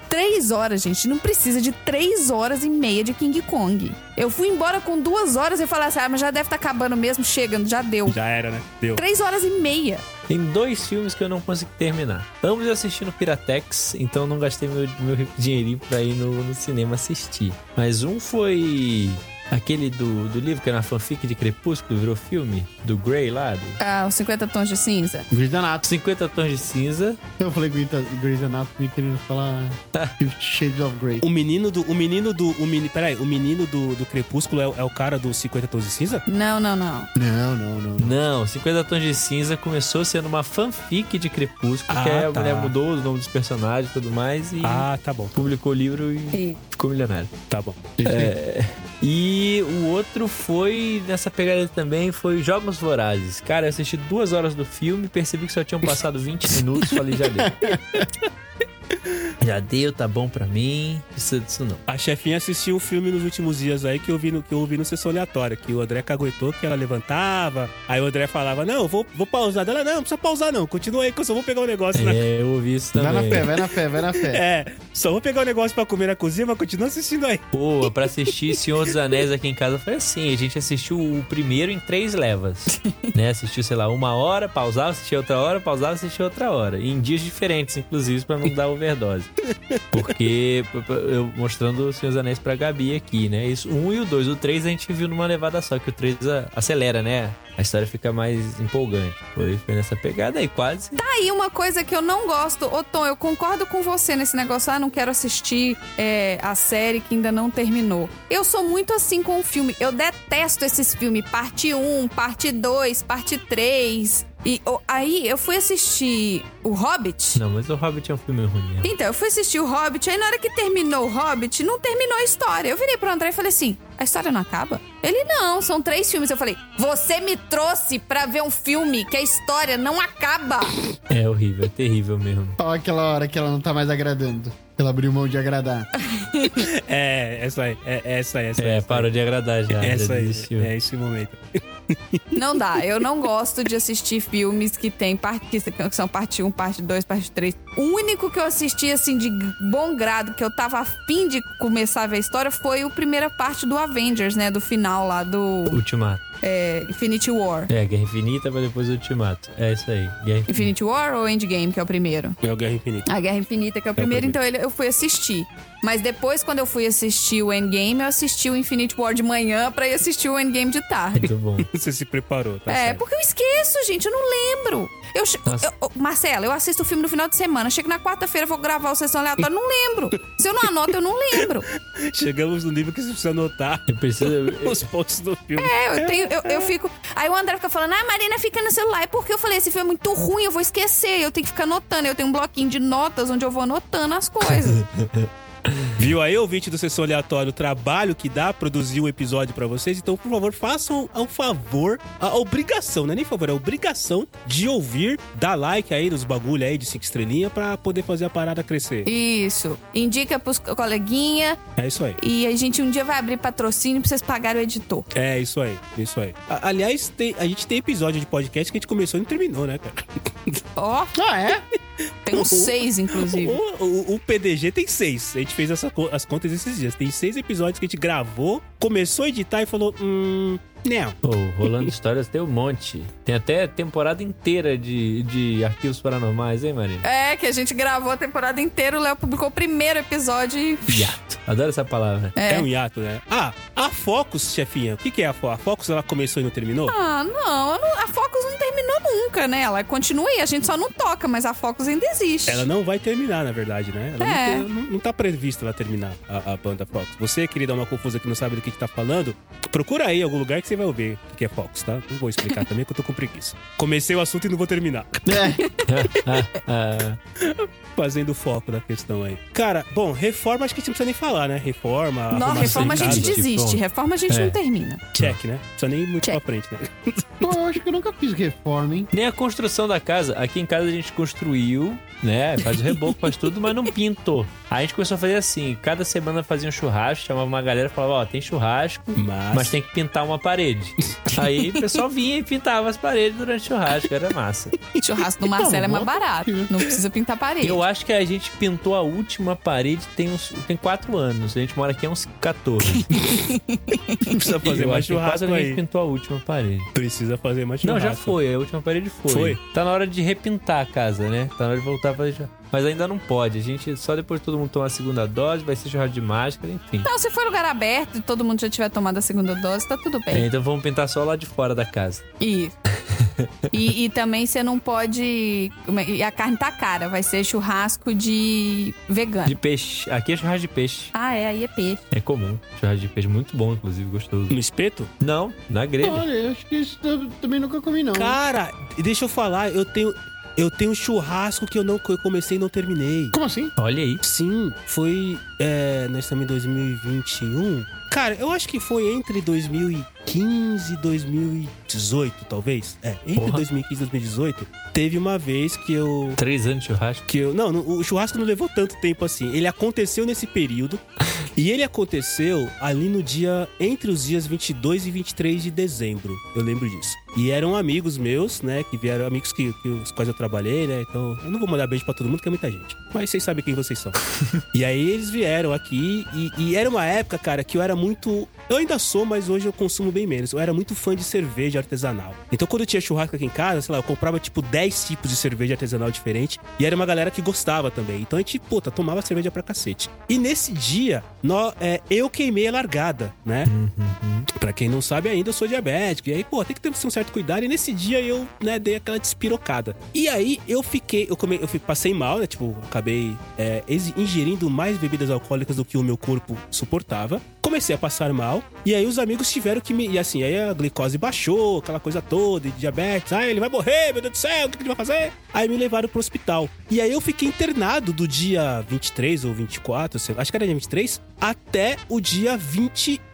Speaker 1: três horas, gente. Não precisa de três horas e meia de King Kong. Eu fui embora com duas horas e falei assim, ah, mas já deve estar acabando mesmo, chega, já deu.
Speaker 2: Já era, né? Deu.
Speaker 1: Três horas e meia.
Speaker 4: Tem dois filmes que eu não consegui terminar. Ambos eu assisti no Piratex, então não gastei meu, meu dinheirinho pra ir no, no cinema assistir. Mas um foi aquele do, do livro que era uma fanfic de Crepúsculo, virou filme, do Grey lá, do
Speaker 1: Ah, os 50 tons de cinza.
Speaker 3: Grey's Anatomy.
Speaker 4: 50 Tons de Cinza.
Speaker 3: Eu falei Greta- Grey's Anatomy querendo falar Fifty Shades of Grey.
Speaker 2: O menino do. O menino do. O menino, peraí, o menino do, do Crepúsculo é, o- é o cara do 50 Tons de Cinza?
Speaker 1: Não, não, não.
Speaker 3: Não, não, não.
Speaker 4: Não, 50 Tons de Cinza começou sendo uma fanfic de Crepúsculo, que
Speaker 2: Ah,
Speaker 4: aí a
Speaker 2: tá.
Speaker 4: mulher mudou o nome dos personagens e tudo mais e
Speaker 2: Ah, tá bom,
Speaker 4: publicou o livro e ficou milionário.
Speaker 2: tá bom.
Speaker 4: E o outro foi, nessa pegada também, foi Jogos Vorazes. Cara, eu assisti duas horas do filme, percebi que só tinham passado 20 minutos, falei, já deu. Já deu, tá bom pra mim. Isso, isso não.
Speaker 2: A chefinha assistiu um filme nos últimos dias aí que eu vi no, que eu ouvi no sessão aleatória, que o André caguetou, que ela levantava, aí o André falava, não, eu vou, vou pausar. Dela, não, não precisa pausar não, continua aí que eu só vou pegar um negócio na...
Speaker 4: É, eu ouvi isso
Speaker 3: Vai na
Speaker 4: também.
Speaker 3: fé, vai na fé, vai na fé.
Speaker 2: É, só vou pegar um negócio pra comer na cozinha, mas continua assistindo aí.
Speaker 4: Pô, pra assistir Senhor dos Anéis aqui em casa foi assim. A gente assistiu o primeiro em três levas. né? Assistiu, sei lá, uma hora, pausava, assistia outra hora, pausava, assistia outra hora. Em dias diferentes, inclusive, pra não dar overdose. Porque p- p- eu mostrando o Senhor dos Anéis pra Gabi aqui, né? Isso, um e o dois. O três a gente viu numa levada só, que o três a- acelera, né? A história fica mais empolgante. Foi, foi nessa pegada aí, quase.
Speaker 1: Aí uma coisa que eu não gosto, ô Tom, eu concordo com você nesse negócio, ah, não quero assistir é, a série que ainda não terminou. Eu sou muito assim com o filme, eu detesto esses filmes, parte 1, parte 2, parte 3. E ô, aí eu fui assistir O Hobbit.
Speaker 4: Não, mas o Hobbit é um filme ruim, né?
Speaker 1: Então, eu fui assistir o Hobbit, aí na hora que terminou o Hobbit, não terminou a história. Eu virei pro André e falei assim: a história não acaba? Ele não, são três filmes. Eu falei: você me trouxe pra ver um filme que a história não acaba.
Speaker 4: É horrível, é terrível mesmo.
Speaker 3: Olha aquela hora que ela não tá mais agradando. que Ela abriu mão de agradar.
Speaker 2: É, essa aí, é, essa aí, essa aí.
Speaker 4: É,
Speaker 2: essa aí.
Speaker 4: parou de agradar já.
Speaker 2: Essa
Speaker 4: já
Speaker 2: aí,
Speaker 4: desistiu.
Speaker 2: é esse momento.
Speaker 1: Não dá, eu não gosto de assistir filmes que tem parte, que são parte 1, parte 2, parte 3. O único que eu assisti, assim, de bom grado, que eu tava afim de começar a ver a história, foi a primeira parte do Avengers, né? Do final lá do
Speaker 4: Ultimato.
Speaker 1: é, Infinity War.
Speaker 4: É, Guerra Infinita, mas depois Ultimato. É isso aí. Guerra Infinita.
Speaker 1: Infinity War ou Endgame, que é o primeiro?
Speaker 2: É o Guerra Infinita.
Speaker 1: A Guerra Infinita, que é o primeiro, então ele- eu fui assistir. Mas depois, quando eu fui assistir o Endgame, eu assisti o Infinity War de manhã pra ir assistir o Endgame de tarde.
Speaker 4: Muito bom.
Speaker 2: Você se preparou, tá
Speaker 1: É,
Speaker 2: certo. Tá
Speaker 1: porque eu esqueço, gente, eu não lembro. Eu, che-
Speaker 4: Nossa.
Speaker 1: eu- eu- Marcela, eu assisto o filme no final de semana, chego na quarta-feira, vou gravar o sessão aleatória, não lembro. Se eu não anoto, eu não lembro.
Speaker 2: Chegamos no nível que você precisa anotar
Speaker 4: Eu preciso.
Speaker 2: os pontos do filme.
Speaker 1: É, eu, tenho, eu, eu fico. Aí o André fica falando, ah, Marina fica no celular. É porque eu falei, esse filme é muito ruim, eu vou esquecer. Eu tenho que ficar anotando. Eu tenho um bloquinho de notas onde eu vou anotando as coisas.
Speaker 2: Viu aí, ouvinte do Sessão Aleatória, o trabalho que dá produzir um episódio pra vocês? Então, por favor, façam ao favor, a obrigação, não é nem favor, é a obrigação de ouvir, dar like aí nos bagulho aí de cinco estrelinhas pra poder fazer a parada crescer.
Speaker 1: Isso. Indica pros coleguinha
Speaker 2: É isso aí.
Speaker 1: e a gente um dia vai abrir patrocínio pra vocês pagarem o editor.
Speaker 2: É isso aí, isso aí. A- aliás, tem- a gente tem episódio de podcast que a gente começou e não terminou, né, cara?
Speaker 1: Ó,
Speaker 3: Ah, é?
Speaker 1: Tem uns seis, inclusive.
Speaker 2: O, o- o PDG tem seis. A gente fez essa co- as contas esses dias. Tem seis episódios que a gente gravou, começou a editar e falou: hum. Não.
Speaker 4: Pô, rolando histórias tem um monte. Tem até temporada inteira de, de arquivos paranormais, hein, Marina?
Speaker 1: É, que a gente gravou a temporada inteira, o Léo publicou o primeiro episódio e.
Speaker 4: Hiato. Adoro essa palavra.
Speaker 2: É. um hiato, né? Ah, a Focus, chefinha. O que, que é a Focus? A Focus ela começou e não terminou?
Speaker 1: Ah, não, eu não- a Focus não terminou nunca, né? Ela continua aí, a gente só não toca, mas a Focus ainda existe.
Speaker 2: Ela não vai terminar, na verdade, né? Ela
Speaker 1: É.
Speaker 2: não, tem- não, não tá previsto ela terminar a, a banda Fox. Você, querida, uma confusa que não sabe do que, que tá falando, procura aí algum lugar que você vai ouvir o que que é Fox, tá? Não vou explicar também, que eu tô com preguiça. Comecei o assunto e não vou terminar.
Speaker 3: É,
Speaker 4: Ah,
Speaker 2: Fazendo foco da questão aí. Cara, bom, reforma acho que a gente não precisa nem falar, né? Reforma,
Speaker 1: Não,
Speaker 2: arrumação
Speaker 1: reforma a
Speaker 2: em
Speaker 1: gente
Speaker 2: casa,
Speaker 4: diz-
Speaker 1: desiste,
Speaker 4: tipo,
Speaker 1: reforma a gente
Speaker 4: é.
Speaker 1: não termina.
Speaker 2: Check, né? Não precisa nem muito
Speaker 1: Check.
Speaker 2: pra frente, né?
Speaker 3: pô, eu acho que eu nunca fiz reforma, hein?
Speaker 4: nem a construção da casa. Aqui em casa a gente construiu, né? Faz o reboco, faz tudo, mas não pintou. Aí a gente começou a fazer assim. Cada semana fazia um churrasco, chamava uma galera e falava, ó, tem churrasco,
Speaker 2: Mas,
Speaker 4: mas tem que pintar uma parede. Aí o pessoal vinha e pintava as paredes durante o churrasco, era massa.
Speaker 1: Churrasco do Marcelo é mais barato, não precisa pintar parede.
Speaker 4: Então, Eu acho que a gente pintou a última parede tem uns tem quatro anos. A gente mora aqui há uns 14.
Speaker 2: precisa fazer
Speaker 4: Eu
Speaker 2: mais
Speaker 4: acho que quase
Speaker 2: churrasco
Speaker 4: a gente
Speaker 2: aí.
Speaker 4: pintou a última parede.
Speaker 2: Precisa fazer mais um
Speaker 4: Não,
Speaker 2: churrasco.
Speaker 4: já foi. A última parede foi.
Speaker 2: Foi?
Speaker 4: Tá na hora de repintar a casa, né? Tá na hora de voltar pra deixar. Mas ainda não pode. A gente só depois que todo mundo tomar a segunda dose, vai ser churrasco de máscara, enfim.
Speaker 1: Não, Então, se for lugar aberto e todo mundo já tiver tomado a segunda dose, tá tudo
Speaker 4: É,
Speaker 1: bem.
Speaker 4: então vamos pintar só lá de fora da casa.
Speaker 1: E, e, e também você não pode. como é- E a carne tá cara, vai ser churrasco de vegano.
Speaker 4: De peixe. Aqui é churrasco de peixe.
Speaker 1: Ah, é, aí é peixe.
Speaker 4: É comum. Churrasco de peixe muito bom, inclusive, gostoso.
Speaker 2: No espeto?
Speaker 4: Não, na grelha.
Speaker 3: Olha, eu acho que isso eu também nunca comi, não.
Speaker 2: Cara, deixa eu falar, eu tenho. Eu tenho um churrasco que eu não que eu comecei e não terminei.
Speaker 3: Como assim?
Speaker 4: Olha aí.
Speaker 2: Sim, foi. É, nós estamos em 2021. Cara, eu acho que foi entre 2015 e 2018, talvez. É, entre
Speaker 4: Porra.
Speaker 2: 2015 e 2018, teve uma vez que eu.
Speaker 4: Três anos de churrasco.
Speaker 2: Que eu. Não, não, o churrasco não levou tanto tempo assim. Ele aconteceu nesse período. e ele aconteceu ali no dia. Entre os dias 22 e 23 de dezembro. Eu lembro disso. E eram amigos meus, né? Que vieram. Amigos que, que, os quais eu trabalhei, né? Então. Eu não vou mandar beijo pra todo mundo, que é muita gente. Mas vocês sabem quem vocês são. E aí eles vieram aqui e, e era uma época, cara, que eu era muito. Eu ainda sou, mas hoje eu consumo bem menos. Eu era muito fã de cerveja artesanal. Então quando eu tinha churrasco aqui em casa, sei lá, eu comprava tipo 10 tipos de cerveja artesanal diferente. E era uma galera que gostava também. Então a gente, puta, tomava cerveja pra cacete. E nesse dia, nó- é, eu queimei a largada, né? Pra quem não sabe ainda, eu sou diabético. E aí, pô, tem que ter um certo cuidado. E nesse dia eu, né, dei aquela despirocada. E aí eu fiquei, eu, come, eu fi- passei mal, né? Tipo, acabei é, exi- ingerindo mais bebidas alcoólicas do que o meu corpo suportava. Comecei a passar mal. E aí os amigos tiveram que me. E assim, aí a glicose baixou, aquela coisa toda, e diabetes. Ah, ele vai morrer, meu Deus do céu, o que que ele vai fazer? Aí me levaram pro hospital. E aí eu fiquei internado do dia 23 ou 24, sei lá, acho que era dia 23, até o dia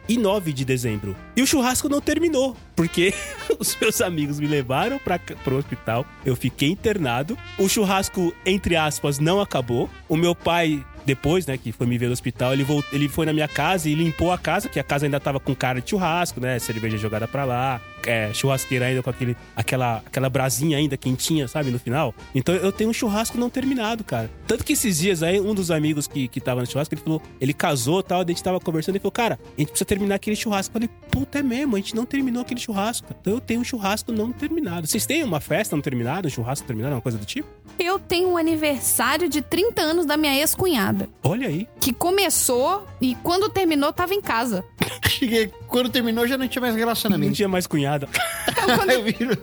Speaker 2: 29 de dezembro. E o churrasco não terminou, porque os meus amigos me levaram pra, ca- pro hospital, eu fiquei internado. O churrasco, entre aspas, não acabou. O meu pai. Depois, né, que foi me ver no hospital, ele, voltou, ele foi na minha casa e limpou a casa, que a casa ainda tava com cara de churrasco, né? Cerveja jogada pra lá, é, churrasqueira ainda com aquele, aquela, aquela brasinha ainda quentinha, sabe, no final. Então eu tenho um churrasco não terminado, cara. Tanto que esses dias aí, um dos amigos que, que tava no churrasco, ele falou, ele casou e tal, a gente tava conversando, ele falou, cara, a gente precisa terminar aquele churrasco. Eu falei, puta, é mesmo, a gente não terminou aquele churrasco. Então eu tenho um churrasco não terminado. Vocês têm uma festa não terminada, um churrasco terminado, uma coisa do tipo?
Speaker 1: Eu tenho um aniversário de 30 anos da minha ex-cunhada.
Speaker 2: Olha aí.
Speaker 1: Que começou e quando terminou, tava em casa.
Speaker 3: Cheguei, quando terminou já não tinha mais
Speaker 2: Não
Speaker 3: relacionamento.
Speaker 2: tinha um mais cunhada.
Speaker 3: Aí eu viro.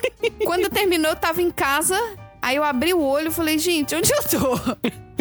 Speaker 1: Quando terminou, eu tava em casa. Aí eu abri o olho e falei, gente, onde eu tô?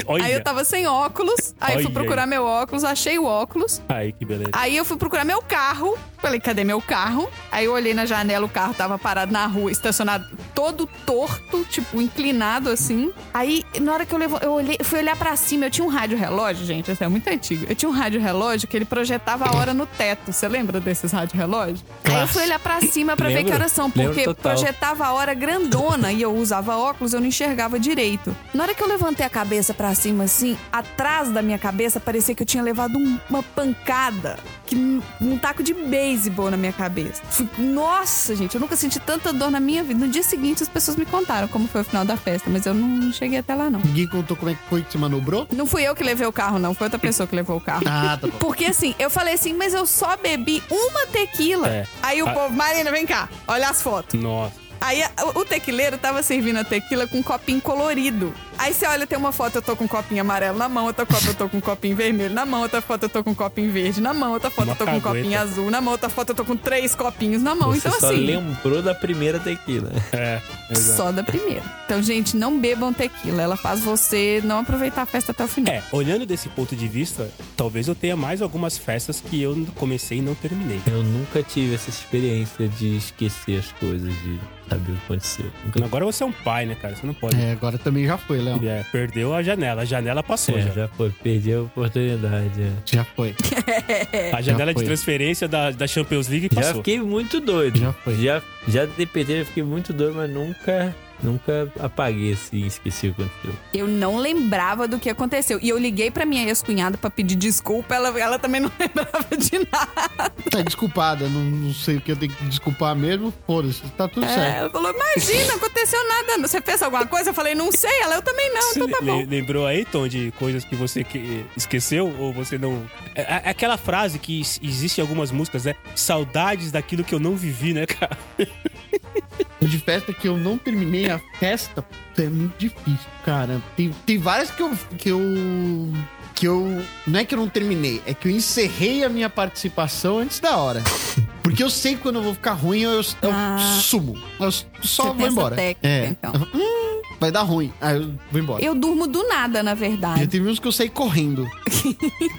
Speaker 2: Olha.
Speaker 1: Aí eu tava sem óculos. Aí eu fui
Speaker 2: Olha
Speaker 1: procurar meu óculos, achei o óculos.
Speaker 2: Ai, que beleza.
Speaker 1: Aí eu fui procurar meu carro. Falei, cadê meu carro? Aí eu olhei na janela, o carro tava parado na rua, estacionado todo torto, tipo, inclinado assim. Aí, na hora que eu, levo, eu olhei, fui olhar pra cima, eu tinha um rádio relógio, gente, essa é muito antigo. Eu tinha um rádio relógio que ele projetava a hora no teto. Você lembra desses rádio relógio? Aí eu fui olhar pra cima pra ver que
Speaker 4: Lembro.
Speaker 1: horas são,
Speaker 4: Lembro
Speaker 1: porque
Speaker 4: total.
Speaker 1: projetava a hora grandona e eu usava óculos, eu não enxergava direito. Na hora que eu levantei a cabeça pra cima, assim, atrás da minha cabeça, parecia que eu tinha levado um- uma pancada. Que, um taco de beisebol na minha cabeça. Fui- nossa, gente, eu nunca senti tanta dor na minha vida. No dia seguinte, as pessoas me contaram como foi o final da festa, mas eu não cheguei até lá, não.
Speaker 3: Ninguém contou como é que foi que você manobrou?
Speaker 1: Não fui eu que levei o carro, não. Foi outra pessoa que levou o carro.
Speaker 3: Ah, tá bom.
Speaker 1: Porque assim, eu falei assim, mas eu só bebi uma tequila.
Speaker 2: É.
Speaker 1: Aí o
Speaker 2: Ah.
Speaker 1: povo, Marina, vem cá, olha as fotos.
Speaker 2: Nossa.
Speaker 1: Aí a- o tequileiro tava servindo a tequila com um copinho colorido. Aí você olha, tem uma foto, eu tô com um copinho amarelo na mão, outra foto eu tô com um copinho vermelho na mão, outra foto eu tô com um copinho verde na mão, outra foto
Speaker 2: Uma
Speaker 1: eu tô com um
Speaker 2: cagueta.
Speaker 1: copinho azul na mão, outra foto eu tô com três copinhos na mão.
Speaker 4: Você
Speaker 1: então
Speaker 4: só né?
Speaker 1: assim,
Speaker 4: lembrou da primeira tequila.
Speaker 2: É. Exato.
Speaker 1: só da primeira. Então, gente, não bebam tequila. Ela faz você não aproveitar a festa até o final.
Speaker 2: É, olhando desse ponto de vista, talvez eu tenha mais algumas festas que eu comecei e não terminei.
Speaker 4: Eu nunca tive essa experiência de esquecer as coisas, de saber o que aconteceu. Nunca
Speaker 2: Agora você é um pai, né, cara? Você não pode.
Speaker 3: É, agora também já foi, Léo.
Speaker 2: É, perdeu a janela. A janela passou
Speaker 4: É,
Speaker 2: já.
Speaker 4: já foi, perdi a oportunidade. é.
Speaker 3: Já foi.
Speaker 2: A janela de
Speaker 3: Já foi.
Speaker 2: transferência da, da Champions League
Speaker 4: Já
Speaker 2: passou.
Speaker 4: fiquei muito doido.
Speaker 3: Já foi.
Speaker 4: Já, já DPT, já fiquei muito doido, mas nunca, nunca apaguei assim, esqueci o que aconteceu.
Speaker 1: Eu não lembrava do que aconteceu. E eu liguei pra minha ex-cunhada pra pedir desculpa, ela, ela também não lembrava de nada.
Speaker 3: Tá desculpada, não, não sei o que eu tenho que desculpar mesmo. Foda-se, tá tudo certo.
Speaker 1: É, Ela falou: Imagina, aconteceu nada. não. Você fez alguma coisa? Eu falei: Não sei. Ela, eu também não.
Speaker 2: Você
Speaker 1: Então tá
Speaker 2: assim, le-
Speaker 1: bom.
Speaker 2: lembrou aí, Tom, de coisas que você que- esqueceu ou você não. É, é aquela frase que s- existe em algumas músicas, né? Saudades daquilo que eu não vivi, né, cara?
Speaker 3: De festa que eu não terminei a festa, é muito difícil, cara. Tem, tem várias que eu, que eu. que eu. Não é que eu não terminei, é que eu encerrei a minha participação antes da hora. Porque eu sei que quando eu vou ficar ruim, eu, eu
Speaker 1: Ah.
Speaker 3: sumo. Eu só
Speaker 1: Você
Speaker 3: vou
Speaker 1: tem essa
Speaker 3: embora.
Speaker 1: técnica,
Speaker 3: é.
Speaker 1: então.
Speaker 3: Eu falo, "Hum, vai dar ruim. Aí eu vou embora.
Speaker 1: Eu durmo do nada, na
Speaker 3: Já
Speaker 1: verdade.
Speaker 3: teve uns que eu saí correndo.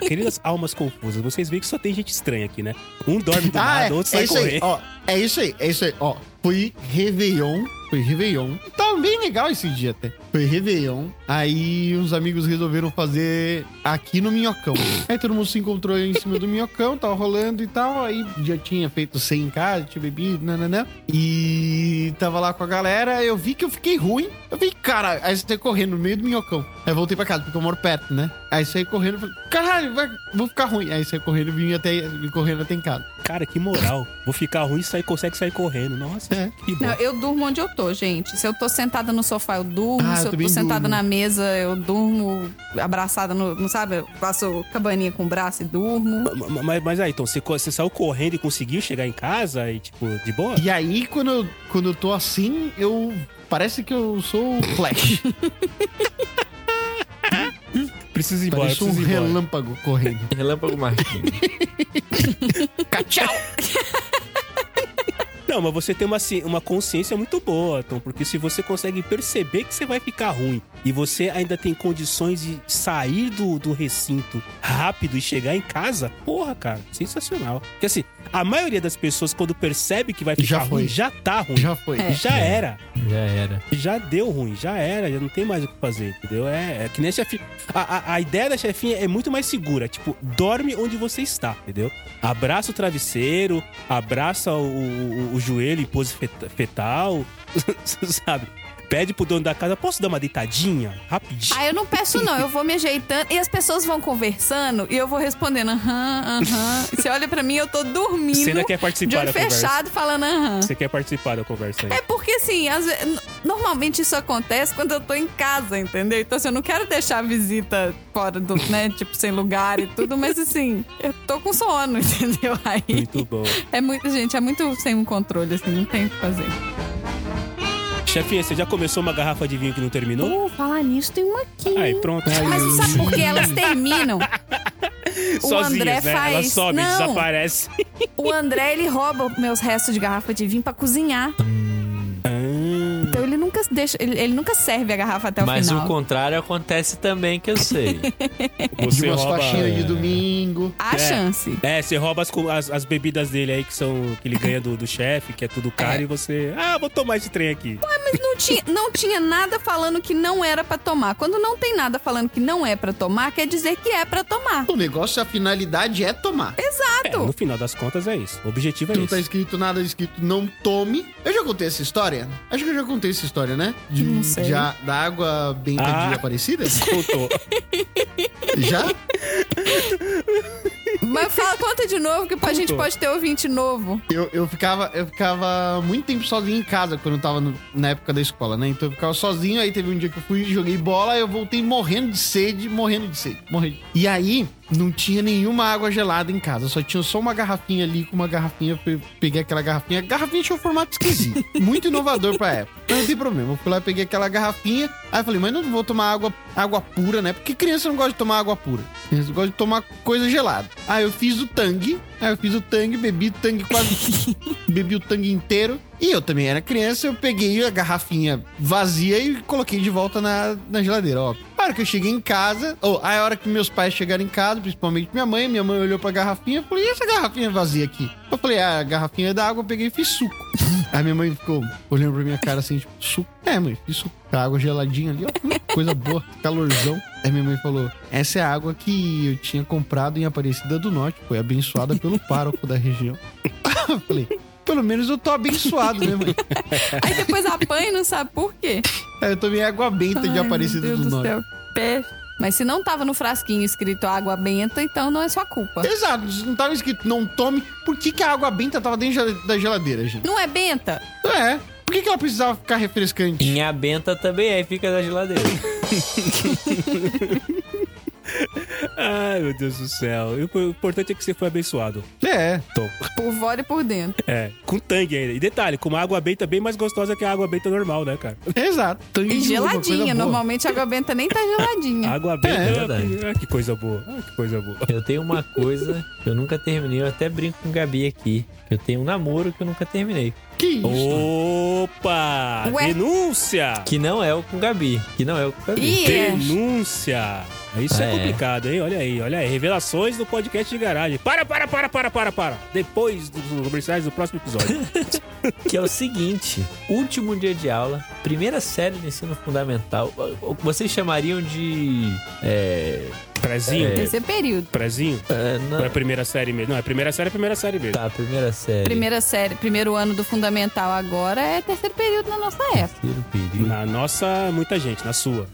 Speaker 2: Queridas almas confusas, vocês veem que só tem gente estranha aqui, né? Um dorme do lado,
Speaker 3: é,
Speaker 2: outro
Speaker 3: é
Speaker 2: sai
Speaker 3: isso
Speaker 2: correr.
Speaker 3: Aí, ó, é isso aí, é isso aí. Ó, foi Réveillon. Foi Réveillon. Tava bem legal esse dia até. Foi Réveillon. Aí uns amigos resolveram fazer aqui no Minhocão. aí todo mundo se encontrou aí em cima do Minhocão, tava rolando e tal. Aí já tinha feito 100 em casa, tinha bebido, nananã. E tava lá com a galera. Eu vi que eu fiquei ruim. Eu vi, cara, aí você correndo no meio do Minhocão. Aí voltei pra casa, porque eu moro perto, né? Aí saí correndo e falei, caralho, vai, vou ficar ruim. Aí saí correndo e vim até, vim correndo até em casa.
Speaker 2: Cara, que moral. Vou ficar ruim e sair, consegue sair correndo. Nossa,
Speaker 3: É.
Speaker 2: que bom.
Speaker 1: Não, eu durmo onde eu tô, gente. Se eu tô sentada no sofá, eu durmo.
Speaker 3: Ah, eu
Speaker 1: Se eu tô
Speaker 3: também
Speaker 1: sentada
Speaker 3: durmo.
Speaker 1: na mesa, eu durmo abraçada no. Não sabe? Eu faço cabaninha com o braço e durmo.
Speaker 2: Ma- ma- Mas, mas aí, então, você, co- você saiu correndo e conseguiu chegar em casa e, tipo, de boa?
Speaker 3: E aí, quando eu, quando eu tô assim, eu. Parece que eu sou o Flash.
Speaker 2: Precisa ir embora,
Speaker 3: Parece um
Speaker 2: precisa ir embora.
Speaker 3: relâmpago correndo.
Speaker 4: Relâmpago Marquinhos.
Speaker 3: Tchau!
Speaker 2: Não, mas você tem uma, ci- uma consciência muito boa, Tom, porque se você consegue perceber que você vai ficar ruim e você ainda tem condições de sair do, do recinto rápido e chegar em casa, porra, cara, sensacional. Porque assim, a maioria das pessoas, quando percebe que vai ficar
Speaker 3: Já
Speaker 2: ruim,
Speaker 3: foi.
Speaker 2: já tá ruim.
Speaker 3: Já É. foi.
Speaker 2: Já era,
Speaker 4: Já era.
Speaker 2: já deu ruim, já era, já não tem mais o que fazer, entendeu? É, é que nem a chefinha. A, a- a ideia da chefinha é muito mais segura, tipo, dorme onde você está, entendeu? Abraça o travesseiro, abraça o, o- o joelho em pose feta- fetal, sabe? Pede pro dono da casa, posso dar uma deitadinha? Rapidinho.
Speaker 1: Ah, eu não peço, não. Eu vou me ajeitando e as pessoas vão conversando e eu vou respondendo aham, aham. E Você olha pra mim, eu tô dormindo.
Speaker 2: Você ainda quer
Speaker 1: de
Speaker 2: participar
Speaker 1: olho
Speaker 2: da conversa?
Speaker 1: fechado, falando aham.
Speaker 2: Você quer participar da conversa aí?
Speaker 1: É porque assim, às ve- n- normalmente isso acontece quando eu tô em casa, entendeu? Então assim, eu não quero deixar a visita fora do, né, tipo, sem lugar e tudo, mas assim, eu tô com sono, entendeu? Aí
Speaker 2: Muito bom.
Speaker 1: é muito, gente, é muito sem um controle, assim, não tem o que fazer.
Speaker 2: Chefinha, você já começou uma garrafa de vinho que não terminou?
Speaker 6: Pô, falar nisso tem uma aqui.
Speaker 1: Uh.
Speaker 2: Aí, pronto.
Speaker 1: Mas não sabe por que elas terminam?
Speaker 2: Sozinhas, né? Ela
Speaker 1: faz-
Speaker 2: sobe,
Speaker 1: não.
Speaker 2: desaparece.
Speaker 1: O André, ele rouba meus restos de garrafa de vinho pra cozinhar.
Speaker 2: Hum. Ah.
Speaker 1: Então ele nunca deixa, ele, ele nunca serve a garrafa até o
Speaker 4: Mas
Speaker 1: final.
Speaker 4: o contrário acontece também, que eu sei.
Speaker 3: De
Speaker 2: Você É.
Speaker 3: umas
Speaker 2: rouba-
Speaker 3: faxinhas de domingo.
Speaker 1: Há
Speaker 2: É.
Speaker 1: chance.
Speaker 2: É, você rouba as, co- as- as bebidas dele aí que são que ele ganha do, do chefe, que é tudo caro, e você. Ah, vou tomar esse trem aqui.
Speaker 1: Não tinha, não tinha nada falando que não era pra tomar. Quando não tem nada falando que não é pra tomar, quer dizer que é pra tomar.
Speaker 3: O negócio, a finalidade é tomar.
Speaker 2: É, no final das contas é isso. O objetivo é
Speaker 3: Não tá
Speaker 2: isso.
Speaker 3: escrito nada, escrito não tome. Eu já contei essa história? Acho que eu já contei essa história, né? né? De,
Speaker 6: Não sei.
Speaker 3: Já da água benta
Speaker 2: Ah.
Speaker 3: de Aparecida?
Speaker 2: Voltou.
Speaker 3: Já?
Speaker 1: Mas fala, conta de novo, que a gente pode ter ouvinte novo.
Speaker 3: Eu, eu, ficava, eu ficava muito tempo sozinho em casa quando eu tava no- na época da escola, né? Então eu ficava sozinho, aí teve um dia que eu fui, joguei bola, eu voltei morrendo de sede, morrendo de sede, morrendo. E aí, não tinha nenhuma água gelada em casa, só tinha só uma garrafinha ali, com uma garrafinha, eu pe- peguei aquela garrafinha, a garrafinha tinha um formato esquisito, muito inovador pra época. Mas não tem problema, eu fui lá, peguei aquela garrafinha, aí eu falei, mas eu não vou tomar água, água pura, né? Porque criança não gosta de tomar água pura, criança gosta de tomar coisa gelada. Aí eu fiz o tangue, aí eu fiz o tangue, bebi o tangue quase bebi o tangue inteiro. E eu também era criança, eu peguei a garrafinha vazia e coloquei de volta na, na geladeira, ó. A hora que eu cheguei em casa, ou a hora que meus pais chegaram em casa, principalmente minha mãe, minha mãe olhou pra garrafinha e falou, e essa garrafinha vazia aqui? Eu falei, ah, a garrafinha é da água, eu peguei e fiz suco. Aí minha mãe ficou olhando pra minha cara assim, tipo, suco? É, mãe, fiz suco. A água geladinha ali, ó, hum, coisa boa, calorzão. Aí minha mãe falou, essa é a água que eu tinha comprado em Aparecida do Norte, foi abençoada pelo pároco da região. Eu falei, pelo menos eu tô abençoado, né, mãe?
Speaker 1: Aí depois apanha e não sabe por quê.
Speaker 3: Aí eu tomei água benta de
Speaker 1: Ai,
Speaker 3: Aparecida
Speaker 1: meu
Speaker 3: do,
Speaker 1: Deus
Speaker 3: Norte.
Speaker 1: céu. Pé. Mas se não tava no frasquinho escrito água benta, então não é sua culpa.
Speaker 3: Exato, não tava escrito não tome. Por que, que a água benta tava dentro gel- da geladeira, gente?
Speaker 1: Não é benta?
Speaker 3: É. Por que, que ela precisava ficar refrescante?
Speaker 4: Em Abenta também, aí fica na geladeira.
Speaker 2: Ai, meu Deus do céu. E O importante é que você foi abençoado.
Speaker 3: É.
Speaker 1: Por fora e por dentro.
Speaker 2: É, com tangue ainda. E detalhe, com uma água benta bem mais gostosa que a água benta normal, né, cara?
Speaker 3: Exato. Tangue
Speaker 1: E
Speaker 3: de uva, coisa
Speaker 1: geladinha.
Speaker 3: boa.
Speaker 1: Normalmente a água benta nem tá geladinha.
Speaker 2: Água benta.
Speaker 4: É verdade.
Speaker 2: ah, que coisa boa. Ah, que coisa boa.
Speaker 4: Eu tenho uma coisa que eu nunca terminei, eu até brinco com o Gabi aqui. Eu tenho um namoro que eu nunca terminei.
Speaker 3: Que isso?
Speaker 2: Opa!
Speaker 1: Ué.
Speaker 2: Denúncia!
Speaker 4: Que não é o com o Gabi. Que não é o com o Gabi.
Speaker 1: Ih, é.
Speaker 2: Denúncia! Isso é.
Speaker 4: É.
Speaker 2: complicado, hein? Olha aí, olha aí. Revelações do podcast de garagem. Para, para, para, para, para, para. Depois dos comerciais do próximo episódio.
Speaker 4: Que é o seguinte: último dia de aula, primeira série do ensino fundamental. o- o que Vocês chamariam de. É.
Speaker 2: Prezinho?
Speaker 1: Terceiro período.
Speaker 2: Prezinho?
Speaker 4: é,
Speaker 2: Ou é
Speaker 4: não,
Speaker 2: primeira série mesmo? Não, é primeira série, é primeira série mesmo.
Speaker 4: tá, primeira série.
Speaker 1: Primeira série, primeiro ano do fundamental agora é terceiro período na nossa época.
Speaker 4: Terceiro período.
Speaker 2: Na nossa, muita gente, na sua.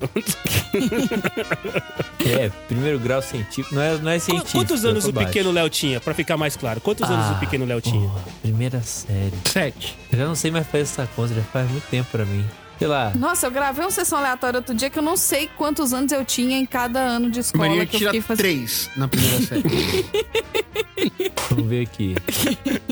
Speaker 4: É, primeiro grau científico. Não é, não é
Speaker 2: Qu-
Speaker 4: científico.
Speaker 2: Quantos anos
Speaker 4: eu
Speaker 2: o
Speaker 4: tô baixo.
Speaker 2: pequeno Léo tinha? Pra ficar mais claro, quantos
Speaker 4: Ah,
Speaker 2: anos o pequeno Léo tinha?
Speaker 4: porra, primeira série.
Speaker 3: Sete.
Speaker 4: Eu já não sei mais fazer essa conta, já faz muito tempo pra mim. Sei lá.
Speaker 1: Nossa, eu gravei uma sessão aleatória outro dia que eu não sei quantos anos eu tinha em cada ano de escola
Speaker 3: Maria
Speaker 1: que eu
Speaker 3: tira
Speaker 1: fiquei fazendo.
Speaker 3: três na primeira série.
Speaker 4: Vamos ver aqui.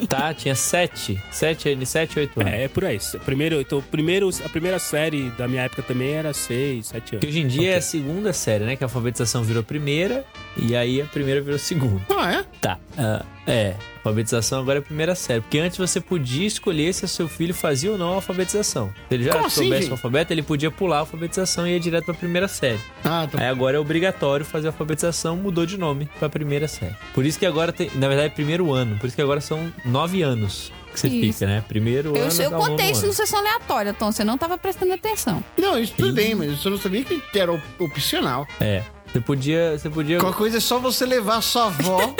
Speaker 4: tá, tinha sete. Sete, ele sete, oito anos.
Speaker 2: É, é por aí. Primeiro, então, primeiro, a primeira série da minha época também era 6, 7
Speaker 4: Que
Speaker 2: anos.
Speaker 4: hoje em dia é a segunda série, né? Que a alfabetização virou primeira e aí a primeira virou segunda.
Speaker 3: ah, é?
Speaker 4: Tá. ah, é, a alfabetização agora é a primeira série. Porque antes você podia escolher se o seu filho fazia ou não a alfabetização. Se ele já
Speaker 3: Como assim,
Speaker 4: soubesse
Speaker 3: gente?
Speaker 4: o alfabeto, ele podia pular a alfabetização e ia direto pra primeira série.
Speaker 3: Ah, tá.
Speaker 4: Aí agora é obrigatório fazer a alfabetização, mudou de nome pra primeira série. Por isso que agora tem. Na verdade, é primeiro ano. Por isso que agora são nove anos que você
Speaker 1: Isso.
Speaker 4: fica, né? Primeiro
Speaker 1: Eu,
Speaker 4: ano.
Speaker 1: eu
Speaker 4: dá o nono
Speaker 1: contei isso
Speaker 4: ano.
Speaker 1: no sessão aleatória, Tom. Você não tava prestando atenção.
Speaker 3: Não, um isso tudo bem, mas eu só não sabia que era op- opcional.
Speaker 4: Você podia. Você podia.
Speaker 3: Qualquer coisa é só você levar sua avó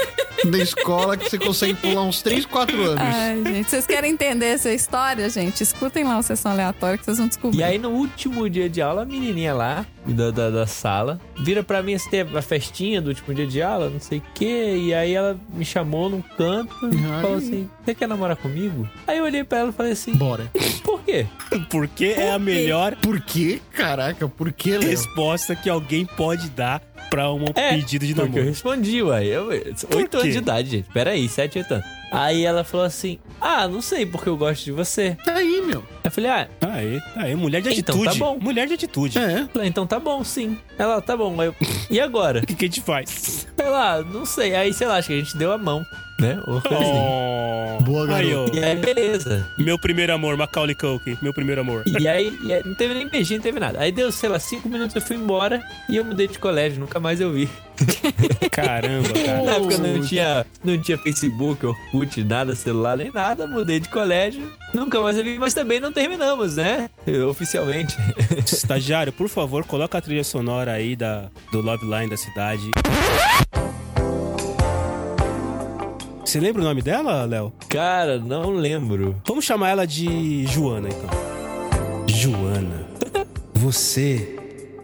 Speaker 3: da escola que você consegue pular uns três, quatro anos.
Speaker 1: Ai, gente, vocês querem entender essa história, gente? Escutem lá o sessão aleatória que vocês vão descobrir.
Speaker 4: E aí, no último dia de aula, a menininha lá da, da, da sala vira pra mim assim, teve a festinha do último dia de aula, não sei o quê. E aí ela me chamou num canto e
Speaker 3: Ai.
Speaker 4: falou assim: Você quer namorar comigo? Aí eu olhei pra ela e falei assim:
Speaker 3: Bora.
Speaker 4: Por quê?
Speaker 2: Porque é a melhor
Speaker 3: Por que, caraca? Por que, Léo?
Speaker 2: resposta que alguém pode dar pra um
Speaker 4: É,
Speaker 2: pedido de
Speaker 4: Porque eu
Speaker 2: namoro.
Speaker 4: respondi, uai. Eu, oito
Speaker 2: quê?
Speaker 4: anos de idade, gente. Peraí, sete, oito anos. Aí ela falou assim: Ah, não sei porque eu gosto de você.
Speaker 3: Tá aí, meu.
Speaker 4: Eu falei: Ah,
Speaker 2: Aí, aí, mulher de
Speaker 4: Então,
Speaker 2: atitude.
Speaker 4: tá bom.
Speaker 2: Mulher de atitude. O
Speaker 3: É.
Speaker 4: eu falei, então tá bom, sim. Ela, tá bom. Aí eu, e agora?
Speaker 2: que, que a gente faz?
Speaker 4: Sei lá, não sei. Aí, sei lá, acho que a gente deu a mão, né? Ou coisa assim.
Speaker 2: Oh.
Speaker 3: Boa,
Speaker 2: Aí, ó,
Speaker 4: E aí, beleza.
Speaker 2: meu primeiro amor, Macaulay Culkin. Meu primeiro amor.
Speaker 4: E aí, e aí, não teve nem beijinho, não teve nada. Aí deu, sei lá, cinco minutos, eu fui embora e eu mudei de colégio, nunca mais eu vi.
Speaker 2: Caramba, cara.
Speaker 4: Na época não tinha, não tinha Facebook, Orkut, nada, celular, nem nada, mudei de colégio, nunca mais eu vi, mas também não terminamos, né? Eu, Oficialmente.
Speaker 2: Estagiário, por favor, coloca a trilha sonora aí da, do Love Line da cidade. Você lembra o nome dela, Léo?
Speaker 4: Cara, não lembro.
Speaker 2: Vamos chamar ela de Joana, então. Joana. Você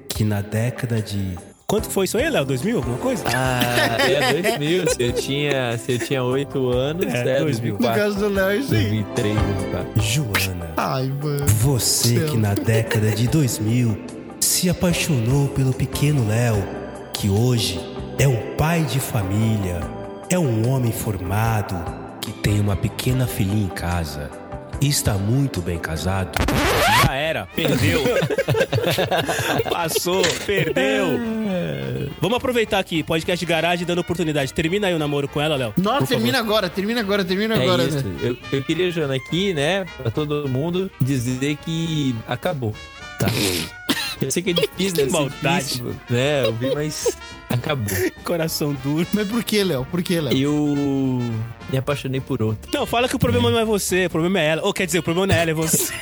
Speaker 2: que na década de. Quanto foi isso aí, Léo? 2000? Alguma coisa?
Speaker 4: Ah, é 2000. Se eu tinha, se eu tinha 8 anos,
Speaker 2: É,
Speaker 4: é,
Speaker 2: 2000.
Speaker 4: 2004.
Speaker 3: No caso do Léo, é isso aí.
Speaker 4: 2003, 2004.
Speaker 2: Joana.
Speaker 3: Ai, mano.
Speaker 2: Você
Speaker 3: Céu.
Speaker 2: que na década de 2000 se apaixonou pelo pequeno Léo, que hoje é um pai de família, é um homem formado, que tem uma pequena filhinha em casa e está muito bem casado. Já era, perdeu. Passou, perdeu. Vamos aproveitar aqui, podcast de garagem dando oportunidade. Termina aí o namoro com ela, Léo.
Speaker 3: Nossa, termina agora, termina agora, termina
Speaker 4: É
Speaker 3: agora,
Speaker 4: isso.
Speaker 3: né?
Speaker 4: Eu, eu queria, Jana, aqui, né, pra todo mundo, dizer que acabou. Tá? Eu sei que é difícil,
Speaker 2: Que
Speaker 4: deve ser
Speaker 2: maldade.
Speaker 4: difícil, né? Eu vi, mas acabou.
Speaker 2: Coração duro.
Speaker 3: Mas por que, Léo? Por que, Léo?
Speaker 4: Eu me apaixonei por outro.
Speaker 2: Não, fala que o problema não é você, o problema é ela. Ou quer dizer, o problema não é ela, é você.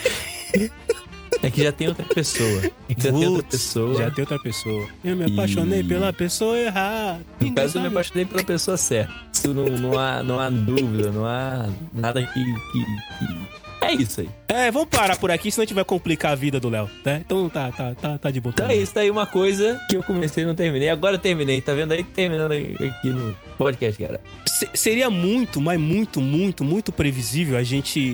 Speaker 4: É que já tem outra pessoa. É que já tem outra
Speaker 2: Putz,
Speaker 4: pessoa.
Speaker 2: Já tem outra pessoa. Eu me apaixonei
Speaker 4: E-
Speaker 2: pela pessoa errada.
Speaker 4: No caso, eu me apaixonei pela pessoa certa. Isso não, não, há, não há dúvida, não há nada que, que- que- É isso aí.
Speaker 2: É, vamos parar por aqui, senão a gente vai complicar a vida do Léo, né? Então tá, tá, tá, tá de boa.
Speaker 4: Então é isso, tá aí uma coisa que eu comecei e não terminei. Agora eu terminei, tá vendo aí? Terminando aí aqui no podcast, cara.
Speaker 2: Se- seria muito, mas muito, muito, muito previsível a gente.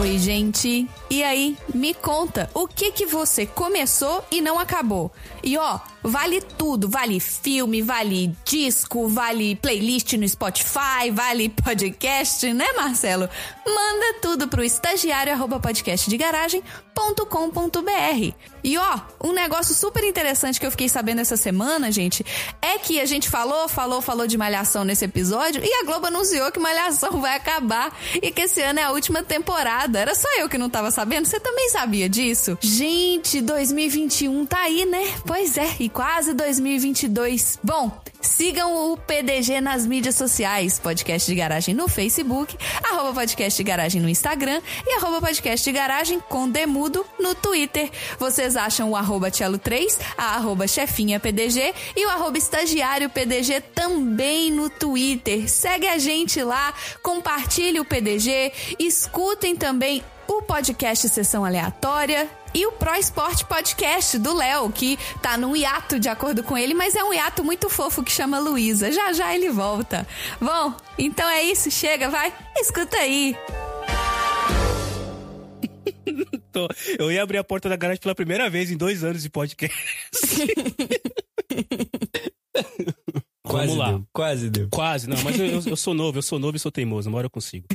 Speaker 1: Oi, gente. E aí, me conta, o que que você começou e não acabou? E ó, vale tudo, vale filme, vale disco, vale playlist no Spotify, vale podcast, né, Marcelo? Manda tudo pro estagiário@podcastdegaragem.com.br. E ó, um negócio super interessante que eu fiquei sabendo essa semana, gente, é que a gente falou, falou, falou de Malhação nesse episódio e a Globo anunciou que Malhação vai acabar e que esse ano é a última temporada. Era só eu que não tava sabendo, você também sabia disso? Gente, 2021 tá aí, né? Pois é, e quase 2022. Bom, sigam o PDG nas mídias sociais, Podcast de Garagem no Facebook, arroba Podcast de Garagem no Instagram e arroba Podcast de Garagem com Demudo no Twitter. Vocês acham o arroba Tchelo3, a arroba Chefinha PDG e o arroba Estagiário PDG também no Twitter. Segue a gente lá, compartilhe o PDG, escutem também o podcast Sessão Aleatória e o Pro Esporte Podcast do Léo, que tá num hiato de acordo com ele, mas é um hiato muito fofo que chama Luísa. Já já ele volta. Bom, então é isso, chega, vai, escuta aí.
Speaker 2: Tô- Eu ia abrir a porta da garagem pela primeira vez em dois anos de podcast. Vamos
Speaker 4: Quase
Speaker 2: lá.
Speaker 4: deu, quase deu.
Speaker 2: Quase, não, mas eu, eu- eu sou novo, eu sou novo e sou teimoso, uma hora eu consigo.